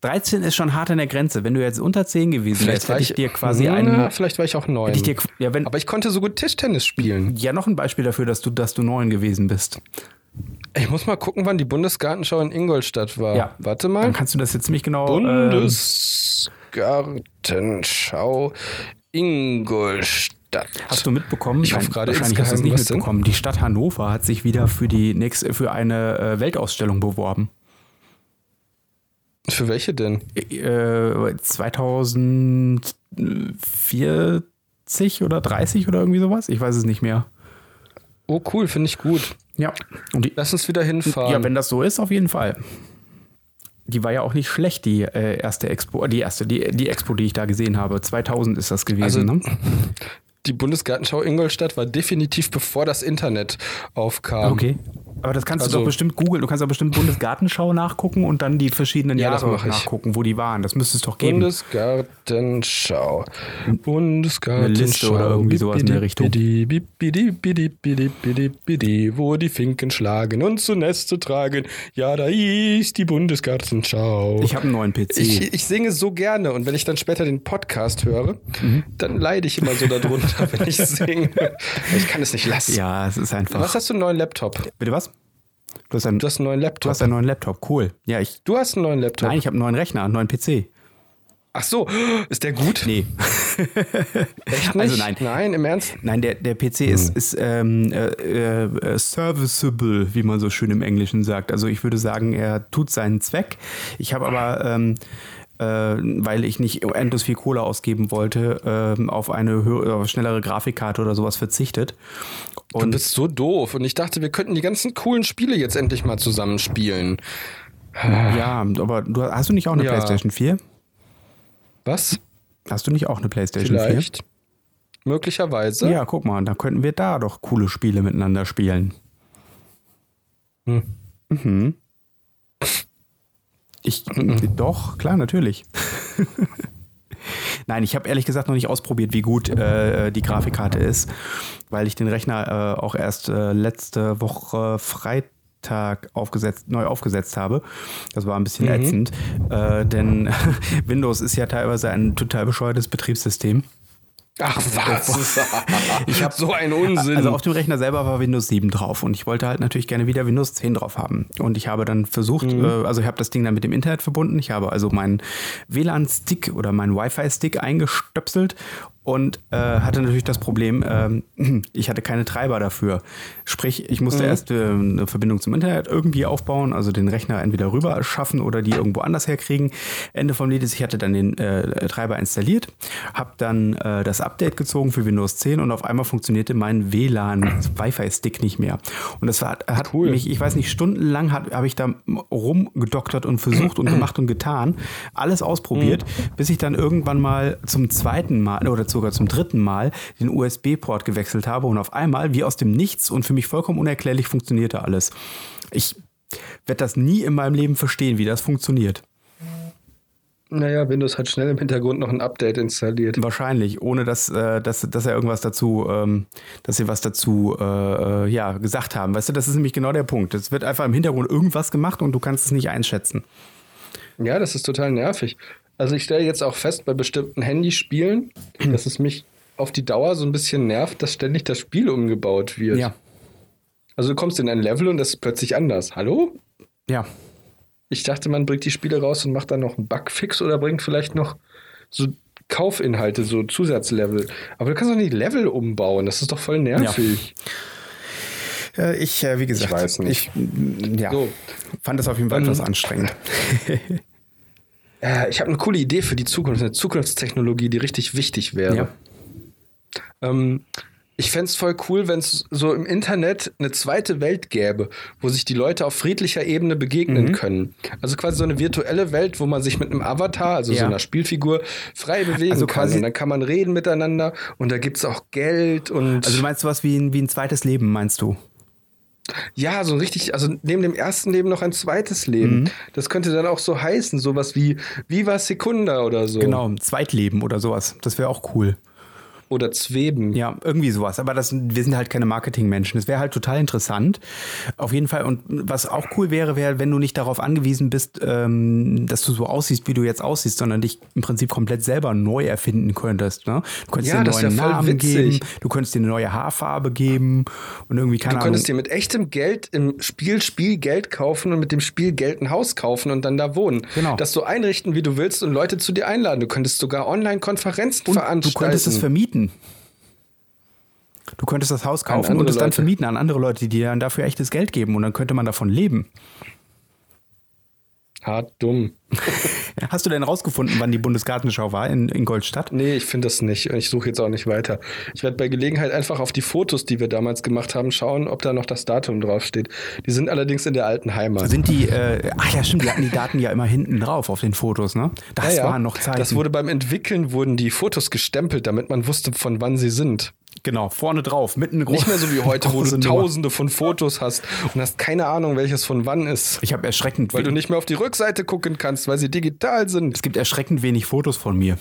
Speaker 1: 13 ist schon hart an der Grenze. Wenn du jetzt unter 10 gewesen wärst, hätte ich dir quasi
Speaker 2: Na,
Speaker 1: einen.
Speaker 2: Vielleicht war ich auch neun.
Speaker 1: Hätte ich dir, ja, wenn,
Speaker 2: Aber ich konnte so gut Tischtennis spielen.
Speaker 1: ja, noch ein Beispiel dafür, dass du, dass du 9 gewesen bist.
Speaker 2: Ich muss mal gucken, wann die Bundesgartenschau in Ingolstadt war.
Speaker 1: Ja.
Speaker 2: Warte
Speaker 1: Dann
Speaker 2: mal.
Speaker 1: kannst du das jetzt ziemlich genau. ähm,
Speaker 2: Bundesgartenschau Ingolstadt.
Speaker 1: Hast du mitbekommen?
Speaker 2: Ich hoffe
Speaker 1: Nein,
Speaker 2: gerade
Speaker 1: wahrscheinlich hast du es
Speaker 2: insgeheim,
Speaker 1: nicht
Speaker 2: was denn?
Speaker 1: mitbekommen. Die Stadt Hannover hat sich wieder für die nächste, für eine äh, Weltausstellung beworben.
Speaker 2: Für welche denn?
Speaker 1: Äh, 2040 oder 30 oder irgendwie sowas? Ich weiß es nicht mehr.
Speaker 2: Oh, cool, finde ich gut.
Speaker 1: Ja. Und die,
Speaker 2: Lass uns wieder hinfahren.
Speaker 1: ja, wenn das so ist, auf jeden Fall. Die war ja auch nicht schlecht, die äh, erste Expo, die erste, die, die Expo, die ich da gesehen habe. 2000 ist das gewesen.
Speaker 2: Also-
Speaker 1: ne?
Speaker 2: die Bundesgartenschau Ingolstadt war definitiv bevor das Internet aufkam.
Speaker 1: Okay. Ähm, Aber das kannst du
Speaker 2: Also-
Speaker 1: doch bestimmt googeln. Du kannst doch bestimmt Bundesgartenschau nachgucken und dann die verschiedenen
Speaker 2: Ja, das
Speaker 1: Jahre
Speaker 2: mach ich.
Speaker 1: nachgucken, wo die waren. Das müsste es doch geben.
Speaker 2: Bundesgartenschau. Bundesgartenschau.
Speaker 1: Eine Liste oder irgendwie sowas in der Richtung.
Speaker 2: Bidi, bidi, bidi, bidi, bidi, bidi, wo die Finken schlagen und zu Neste tragen. Ja, da ist die Bundesgartenschau.
Speaker 1: ich habe einen neuen PC.
Speaker 2: Ich, ich singe so gerne und wenn ich dann später den Podcast höre,
Speaker 1: Mhm.
Speaker 2: dann leide ich immer so darunter, wenn ich singe. Ich kann es nicht lassen.
Speaker 1: ja, es ist einfach.
Speaker 2: Was hast du einen neuen Laptop?
Speaker 1: Bitte was? Du hast, einen,
Speaker 2: Du hast einen neuen
Speaker 1: du
Speaker 2: Laptop.
Speaker 1: hast einen neuen Laptop. Cool. Ja, ich.
Speaker 2: Du hast einen neuen Laptop.
Speaker 1: Nein, ich habe einen neuen Rechner, einen neuen PC.
Speaker 2: Ach so, ist der gut?
Speaker 1: Nee.
Speaker 2: Echt nicht?
Speaker 1: also nein.
Speaker 2: Nein, im Ernst?
Speaker 1: Nein, der, der PC
Speaker 2: Hm.
Speaker 1: ist, ist ähm, äh, äh, äh, serviceable, wie man so schön im Englischen sagt. Also ich würde sagen, er tut seinen Zweck. Ich habe aber, ähm, äh, weil ich nicht endlos viel Kohle ausgeben wollte, ähm, auf eine höhere, auf schnellere Grafikkarte oder sowas verzichtet.
Speaker 2: Du
Speaker 1: Und
Speaker 2: bist so doof. Und ich dachte, wir könnten die ganzen coolen Spiele jetzt endlich mal zusammenspielen.
Speaker 1: ja, aber du hast du nicht auch eine
Speaker 2: Ah. Ja.
Speaker 1: PlayStation 4?
Speaker 2: Was?
Speaker 1: Hast du nicht auch eine PlayStation
Speaker 2: Vielleicht? Möglicherweise.
Speaker 1: 4? Ja, guck mal, da könnten wir da doch coole Spiele miteinander spielen.
Speaker 2: Hm.
Speaker 1: Mhm. Ich, doch, klar, natürlich. Nein, ich habe ehrlich gesagt noch nicht ausprobiert, wie gut äh, die Grafikkarte ist, weil ich den Rechner äh, auch erst äh, letzte Woche Freitag aufgesetzt, neu aufgesetzt habe. Das war ein bisschen ätzend, äh, denn Windows ist ja teilweise ein total bescheuertes Betriebssystem.
Speaker 2: Ach was. ich habe so einen Unsinn.
Speaker 1: Also auf dem Rechner selber war Windows 7 drauf und ich wollte halt natürlich gerne wieder Windows 10 drauf haben. Und ich habe dann versucht, äh, also ich habe das Ding dann mit dem Internet verbunden. Ich habe also meinen WLAN-Stick oder meinen Wi-Fi-Stick eingestöpselt und äh, hatte natürlich das Problem, ähm, ich hatte keine Treiber dafür. Sprich, ich musste erst äh, eine Verbindung zum Internet irgendwie aufbauen, also den Rechner entweder rüber schaffen oder die irgendwo anders herkriegen. Ende vom Lied ist, ich hatte dann den äh, Treiber installiert, habe dann äh, das Update gezogen für Windows 10 und auf einmal funktionierte mein WLAN-Wi-Fi-Stick nicht mehr. Und das war, hat
Speaker 2: Cool.
Speaker 1: mich, ich weiß nicht, stundenlang habe ich da rumgedoktert und versucht und gemacht und getan, alles ausprobiert, bis ich dann irgendwann mal zum zweiten Mal oder sogar zum dritten Mal den USB-Port gewechselt habe und auf einmal, wie aus dem Nichts und für mich vollkommen unerklärlich, funktionierte alles. Ich werde das nie in meinem Leben verstehen, wie das funktioniert.
Speaker 2: naja, Windows hat schnell im Hintergrund noch ein Update installiert.
Speaker 1: Wahrscheinlich, ohne dass, äh, dass, dass er irgendwas dazu, ähm, dass sie was dazu äh, äh, ja, gesagt haben. Weißt du, das ist nämlich genau der Punkt. Es wird einfach im Hintergrund irgendwas gemacht und du kannst es nicht einschätzen.
Speaker 2: Ja, das ist total nervig. Also ich stelle jetzt auch fest, bei bestimmten Handyspielen,
Speaker 1: Hm.
Speaker 2: dass es mich auf die Dauer so ein bisschen nervt, dass ständig das Spiel umgebaut wird.
Speaker 1: Ja,
Speaker 2: Also du kommst in ein Level und das ist plötzlich anders. Hallo?
Speaker 1: ja.
Speaker 2: Ich dachte, man bringt die Spiele raus und macht dann noch einen Bugfix oder bringt vielleicht noch so Kaufinhalte, so Zusatzlevel. Aber du kannst doch nicht Level umbauen. Das ist doch voll nervig.
Speaker 1: Äh, ich, äh, wie gesagt,
Speaker 2: weiß nicht.
Speaker 1: ich, m, ja,
Speaker 2: So. Ähm.
Speaker 1: fand das auf jeden Fall
Speaker 2: Dann-
Speaker 1: etwas anstrengend.
Speaker 2: Äh, ich habe eine coole Idee für die Zukunft, eine Zukunftstechnologie, die richtig wichtig wäre.
Speaker 1: Ja.
Speaker 2: Ähm, ich fänd's voll cool, wenn's so im Internet eine zweite Welt gäbe, wo sich die Leute auf friedlicher Ebene begegnen
Speaker 1: Mhm.
Speaker 2: können. Also quasi so eine virtuelle Welt, wo man sich mit einem Avatar, also so
Speaker 1: Ja.
Speaker 2: einer Spielfigur, frei bewegen
Speaker 1: Also
Speaker 2: kann.
Speaker 1: quasi-
Speaker 2: Und dann kann man reden miteinander und da gibt's auch Geld und
Speaker 1: Also du meinst sowas wie ein, wie ein zweites Leben, meinst du?
Speaker 2: ja, so richtig, also neben dem ersten Leben noch ein zweites Leben.
Speaker 1: Mhm.
Speaker 2: Das könnte dann auch so heißen, sowas wie Viva Secunda oder so.
Speaker 1: Genau, ein Zweitleben oder sowas. Das wäre auch cool.
Speaker 2: Oder Zweben.
Speaker 1: Ja, irgendwie sowas. Aber das, wir sind halt keine Marketingmenschen. Das wäre halt total interessant. Auf jeden Fall. Und was auch cool wäre, wäre, wenn du nicht darauf angewiesen bist, ähm, dass du so aussiehst, wie du jetzt aussiehst, sondern dich im Prinzip komplett selber neu erfinden könntest. Ne? Du könntest
Speaker 2: Ja,
Speaker 1: dir
Speaker 2: das
Speaker 1: einen neuen
Speaker 2: wär voll
Speaker 1: Namen
Speaker 2: witzig.
Speaker 1: geben, du könntest dir eine neue Haarfarbe geben und irgendwie keine
Speaker 2: Du
Speaker 1: Ahnung.
Speaker 2: könntest dir mit echtem Geld im Spiel Spiel Geld kaufen und mit dem Spiel Geld ein Haus kaufen und dann da wohnen.
Speaker 1: Genau.
Speaker 2: Das so einrichten, wie du willst und Leute zu dir einladen. Du könntest sogar Online-Konferenzen
Speaker 1: Und
Speaker 2: veranstalten.
Speaker 1: Du könntest es vermieten. Du könntest das Haus kaufen
Speaker 2: andere
Speaker 1: und es dann
Speaker 2: Leute.
Speaker 1: vermieten an andere Leute, die dir dann dafür echtes Geld geben und dann könnte man davon leben.
Speaker 2: Hart dumm.
Speaker 1: Hast du denn rausgefunden, wann die Bundesgartenschau war in, in Goldstadt?
Speaker 2: Nee, ich finde das nicht. Ich suche jetzt auch nicht weiter. Ich werde bei Gelegenheit einfach auf die Fotos, die wir damals gemacht haben, schauen, ob da noch das Datum draufsteht. Die sind allerdings in der alten Heimat.
Speaker 1: Sind die, äh, ach ja, stimmt, die hatten die Daten ja immer hinten drauf auf den Fotos, ne? Das
Speaker 2: Ja, ja.
Speaker 1: waren noch Zeiten.
Speaker 2: Das wurde beim Entwickeln wurden die Fotos gestempelt, damit man wusste, von wann sie sind.
Speaker 1: genau, vorne drauf, mitten groß.
Speaker 2: Nicht mehr so wie heute, wo
Speaker 1: große
Speaker 2: du
Speaker 1: Nummer.
Speaker 2: tausende von Fotos hast und hast keine Ahnung, welches von wann ist.
Speaker 1: Ich habe erschreckend,
Speaker 2: Weil du
Speaker 1: we-
Speaker 2: nicht mehr auf die Rückseite gucken kannst, weil sie digital sind.
Speaker 1: es gibt erschreckend wenig Fotos von mir.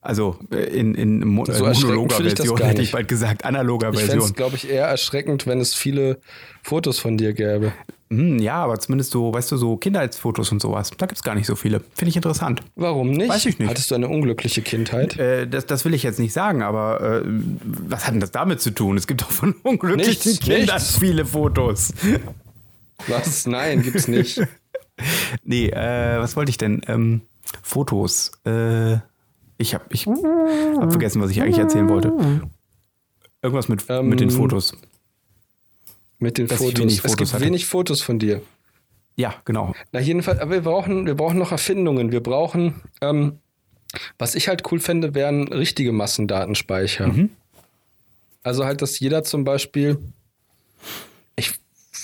Speaker 1: Also äh, in, in mo
Speaker 2: So
Speaker 1: äh,
Speaker 2: erschreckend
Speaker 1: monologer
Speaker 2: finde ich das
Speaker 1: Version,
Speaker 2: gar
Speaker 1: hätte ich
Speaker 2: nicht.
Speaker 1: bald gesagt, analoger
Speaker 2: Ich fände
Speaker 1: Version.
Speaker 2: es, glaube ich, eher erschreckend, wenn es viele Fotos von dir gäbe.
Speaker 1: Hm, ja, aber zumindest so, weißt du, so Kindheitsfotos und sowas. Da gibt es gar nicht so viele. Finde ich interessant.
Speaker 2: Warum nicht?
Speaker 1: Weiß ich nicht.
Speaker 2: Hattest du eine unglückliche Kindheit?
Speaker 1: Äh, das, das will ich jetzt nicht sagen, aber äh, was hat denn das damit zu tun? Es gibt auch von unglücklichen
Speaker 2: Nichts,
Speaker 1: Kindern
Speaker 2: nichts.
Speaker 1: viele Fotos.
Speaker 2: Was? Nein, gibt's nicht.
Speaker 1: Nee, äh, was wollte ich denn? Ähm, Fotos. Äh, ich habe ich hab vergessen, was ich eigentlich erzählen wollte. Irgendwas mit,
Speaker 2: Ähm,
Speaker 1: mit den Fotos.
Speaker 2: Mit den
Speaker 1: Dass ich
Speaker 2: Fotos.
Speaker 1: wenig
Speaker 2: Es
Speaker 1: Fotos
Speaker 2: gibt
Speaker 1: hatte.
Speaker 2: wenig Fotos von dir.
Speaker 1: Ja, genau.
Speaker 2: Na, jedenfalls, aber wir brauchen, wir brauchen noch Erfindungen. Wir brauchen, ähm, was ich halt cool fände, wären richtige Massendatenspeicher.
Speaker 1: Mhm.
Speaker 2: Also halt, dass jeder zum Beispiel, ich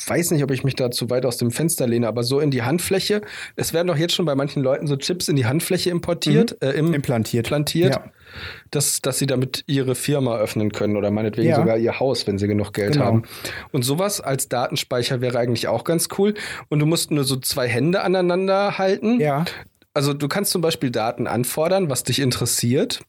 Speaker 2: weiß nicht, ob ich mich da zu weit aus dem Fenster lehne, aber so in die Handfläche, es werden doch jetzt schon bei manchen Leuten so Chips in die Handfläche importiert, äh, im,
Speaker 1: Mhm. Implantiert.
Speaker 2: implantiert
Speaker 1: Ja.
Speaker 2: dass, dass sie damit ihre Firma öffnen können oder meinetwegen
Speaker 1: Ja.
Speaker 2: sogar ihr Haus, wenn sie genug Geld
Speaker 1: Genau.
Speaker 2: haben. Und sowas als Datenspeicher wäre eigentlich auch ganz cool. Und du musst nur so zwei Hände aneinander halten.
Speaker 1: Ja.
Speaker 2: Also du kannst zum Beispiel Daten anfordern, was dich interessiert.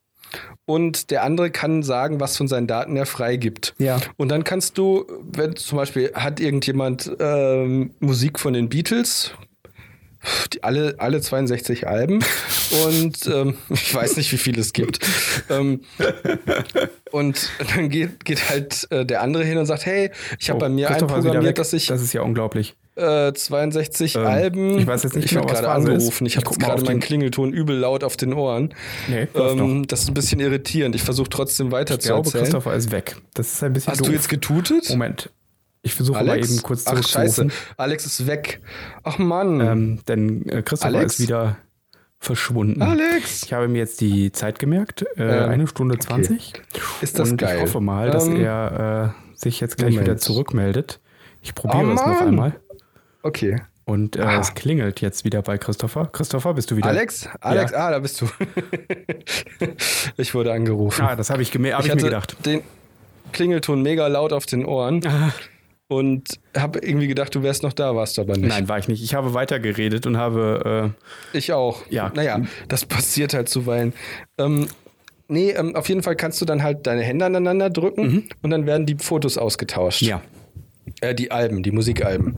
Speaker 2: Und der andere kann sagen, was von seinen Daten er freigibt.
Speaker 1: Ja.
Speaker 2: Und dann kannst du, wenn zum Beispiel hat irgendjemand ähm, Musik von den Beatles, die, alle, alle 62 Alben und ähm, ich weiß nicht, wie viel es gibt. ähm, und dann geht, geht halt äh, der andere hin und sagt, hey, ich habe
Speaker 1: Oh,
Speaker 2: bei mir
Speaker 1: Christoph war wieder weg.
Speaker 2: einprogrammiert, dass ich
Speaker 1: Das ist ja unglaublich.
Speaker 2: äh, 62
Speaker 1: Ähm,
Speaker 2: Alben.
Speaker 1: ich weiß jetzt nicht
Speaker 2: ich werd
Speaker 1: genau, was
Speaker 2: gerade
Speaker 1: Phase ist.
Speaker 2: angerufen. Ich
Speaker 1: Ich
Speaker 2: habe
Speaker 1: guck mal
Speaker 2: gerade
Speaker 1: auf
Speaker 2: meinen
Speaker 1: den-
Speaker 2: Klingelton übel laut auf den Ohren.
Speaker 1: Nee, läuft
Speaker 2: ähm, das ist ein bisschen irritierierend. Ich versuche trotzdem weiter
Speaker 1: Ich
Speaker 2: zu
Speaker 1: glaube,
Speaker 2: erzählen.
Speaker 1: Christopher ist weg. Das ist ein bisschen
Speaker 2: Hast
Speaker 1: doof.
Speaker 2: du jetzt getutet?
Speaker 1: Moment. Ich versuche mal
Speaker 2: Alex?
Speaker 1: eben kurz
Speaker 2: Ach, scheiße.
Speaker 1: zurückzurufen.
Speaker 2: Alex ist weg. Ach, Mann.
Speaker 1: Ähm, denn äh, Christopher
Speaker 2: Alex?
Speaker 1: ist wieder verschwunden.
Speaker 2: Alex!
Speaker 1: Ich habe mir jetzt die Zeit gemerkt. Äh,
Speaker 2: Ähm,
Speaker 1: eine Stunde 20.
Speaker 2: Ist das
Speaker 1: und
Speaker 2: geil.
Speaker 1: ich hoffe mal, dass
Speaker 2: Ähm,
Speaker 1: er äh, sich jetzt gleich
Speaker 2: Moment.
Speaker 1: wieder zurückmeldet. Ich probiere
Speaker 2: Oh,
Speaker 1: es noch
Speaker 2: Mann.
Speaker 1: einmal.
Speaker 2: Okay.
Speaker 1: Und äh,
Speaker 2: Ah.
Speaker 1: es klingelt jetzt wieder bei Christopher. Christopher, bist du wieder?
Speaker 2: Alex? Alex, ah, da bist du. ich wurde angerufen.
Speaker 1: Ah, das habe ich, geme- hab ich, mir gedacht. Ah.
Speaker 2: den Klingelton mega laut auf den Ohren und habe irgendwie gedacht, du wärst noch da, warst aber nicht.
Speaker 1: Nein, war ich nicht. Ich habe weitergeredet und habe. äh,
Speaker 2: Ich auch.
Speaker 1: Ja.
Speaker 2: Naja, das passiert halt zuweilen. Ähm, nee, ähm, auf jeden Fall kannst du dann halt deine Hände aneinander drücken und dann werden die Fotos ausgetauscht.
Speaker 1: Äh, Mhm. ja.
Speaker 2: Äh, die Alben, die Musikalben.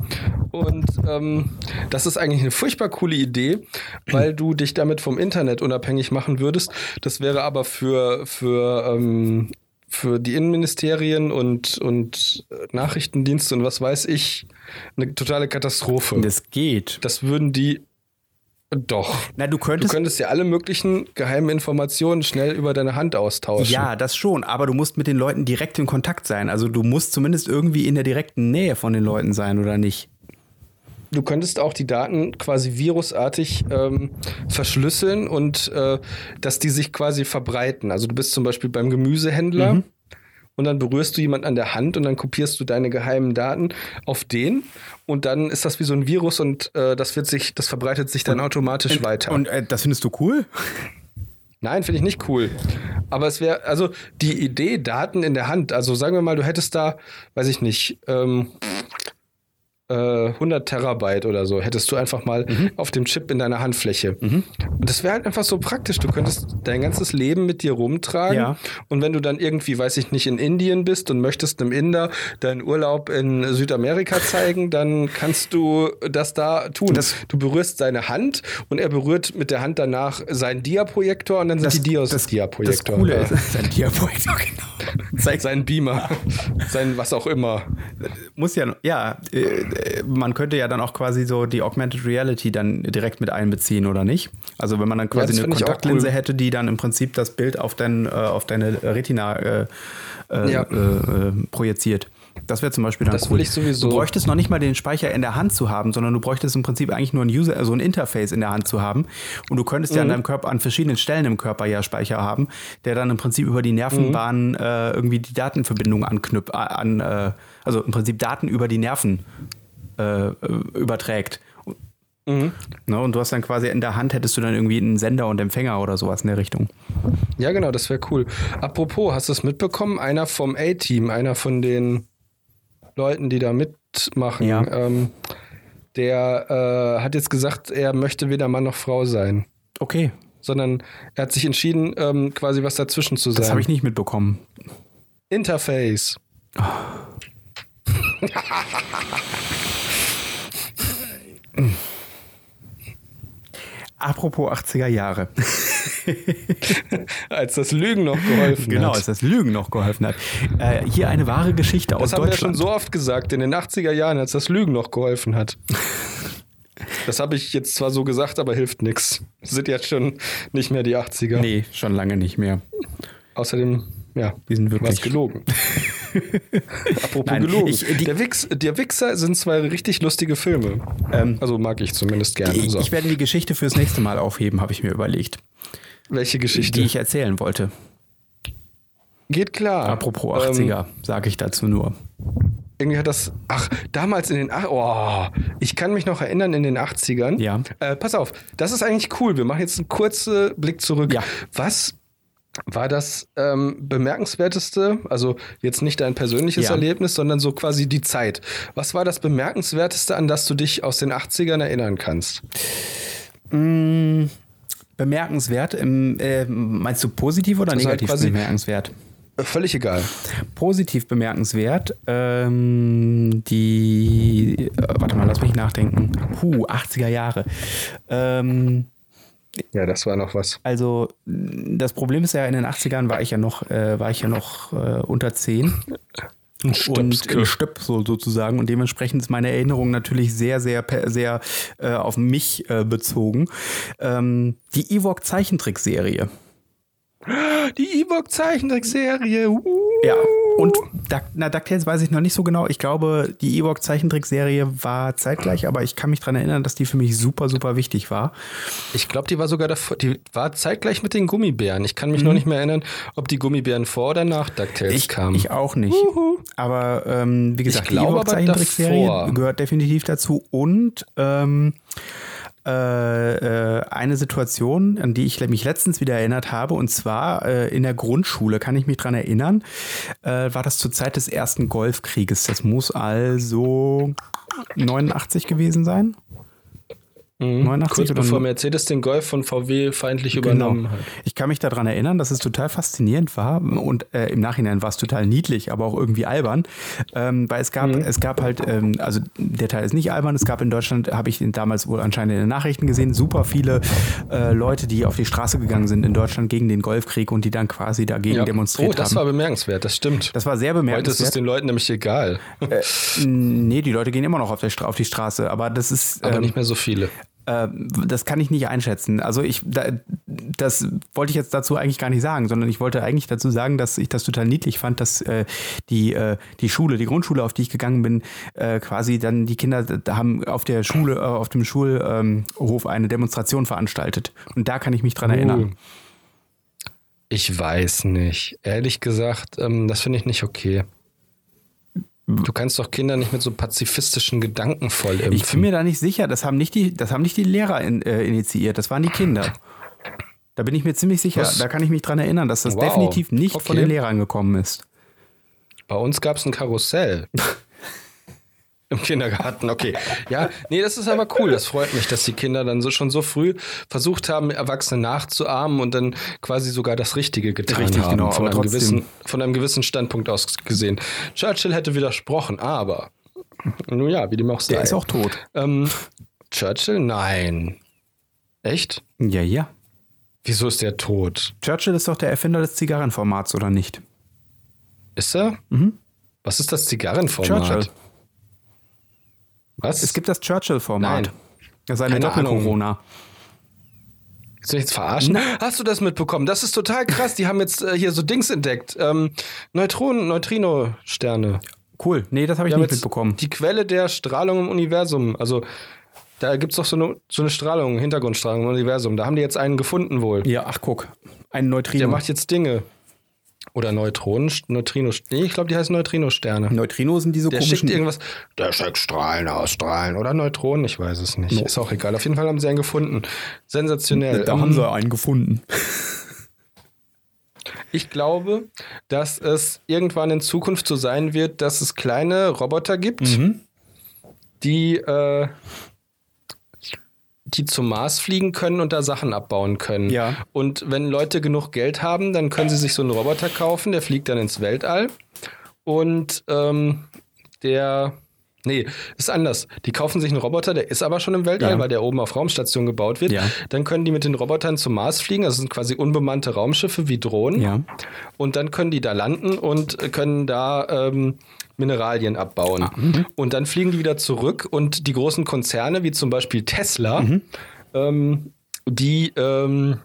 Speaker 2: Und ähm, das ist eigentlich eine furchtbar coole Idee, weil du dich damit vom Internet unabhängig machen würdest. Das wäre aber für, für, ähm, für die Innenministerien und, und äh, Nachrichtendienste und was weiß ich eine totale Katastrophe.
Speaker 1: Das geht.
Speaker 2: Das würden die doch.
Speaker 1: Na, du
Speaker 2: Du
Speaker 1: könntest.
Speaker 2: könntest ja alle möglichen geheimen Informationen schnell über deine Hand austauschen.
Speaker 1: ja, das schon, aber du musst mit den Leuten direkt in Kontakt sein. Also du musst zumindest irgendwie in der direkten Nähe von den Leuten sein, oder nicht?
Speaker 2: Du könntest auch die Daten quasi virusartig ähm, verschlüsseln und äh, dass die sich quasi verbreiten. Also du bist zum Beispiel beim Gemüsehändler
Speaker 1: Mhm.
Speaker 2: und dann berührst du jemanden an der Hand und dann kopierst du deine geheimen Daten auf den und dann ist das wie so ein Virus und äh, das wird sich, das verbreitet sich dann automatisch weiter.
Speaker 1: Und äh, das findest du cool?
Speaker 2: Nein, finde ich nicht cool. Aber es wäre, also die Idee, Daten in der Hand, also sagen wir mal, du hättest da, weiß ich nicht, ähm, äh, 100 Terabyte oder so, hättest du einfach mal
Speaker 1: Mhm.
Speaker 2: auf dem Chip in deiner Handfläche. Und das wäre halt einfach so praktisch. Du könntest dein ganzes Leben mit dir rumtragen.
Speaker 1: Ja.
Speaker 2: Und wenn du dann irgendwie, weiß ich nicht, in Indien bist und möchtest einem Inder deinen Urlaub in Südamerika zeigen, dann kannst du das da tun.
Speaker 1: Das-
Speaker 2: du berührst seine Hand und er berührt mit der Hand danach seinen Dia-Projektor und dann sind die Dios
Speaker 1: das, das
Speaker 2: Dia-Projektor. ne?
Speaker 1: Coole
Speaker 2: da.
Speaker 1: ist, ist ein Dia-Projektor, genau. Zeigt
Speaker 2: Sein Beamer, sein was auch immer.
Speaker 1: Muss ja, ja, äh, äh, man könnte ja dann auch quasi so die Augmented Reality dann direkt mit einbeziehen, oder nicht? Also wenn man dann
Speaker 2: Ja, das
Speaker 1: quasi eine
Speaker 2: find ich auch
Speaker 1: Kontaktlinse
Speaker 2: cool.
Speaker 1: hätte, die dann im Prinzip das Bild auf, dein, äh, auf deine Retina äh, äh,
Speaker 2: Ja.
Speaker 1: äh, äh, projiziert. Das wäre zum Beispiel dann
Speaker 2: Das
Speaker 1: cool.
Speaker 2: will ich sowieso.
Speaker 1: Du bräuchtest noch nicht mal den Speicher in der Hand zu haben, sondern du bräuchtest im Prinzip eigentlich nur ein User, also ein Interface in der Hand zu haben. Und du könntest ja an
Speaker 2: Mhm.
Speaker 1: deinem Körper, an verschiedenen Stellen im Körper ja Speicher haben, der dann im Prinzip über die Nervenbahnen
Speaker 2: Mhm.
Speaker 1: äh, irgendwie die Datenverbindung anknüpft, an, äh, also im Prinzip Daten über die Nerven äh, überträgt.
Speaker 2: Mhm.
Speaker 1: Ne, und du hast dann quasi in der Hand hättest du dann irgendwie einen Sender und Empfänger oder sowas in der Richtung.
Speaker 2: Ja, genau, das wäre cool. Apropos, hast du es mitbekommen? Einer vom A-Team, einer von den Leuten, die da mitmachen,
Speaker 1: Ja.
Speaker 2: ähm, der äh, hat jetzt gesagt, er möchte weder Mann noch Frau sein,
Speaker 1: Okay,
Speaker 2: sondern er hat sich entschieden, ähm, quasi was dazwischen zu sein.
Speaker 1: das habe ich nicht mitbekommen.
Speaker 2: Interface.
Speaker 1: Apropos 80er Jahre.
Speaker 2: Als das Lügen noch geholfen
Speaker 1: Genau,
Speaker 2: hat.
Speaker 1: als das Lügen noch geholfen hat. Äh, hier eine wahre Geschichte aus
Speaker 2: Das haben wir schon
Speaker 1: Deutschland.
Speaker 2: so oft gesagt in den 80er Jahren, als das Lügen noch geholfen hat. Das habe ich jetzt zwar so gesagt, aber hilft nichts. Sind jetzt schon nicht mehr die 80er.
Speaker 1: nee, schon lange nicht mehr.
Speaker 2: Außerdem, ja,
Speaker 1: Die sind wirklich-
Speaker 2: was gelogen. Apropos
Speaker 1: Nein,
Speaker 2: gelogen.
Speaker 1: ich- äh, die-
Speaker 2: der, Wichs, der Wichser sind zwei richtig lustige Filme.
Speaker 1: Ähm,
Speaker 2: also mag ich zumindest gerne.
Speaker 1: Ich,
Speaker 2: so.
Speaker 1: ich werde die Geschichte fürs nächste Mal aufheben, habe ich mir überlegt,
Speaker 2: Welche Geschichte?
Speaker 1: die ich erzählen wollte.
Speaker 2: Geht klar.
Speaker 1: Apropos
Speaker 2: Ähm,
Speaker 1: 80er, sage ich dazu nur.
Speaker 2: Irgendwie hat das, ach, damals in den, ach, oh, ich kann mich noch erinnern in den 80ern.
Speaker 1: Ja.
Speaker 2: Äh, pass auf, das ist eigentlich cool. Wir machen jetzt einen kurzen Blick zurück.
Speaker 1: Ja.
Speaker 2: Was war das ähm, bemerkenswerteste, also jetzt nicht dein persönliches
Speaker 1: Ja.
Speaker 2: Erlebnis, sondern so quasi die Zeit. Was war das bemerkenswerteste, an das du dich aus den 80ern erinnern kannst? mm,
Speaker 1: Bemerkenswert, im, äh, meinst du positiv oder
Speaker 2: Also halt
Speaker 1: negativ
Speaker 2: quasi-
Speaker 1: bemerkenswert?
Speaker 2: Äh, Völlig egal.
Speaker 1: Positiv bemerkenswert, ähm, die, äh, warte mal, lass mich nachdenken. Huh, 80er Jahre. Ähm,
Speaker 2: Ja, das war noch was.
Speaker 1: Also das Problem ist ja, in den 80ern war ich ja noch, äh, war ich ja noch äh, unter 10
Speaker 2: Ein
Speaker 1: und im Stöpp so, sozusagen und dementsprechend ist meine Erinnerung natürlich sehr, sehr, per- sehr äh, auf mich äh, bezogen. Ähm, die Ewok Zeichentrickserie.
Speaker 2: Die Ewok Zeichentrickserie. Uh.
Speaker 1: Ja, und Duck, na, DuckTales weiß ich noch nicht so genau. Ich glaube, die Ewok Zeichentrickserie war zeitgleich, aber ich kann mich daran erinnern, dass die für mich super, super wichtig war.
Speaker 2: Ich glaube, die war sogar davor, die war zeitgleich mit den Gummibären. Ich kann mich noch nicht mehr erinnern, ob die Gummibären vor oder nach DuckTales
Speaker 1: Mhm. Ich,
Speaker 2: kamen.
Speaker 1: ich auch nicht. Aber ähm, wie gesagt, die
Speaker 2: glaube aber
Speaker 1: Ewok-Zeichentrickserie
Speaker 2: davor.
Speaker 1: gehört definitiv dazu. Und ähm, äh, äh, eine Situation, an die ich mich letztens wieder erinnert habe, und zwar äh, in der Grundschule, kann ich mich dran erinnern, äh, war das zur Zeit des ersten Golfkrieges. Das muss also 89 gewesen sein. 89
Speaker 2: Mhm. Kurz
Speaker 1: oder
Speaker 2: bevor Mercedes den Golf von VW feindlich
Speaker 1: Genau.
Speaker 2: übernommen hat.
Speaker 1: Ich kann mich daran erinnern, dass es total faszinierend war und äh, im Nachhinein war es total niedlich, aber auch irgendwie albern, ähm, weil es gab,
Speaker 2: Mhm.
Speaker 1: es gab halt, ähm, also der Teil ist nicht albern, es gab in Deutschland, habe ich den damals wohl anscheinend in den Nachrichten gesehen, super viele äh, Leute, die auf die Straße gegangen sind in Deutschland gegen den Golfkrieg und die dann quasi dagegen
Speaker 2: Ja.
Speaker 1: demonstriert
Speaker 2: oh, das
Speaker 1: haben.
Speaker 2: war bemerkenswert, das stimmt.
Speaker 1: das war sehr bemerkenswert.
Speaker 2: Heute ist es den Leuten nämlich egal,
Speaker 1: Nee, die Leute gehen immer noch auf, der Stra auf die Straße, aber das ist...
Speaker 2: aber
Speaker 1: ähm,
Speaker 2: nicht mehr so viele.
Speaker 1: äh, das kann ich nicht einschätzen. Also ich, da, das wollte ich jetzt dazu eigentlich gar nicht sagen, sondern ich wollte eigentlich dazu sagen, dass ich das total niedlich fand, dass äh, die, äh, die Schule, die Grundschule, auf die ich gegangen bin, äh, quasi dann die Kinder da haben auf der Schule, äh, auf dem Schulhof ähm, eine Demonstration veranstaltet. Und da kann ich mich dran
Speaker 2: Oh,
Speaker 1: erinnern.
Speaker 2: Ich weiß nicht. Ehrlich gesagt, ähm, das finde ich nicht okay. Du kannst doch Kinder nicht mit so pazifistischen Gedanken voll
Speaker 1: Ich bin
Speaker 2: impfen.
Speaker 1: mir da nicht sicher, das haben nicht die, das haben nicht die Lehrer in, äh, initiiert, das waren die Kinder. Da bin ich mir ziemlich sicher,
Speaker 2: Was?
Speaker 1: da kann ich mich dran erinnern, dass das
Speaker 2: Wow.
Speaker 1: definitiv nicht von
Speaker 2: Okay.
Speaker 1: den Lehrern gekommen ist.
Speaker 2: Bei uns gab es ein Karussell. Im Kindergarten, okay. Ja, nee, das ist aber cool. Das freut mich, dass die Kinder dann so schon so früh versucht haben, Erwachsene nachzuahmen und dann quasi sogar das Richtige getan
Speaker 1: Richtig,
Speaker 2: haben.
Speaker 1: genau,
Speaker 2: von,
Speaker 1: aber
Speaker 2: einem
Speaker 1: trotzdem.
Speaker 2: gewissen, von einem gewissen Standpunkt aus gesehen. Churchill hätte widersprochen, aber nun ja, wie dem auch sei.
Speaker 1: Der ist auch tot.
Speaker 2: ähm, Churchill? Nein. Echt?
Speaker 1: Ja, ja.
Speaker 2: Wieso ist der tot?
Speaker 1: Churchill ist doch der Erfinder des Zigarrenformats, oder nicht?
Speaker 2: Ist er? Was ist das Zigarrenformat?
Speaker 1: Mhm. Churchill.
Speaker 2: Was?
Speaker 1: Es gibt das Churchill-Format.
Speaker 2: Nein.
Speaker 1: Das ist eine
Speaker 2: Keine Ahnung.
Speaker 1: Doppel-Corona.
Speaker 2: Willst du mich jetzt verarschen? Hast du das mitbekommen? Das ist total krass. Die haben jetzt äh, hier so Dings entdeckt. Ähm, Neutronen, Neutrino-Sterne.
Speaker 1: Cool. Nee, das habe ich
Speaker 2: Wir haben
Speaker 1: nicht
Speaker 2: jetzt
Speaker 1: mitbekommen.
Speaker 2: Die Quelle der Strahlung im Universum. Also, da gibt es doch so eine, so eine Strahlung, Hintergrundstrahlung im Universum. Da haben die jetzt einen gefunden wohl.
Speaker 1: Ja, ach guck. Ein
Speaker 2: Der
Speaker 1: Neutrino.
Speaker 2: macht jetzt Dinge. Oder Neutronen, Neutrino, nee, ich glaube, die heißen Neutrino-Sterne.
Speaker 1: Neutrino sind diese
Speaker 2: Der schickt
Speaker 1: komischen.
Speaker 2: irgendwas, der schickt Strahlen aus, Strahlen oder Neutronen, ich weiß es nicht. Ist auch egal. Auf jeden Fall haben sie einen gefunden. Sensationell.
Speaker 1: Da
Speaker 2: Ähm,
Speaker 1: haben sie einen gefunden.
Speaker 2: Ich glaube, dass es irgendwann in Zukunft so sein wird, dass es kleine Roboter gibt,
Speaker 1: Mhm.
Speaker 2: die, äh, die zum Mars fliegen können und da Sachen abbauen können.
Speaker 1: Ja.
Speaker 2: Und wenn Leute genug Geld haben, dann können sie sich so einen Roboter kaufen, der fliegt dann ins Weltall. Und ähm, der. Nee, ist anders. Die kaufen sich einen Roboter, der ist aber schon im Weltall,
Speaker 1: Ja.
Speaker 2: weil der oben auf Raumstation gebaut wird.
Speaker 1: Ja.
Speaker 2: Dann können die mit den Robotern zum Mars fliegen. Das sind quasi unbemannte Raumschiffe wie Drohnen.
Speaker 1: Ja.
Speaker 2: Und dann können die da landen und äh, können da ähm, Mineralien abbauen. und dann fliegen die wieder zurück und die großen Konzerne, wie zum Beispiel Tesla, ähm, die ähm,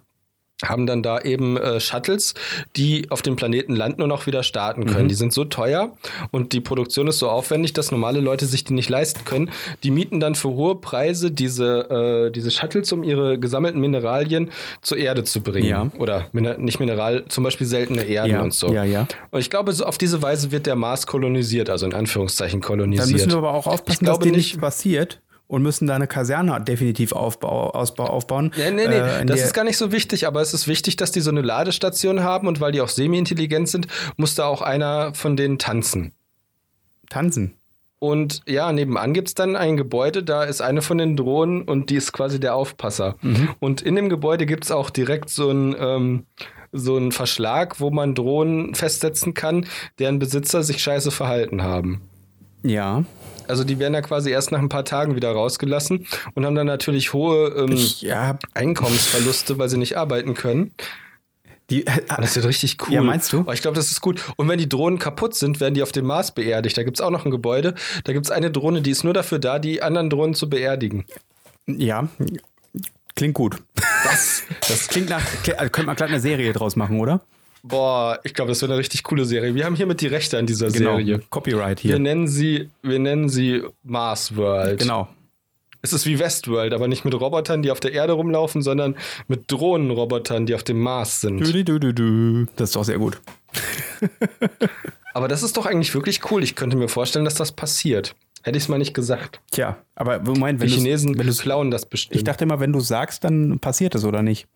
Speaker 2: haben dann da eben äh, Shuttles, die auf dem Planeten landen und auch wieder starten können.
Speaker 1: Mhm.
Speaker 2: Die sind so teuer und die Produktion ist so aufwendig, dass normale Leute sich die nicht leisten können. Die mieten dann für hohe Preise diese, äh, diese Shuttles, um ihre gesammelten Mineralien zur Erde zu bringen.
Speaker 1: Ja.
Speaker 2: Oder Miner nicht Mineral, zum Beispiel seltene Erden
Speaker 1: Ja,
Speaker 2: und so.
Speaker 1: ja, ja.
Speaker 2: Und ich glaube, so auf diese Weise wird der Mars kolonisiert, also in Anführungszeichen
Speaker 1: Dann
Speaker 2: kolonisiert.
Speaker 1: müssen wir aber auch aufpassen,
Speaker 2: Ich
Speaker 1: dass
Speaker 2: glaube
Speaker 1: dir nicht
Speaker 2: nicht-
Speaker 1: passiert und müssen da eine Kaserne definitiv aufbau, ausbau, aufbauen.
Speaker 2: Nee, nee, nee,
Speaker 1: Äh, in
Speaker 2: das
Speaker 1: der-
Speaker 2: ist gar nicht so wichtig, aber es ist wichtig, dass die so eine Ladestation haben und weil die auch semi-intelligent sind, muss da auch einer von denen tanzen.
Speaker 1: Tanzen.
Speaker 2: Und ja, nebenan gibt es dann ein Gebäude, da ist eine von den Drohnen und die ist quasi der Aufpasser.
Speaker 1: Mhm.
Speaker 2: Und in dem Gebäude gibt es auch direkt so einen ähm, so einen Verschlag, wo man Drohnen festsetzen kann, deren Besitzer sich scheiße verhalten haben.
Speaker 1: Ja.
Speaker 2: Also die werden da quasi erst nach ein paar Tagen wieder rausgelassen und haben dann natürlich hohe ähm,
Speaker 1: Ich hab
Speaker 2: Einkommensverluste, weil sie nicht arbeiten können.
Speaker 1: die. äh,
Speaker 2: Und Ah, das wird richtig cool.
Speaker 1: Ja, meinst du?
Speaker 2: Oh, ich glaube, das ist gut. Und wenn die Drohnen kaputt sind, werden die auf dem Mars beerdigt. Da gibt es auch noch ein Gebäude. Da gibt es eine Drohne, die ist nur dafür da, die anderen Drohnen zu beerdigen.
Speaker 1: Ja. Klingt gut.
Speaker 2: Das, das
Speaker 1: Klingt nach. kli- Also könnte man gleich eine Serie draus machen, oder?
Speaker 2: boah, ich glaube, das wird eine richtig coole Serie. Wir haben hiermit die Rechte an dieser
Speaker 1: Genau.
Speaker 2: Serie.
Speaker 1: Copyright
Speaker 2: Wir
Speaker 1: hier.
Speaker 2: nennen sie, wir nennen sie Mars World.
Speaker 1: Genau.
Speaker 2: Es ist wie Westworld, aber nicht mit Robotern, die auf der Erde rumlaufen, sondern mit Drohnenrobotern, die auf dem Mars sind.
Speaker 1: Dü, dü, dü, dü, dü. Das ist doch sehr gut.
Speaker 2: Aber das ist doch eigentlich wirklich cool. Ich könnte mir vorstellen, dass das passiert. Hätte ich es mal nicht gesagt.
Speaker 1: Tja, aber Moment, wenn
Speaker 2: Die
Speaker 1: du's-
Speaker 2: Chinesen
Speaker 1: wenn du's-
Speaker 2: klauen das bestimmt.
Speaker 1: ich dachte immer, wenn du sagst, dann passiert es oder nicht?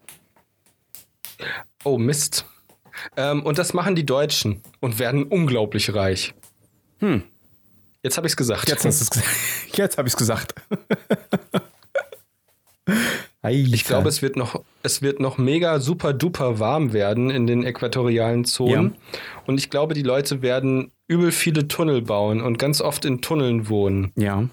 Speaker 2: Oh Mist. Ähm, und das machen die Deutschen und werden unglaublich reich. Hm. Jetzt habe ich es gesagt.
Speaker 1: Jetzt hast du es gesagt. Jetzt habe ich es gesagt. ich
Speaker 2: ich glaube, es wird noch, es wird noch mega super duper warm werden in den äquatorialen Zonen. Und ich glaube, die Leute werden übel viele Tunnel bauen und ganz oft in Tunneln wohnen.
Speaker 1: ja.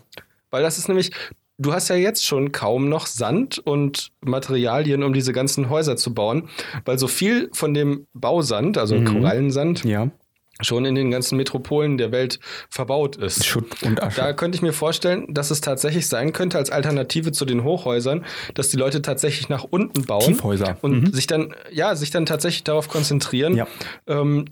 Speaker 2: Weil das ist nämlich, du hast ja jetzt schon kaum noch Sand und Materialien, um diese ganzen Häuser zu bauen, weil so viel von dem Bausand, also
Speaker 1: Mhm.
Speaker 2: Korallensand,
Speaker 1: Ja.
Speaker 2: schon in den ganzen Metropolen der Welt verbaut ist.
Speaker 1: Schutt und Asche.
Speaker 2: Da könnte ich mir vorstellen, dass es tatsächlich sein könnte, als Alternative zu den Hochhäusern, dass die Leute tatsächlich nach unten bauen.
Speaker 1: Tiefhäuser.
Speaker 2: Und sich dann, ja, sich dann tatsächlich darauf konzentrieren,
Speaker 1: Genau. Mhm. Ja.
Speaker 2: ähm,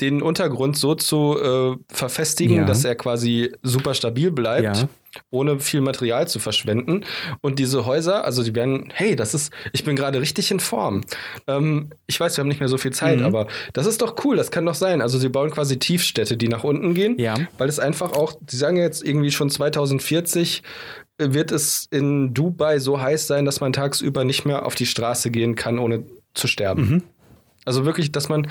Speaker 2: den Untergrund so zu äh, verfestigen,
Speaker 1: Ja.
Speaker 2: dass er quasi super stabil bleibt.
Speaker 1: Ja.
Speaker 2: Ohne viel Material zu verschwenden. Und diese Häuser, also die werden, hey, das ist, ich bin gerade richtig in Form. Ähm, ich weiß, wir haben nicht mehr so viel Zeit,
Speaker 1: Mhm.
Speaker 2: aber das ist doch cool, das kann doch sein. Also sie bauen quasi Tiefstädte, die nach unten gehen,
Speaker 1: Ja.
Speaker 2: weil es einfach auch, die sagen jetzt irgendwie schon 2040 äh, wird es in Dubai so heiß sein, dass man tagsüber nicht mehr auf die Straße gehen kann, ohne zu sterben.
Speaker 1: Mhm.
Speaker 2: Also wirklich, dass man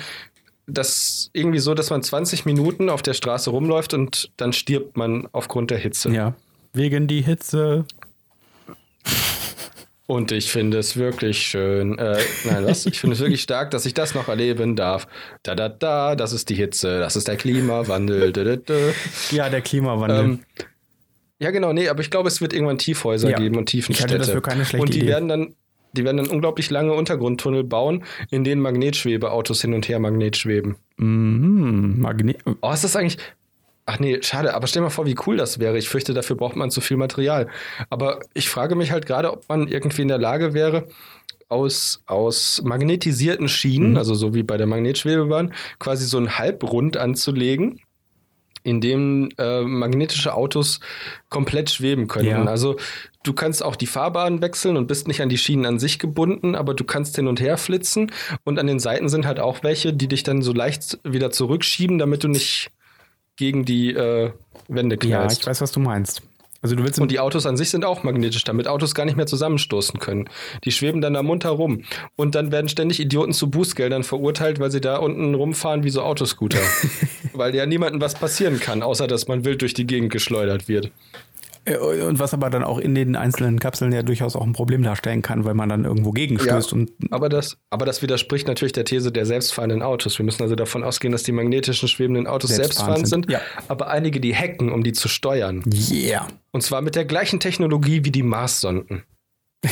Speaker 2: das irgendwie so, dass man 20 Minuten auf der Straße rumläuft und dann stirbt man aufgrund der Hitze.
Speaker 1: Ja. Wegen die Hitze.
Speaker 2: Und ich finde es wirklich schön. Äh, nein, was? Ich finde es wirklich stark, dass ich das noch erleben darf. Da, da, da, das ist die Hitze, das ist der Klimawandel. Da, da, da.
Speaker 1: Ja, der Klimawandel.
Speaker 2: Ähm, ja, genau, nee, aber ich glaube, es wird irgendwann Tiefhäuser
Speaker 1: Ja.
Speaker 2: geben und Tiefenstädte.
Speaker 1: Ich halte das für keine schlechte
Speaker 2: und die
Speaker 1: Idee.
Speaker 2: werden dann, die werden dann unglaublich lange Untergrundtunnel bauen, in denen Magnetschwebeautos hin und her Magnetschweben.
Speaker 1: Mhm, Magne
Speaker 2: Oh, ist das eigentlich. Ach nee, schade, aber stell mal vor, wie cool das wäre. Ich fürchte, dafür braucht man zu viel Material. Aber ich frage mich halt gerade, ob man irgendwie in der Lage wäre, aus, aus magnetisierten
Speaker 1: Mhm.
Speaker 2: Schienen, also so wie bei der Magnetschwebebahn, quasi so ein Halbrund anzulegen in dem äh, magnetische Autos komplett schweben können.
Speaker 1: Ja.
Speaker 2: Also du kannst auch die Fahrbahn wechseln und bist nicht an die Schienen an sich gebunden, aber du kannst hin und her flitzen und an den Seiten sind halt auch welche, die dich dann so leicht wieder zurückschieben, damit du nicht gegen die äh, Wände
Speaker 1: Ja,
Speaker 2: knallst.
Speaker 1: ich weiß, was du meinst. Also du willst
Speaker 2: Und die Autos an sich sind auch magnetisch, damit Autos gar nicht mehr zusammenstoßen können. Die schweben dann da munter rum. Und dann werden ständig Idioten zu Bußgeldern verurteilt, weil sie da unten rumfahren wie so Autoscooter. weil ja niemandem was passieren kann, außer dass man wild durch die Gegend geschleudert wird.
Speaker 1: Äh, Und was aber dann auch in den einzelnen Kapseln ja durchaus auch ein Problem darstellen kann, weil man dann irgendwo gegenstößt und
Speaker 2: Aber das, aber das widerspricht natürlich der These der selbstfahrenden Autos. Wir müssen also davon ausgehen, dass die magnetischen schwebenden Autos
Speaker 1: Selbstfahrend
Speaker 2: selbstfahrend sind,
Speaker 1: sind, ja.
Speaker 2: aber einige die hacken, um die zu steuern.
Speaker 1: yeah.
Speaker 2: Und zwar mit der gleichen Technologie wie die Marssonden.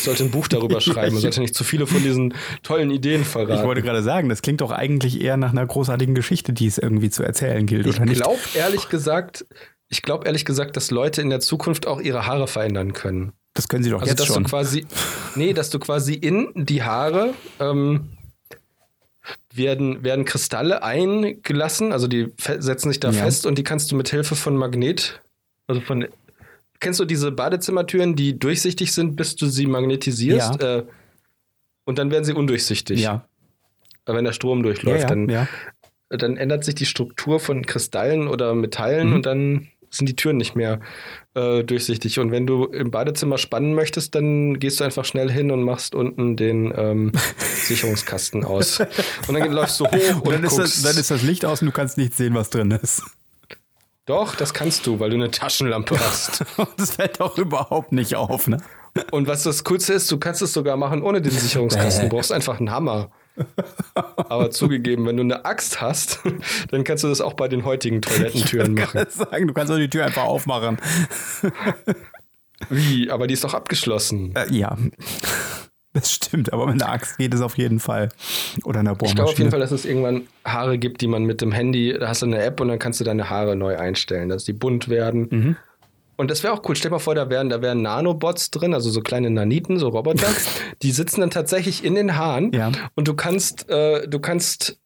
Speaker 2: Ich sollte ein Buch darüber schreiben. Man sollte nicht zu viele von diesen tollen Ideen
Speaker 1: Ich
Speaker 2: verraten.
Speaker 1: wollte gerade sagen, das klingt doch eigentlich eher nach einer großartigen Geschichte, die es irgendwie zu erzählen gilt,
Speaker 2: Ich
Speaker 1: oder nicht?
Speaker 2: glaube ehrlich gesagt, ich glaube ehrlich gesagt, dass Leute in der Zukunft auch ihre Haare verändern können.
Speaker 1: Das können sie doch
Speaker 2: Also
Speaker 1: jetzt
Speaker 2: dass
Speaker 1: schon.
Speaker 2: du quasi, nee, dass du quasi in die Haare ähm, werden, werden Kristalle eingelassen, also die fe- setzen sich da
Speaker 1: Ja.
Speaker 2: fest und die kannst du mit Hilfe von Magnet, also von kennst du diese Badezimmertüren, die durchsichtig sind, bis du sie magnetisierst? Äh, und dann werden sie undurchsichtig.
Speaker 1: ja,
Speaker 2: Weil Wenn der Strom
Speaker 1: ja,
Speaker 2: durchläuft,
Speaker 1: ja,
Speaker 2: dann,
Speaker 1: ja.
Speaker 2: dann ändert sich die Struktur von Kristallen oder Metallen
Speaker 1: Mhm.
Speaker 2: und dann sind die Türen nicht mehr äh, durchsichtig. Und wenn du im Badezimmer spannen möchtest, dann gehst du einfach schnell hin und machst unten den ähm, Sicherungskasten aus. Und dann läufst du hoch und,
Speaker 1: Und dann ist,
Speaker 2: guckst.
Speaker 1: das, dann ist das Licht aus und du kannst nicht sehen, was drin ist.
Speaker 2: Doch, das kannst du, weil du eine Taschenlampe hast.
Speaker 1: Das fällt auch überhaupt nicht auf, ne?
Speaker 2: und was das Coolste ist, du kannst es sogar machen ohne den Sicherungskasten. Du brauchst einfach einen Hammer. Aber zugegeben, wenn du eine Axt hast, dann kannst du das auch bei den heutigen Toilettentüren machen.
Speaker 1: Sagen, du kannst auch die Tür einfach aufmachen.
Speaker 2: Wie? Aber die ist doch abgeschlossen.
Speaker 1: Äh, ja. Das stimmt, aber mit einer Axt geht es auf jeden Fall. Oder einer
Speaker 2: Ich glaube auf jeden
Speaker 1: Bohrmaschine.
Speaker 2: Fall, dass es irgendwann Haare gibt, die man mit dem Handy, da hast du eine App und dann kannst du deine Haare neu einstellen, dass die bunt werden.
Speaker 1: Mhm.
Speaker 2: Und das wäre auch cool. Stell dir mal vor, da wären, da wären Nanobots drin, also so kleine Naniten, so Roboter. die sitzen dann tatsächlich in den Haaren
Speaker 1: Ja.
Speaker 2: und du kannst, äh, du kannst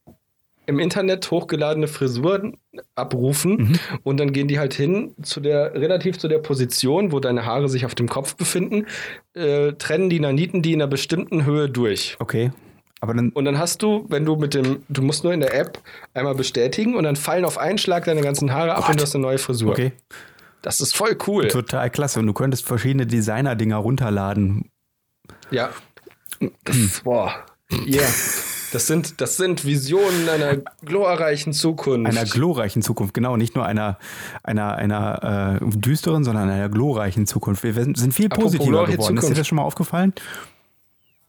Speaker 2: im Internet hochgeladene Frisuren abrufen
Speaker 1: Mhm.
Speaker 2: und dann gehen die halt hin zu der relativ zu der Position, wo deine Haare sich auf dem Kopf befinden, äh, trennen die Naniten die in einer bestimmten Höhe durch.
Speaker 1: Okay. Aber dann
Speaker 2: Und dann hast du, wenn du mit dem, du musst nur in der App einmal bestätigen und dann fallen auf einen Schlag deine ganzen Haare ab und du hast eine neue Frisur.
Speaker 1: Okay,
Speaker 2: Das ist voll cool.
Speaker 1: total klasse. Und du könntest verschiedene Designer-Dinger runterladen.
Speaker 2: Ja.
Speaker 1: Hm.
Speaker 2: Das, boah. Yeah. Das sind, das sind Visionen einer glorreichen Zukunft.
Speaker 1: Einer glorreichen Zukunft, genau. Nicht nur einer, einer, einer äh, düsteren, sondern einer glorreichen Zukunft. Wir sind sind viel
Speaker 2: Apropos
Speaker 1: positiver
Speaker 2: glorreiche
Speaker 1: geworden. Ist dir
Speaker 2: Zukunft.
Speaker 1: das schon mal aufgefallen?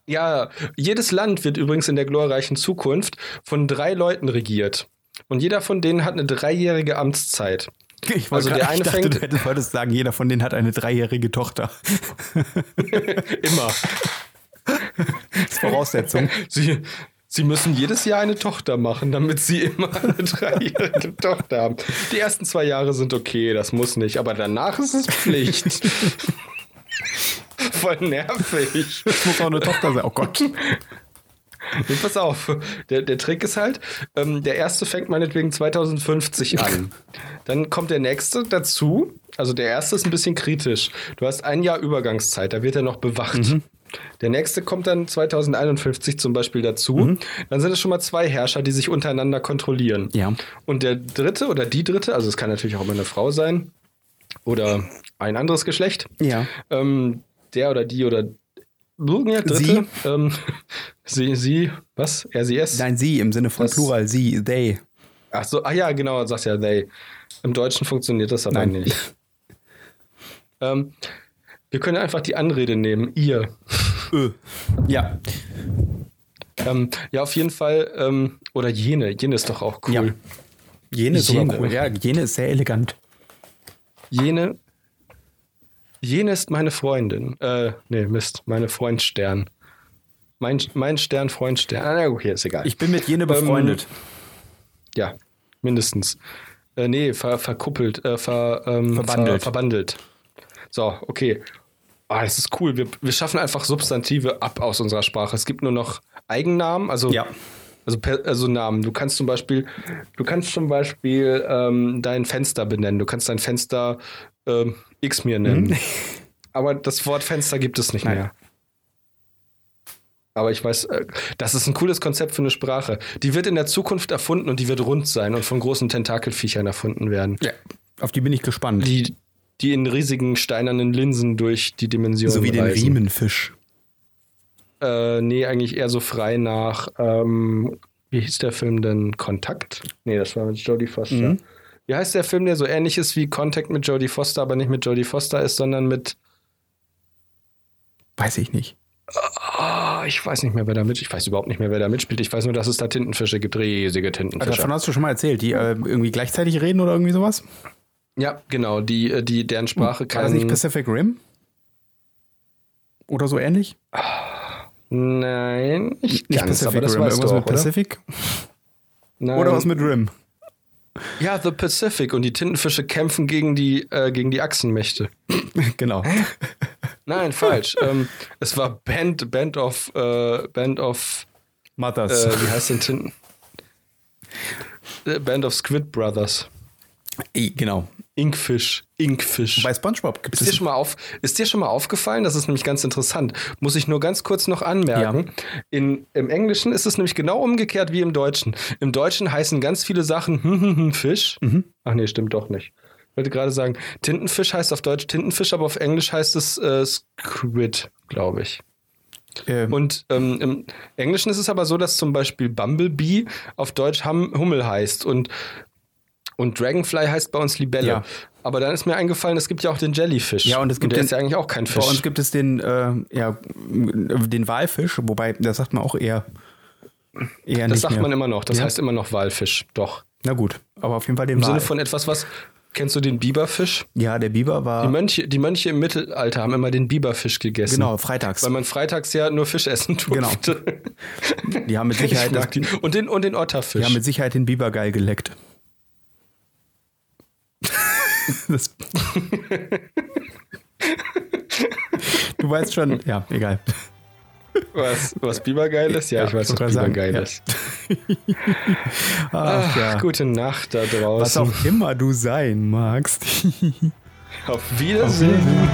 Speaker 2: ja, jedes Land wird übrigens in der glorreichen Zukunft von drei Leuten regiert. Und jeder von denen hat eine dreijährige Amtszeit.
Speaker 1: Ich, wollte
Speaker 2: Also der
Speaker 1: gerade-
Speaker 2: eine
Speaker 1: ich dachte,
Speaker 2: fängt-
Speaker 1: du hättest- wolltest sagen, jeder von denen hat eine dreijährige Tochter.
Speaker 2: Immer.
Speaker 1: Das ist Voraussetzung.
Speaker 2: Sie, sie müssen jedes Jahr eine Tochter machen, damit sie immer eine dreijährige Tochter haben. Die ersten zwei Jahre sind okay, das muss nicht, aber danach ist es Pflicht. Voll nervig.
Speaker 1: Das muss auch eine Tochter sein. Oh Gott.
Speaker 2: Nee, pass auf, der, der Trick ist halt, ähm, der erste fängt meinetwegen 2050 an. Dann kommt der nächste dazu. Also der erste ist ein bisschen kritisch. Du hast ein Jahr Übergangszeit, da wird er noch bewacht.
Speaker 1: Mhm.
Speaker 2: Der nächste kommt dann 2051 zum Beispiel dazu.
Speaker 1: Mhm.
Speaker 2: Dann sind es schon mal zwei Herrscher, die sich untereinander kontrollieren.
Speaker 1: Ja.
Speaker 2: Und der dritte oder die dritte, also es kann natürlich auch immer eine Frau sein oder ein anderes Geschlecht.
Speaker 1: Ja.
Speaker 2: Ähm, der oder die oder ja, dritte. Ähm, sie, sie, was? Er, sie, es?
Speaker 1: Nein, sie im Sinne von
Speaker 2: Das-
Speaker 1: Plural, sie, they.
Speaker 2: Ach so, ah ja, genau, sagt ja they. Im Deutschen funktioniert das aber
Speaker 1: Nein.
Speaker 2: nicht. ähm, wir können einfach die Anrede nehmen, ihr.
Speaker 1: Ö. Ja.
Speaker 2: Ähm, ja, auf jeden Fall. Ähm, oder jene, jene ist doch auch cool.
Speaker 1: Ja. Jene ist
Speaker 2: Jene.
Speaker 1: sogar cool. Ja, jene ist sehr elegant.
Speaker 2: Jene. Jene ist meine Freundin. Äh, nee, Mist, meine Freundstern. Mein, mein Stern, Freundstern. Ah, na, okay, ist egal.
Speaker 1: Ich bin mit
Speaker 2: Ähm,
Speaker 1: jene befreundet.
Speaker 2: Ja, mindestens. Äh, nee, ver, verkuppelt, äh, ver, ähm,
Speaker 1: Verbandelt.
Speaker 2: Ver, verbandelt. So, okay. Ah, das ist cool. Wir, wir schaffen einfach Substantive ab aus unserer Sprache. Es gibt nur noch Eigennamen, also Also, per- also Namen. Du kannst zum Beispiel, du kannst zum Beispiel ähm, dein Fenster benennen. Du kannst dein Fenster ähm, X mir nennen. Aber das Wort Fenster gibt es nicht
Speaker 1: Hm. Nein.
Speaker 2: mehr. Aber ich weiß, äh, das ist ein cooles Konzept für eine Sprache. Die wird in der Zukunft erfunden und die wird rund sein und von großen Tentakelfiechern erfunden werden.
Speaker 1: Ja. Auf die bin ich gespannt.
Speaker 2: Die, die in riesigen steinernen Linsen durch die Dimensionen
Speaker 1: so wie den
Speaker 2: reisen.
Speaker 1: Riemenfisch.
Speaker 2: Äh, nee, eigentlich eher so frei nach, ähm, wie hieß der Film denn? Kontakt? Nee, das war mit Jodie Foster.
Speaker 1: Mhm.
Speaker 2: Wie heißt der Film, der so ähnlich ist wie Contact mit Jodie Foster, aber nicht mit Jodie Foster ist, sondern mit,
Speaker 1: Weiß ich nicht.
Speaker 2: ah, ich weiß nicht mehr, wer da mit, ich weiß überhaupt nicht mehr, wer da mitspielt. Ich weiß nur, dass es da Tintenfische gibt, riesige Tintenfische.
Speaker 1: Äh, Davon hast du schon mal erzählt, die äh, irgendwie gleichzeitig reden oder irgendwie sowas?
Speaker 2: ja, genau, die, äh, die, deren Sprache
Speaker 1: War Hm, das nicht
Speaker 2: kann.
Speaker 1: Pacific Rim? Oder so ähnlich?
Speaker 2: Nein, ich kann es, aber
Speaker 1: Rim,
Speaker 2: das
Speaker 1: irgendwas
Speaker 2: weißt du
Speaker 1: mit
Speaker 2: auch, oder?
Speaker 1: Pacific?
Speaker 2: Nein.
Speaker 1: Oder was mit Rim?
Speaker 2: Ja, The Pacific und die Tintenfische kämpfen gegen die, äh, gegen die Achsenmächte.
Speaker 1: genau.
Speaker 2: Nein, falsch. ähm, es war Band, Band of, äh, Band of, äh,
Speaker 1: Matters.
Speaker 2: wie heißt denn Tinten? Äh, Band of Squid Brothers.
Speaker 1: I- genau.
Speaker 2: Inkfish. Inkfish.
Speaker 1: Bei SpongeBob gibt
Speaker 2: Ist dir,
Speaker 1: es.
Speaker 2: schon mal auf, ist dir schon mal aufgefallen? Das ist nämlich ganz interessant. Muss ich nur ganz kurz noch anmerken. In, Im Englischen ist es nämlich genau umgekehrt wie im Deutschen. Im Deutschen heißen ganz viele Sachen hm, hm, hm, Fisch. Ach nee, stimmt doch nicht. Ich wollte gerade sagen, Tintenfisch heißt auf Deutsch Tintenfisch, aber auf Englisch heißt es äh, Squid, glaube ich.
Speaker 1: ähm,
Speaker 2: Und ähm, im Englischen ist es aber so, dass zum Beispiel Bumblebee auf Deutsch Ham Hummel heißt und, und Dragonfly heißt bei uns Libelle.
Speaker 1: Ja.
Speaker 2: Aber dann ist mir eingefallen, es gibt ja auch den Jellyfish.
Speaker 1: Ja, und es gibt
Speaker 2: der
Speaker 1: den-
Speaker 2: ist ja eigentlich auch kein Fisch.
Speaker 1: bei uns gibt es den, äh, ja, den Walfisch, wobei, das sagt man auch eher. eher
Speaker 2: das
Speaker 1: nicht
Speaker 2: sagt
Speaker 1: mehr.
Speaker 2: man immer noch. Das
Speaker 1: Ja.
Speaker 2: heißt immer noch Walfisch. Doch.
Speaker 1: Na gut, aber auf jeden Fall den
Speaker 2: Im
Speaker 1: Wal.
Speaker 2: Sinne von etwas, was. Kennst du den Biberfisch?
Speaker 1: ja, der Biber
Speaker 2: Die
Speaker 1: war.
Speaker 2: Mönche, die Mönche im Mittelalter haben immer den Biberfisch gegessen.
Speaker 1: Genau, freitags.
Speaker 2: Weil man freitags ja nur Fisch essen durfte. Genau.
Speaker 1: Die haben mit Sicherheit, das, die
Speaker 2: Und den, und den Otterfisch.
Speaker 1: haben mit Sicherheit den Biber geil geleckt. das du weißt schon, ja, egal.
Speaker 2: was, was Bibergeil ist? Ja,
Speaker 1: Ja,
Speaker 2: ich weiß,
Speaker 1: wollte gerade
Speaker 2: was
Speaker 1: sagen,
Speaker 2: Bibergeil
Speaker 1: ja.
Speaker 2: ist.
Speaker 1: Ach, ja.
Speaker 2: Gute Nacht da draußen.
Speaker 1: Was auch immer du sein magst.
Speaker 2: Auf Wiedersehen.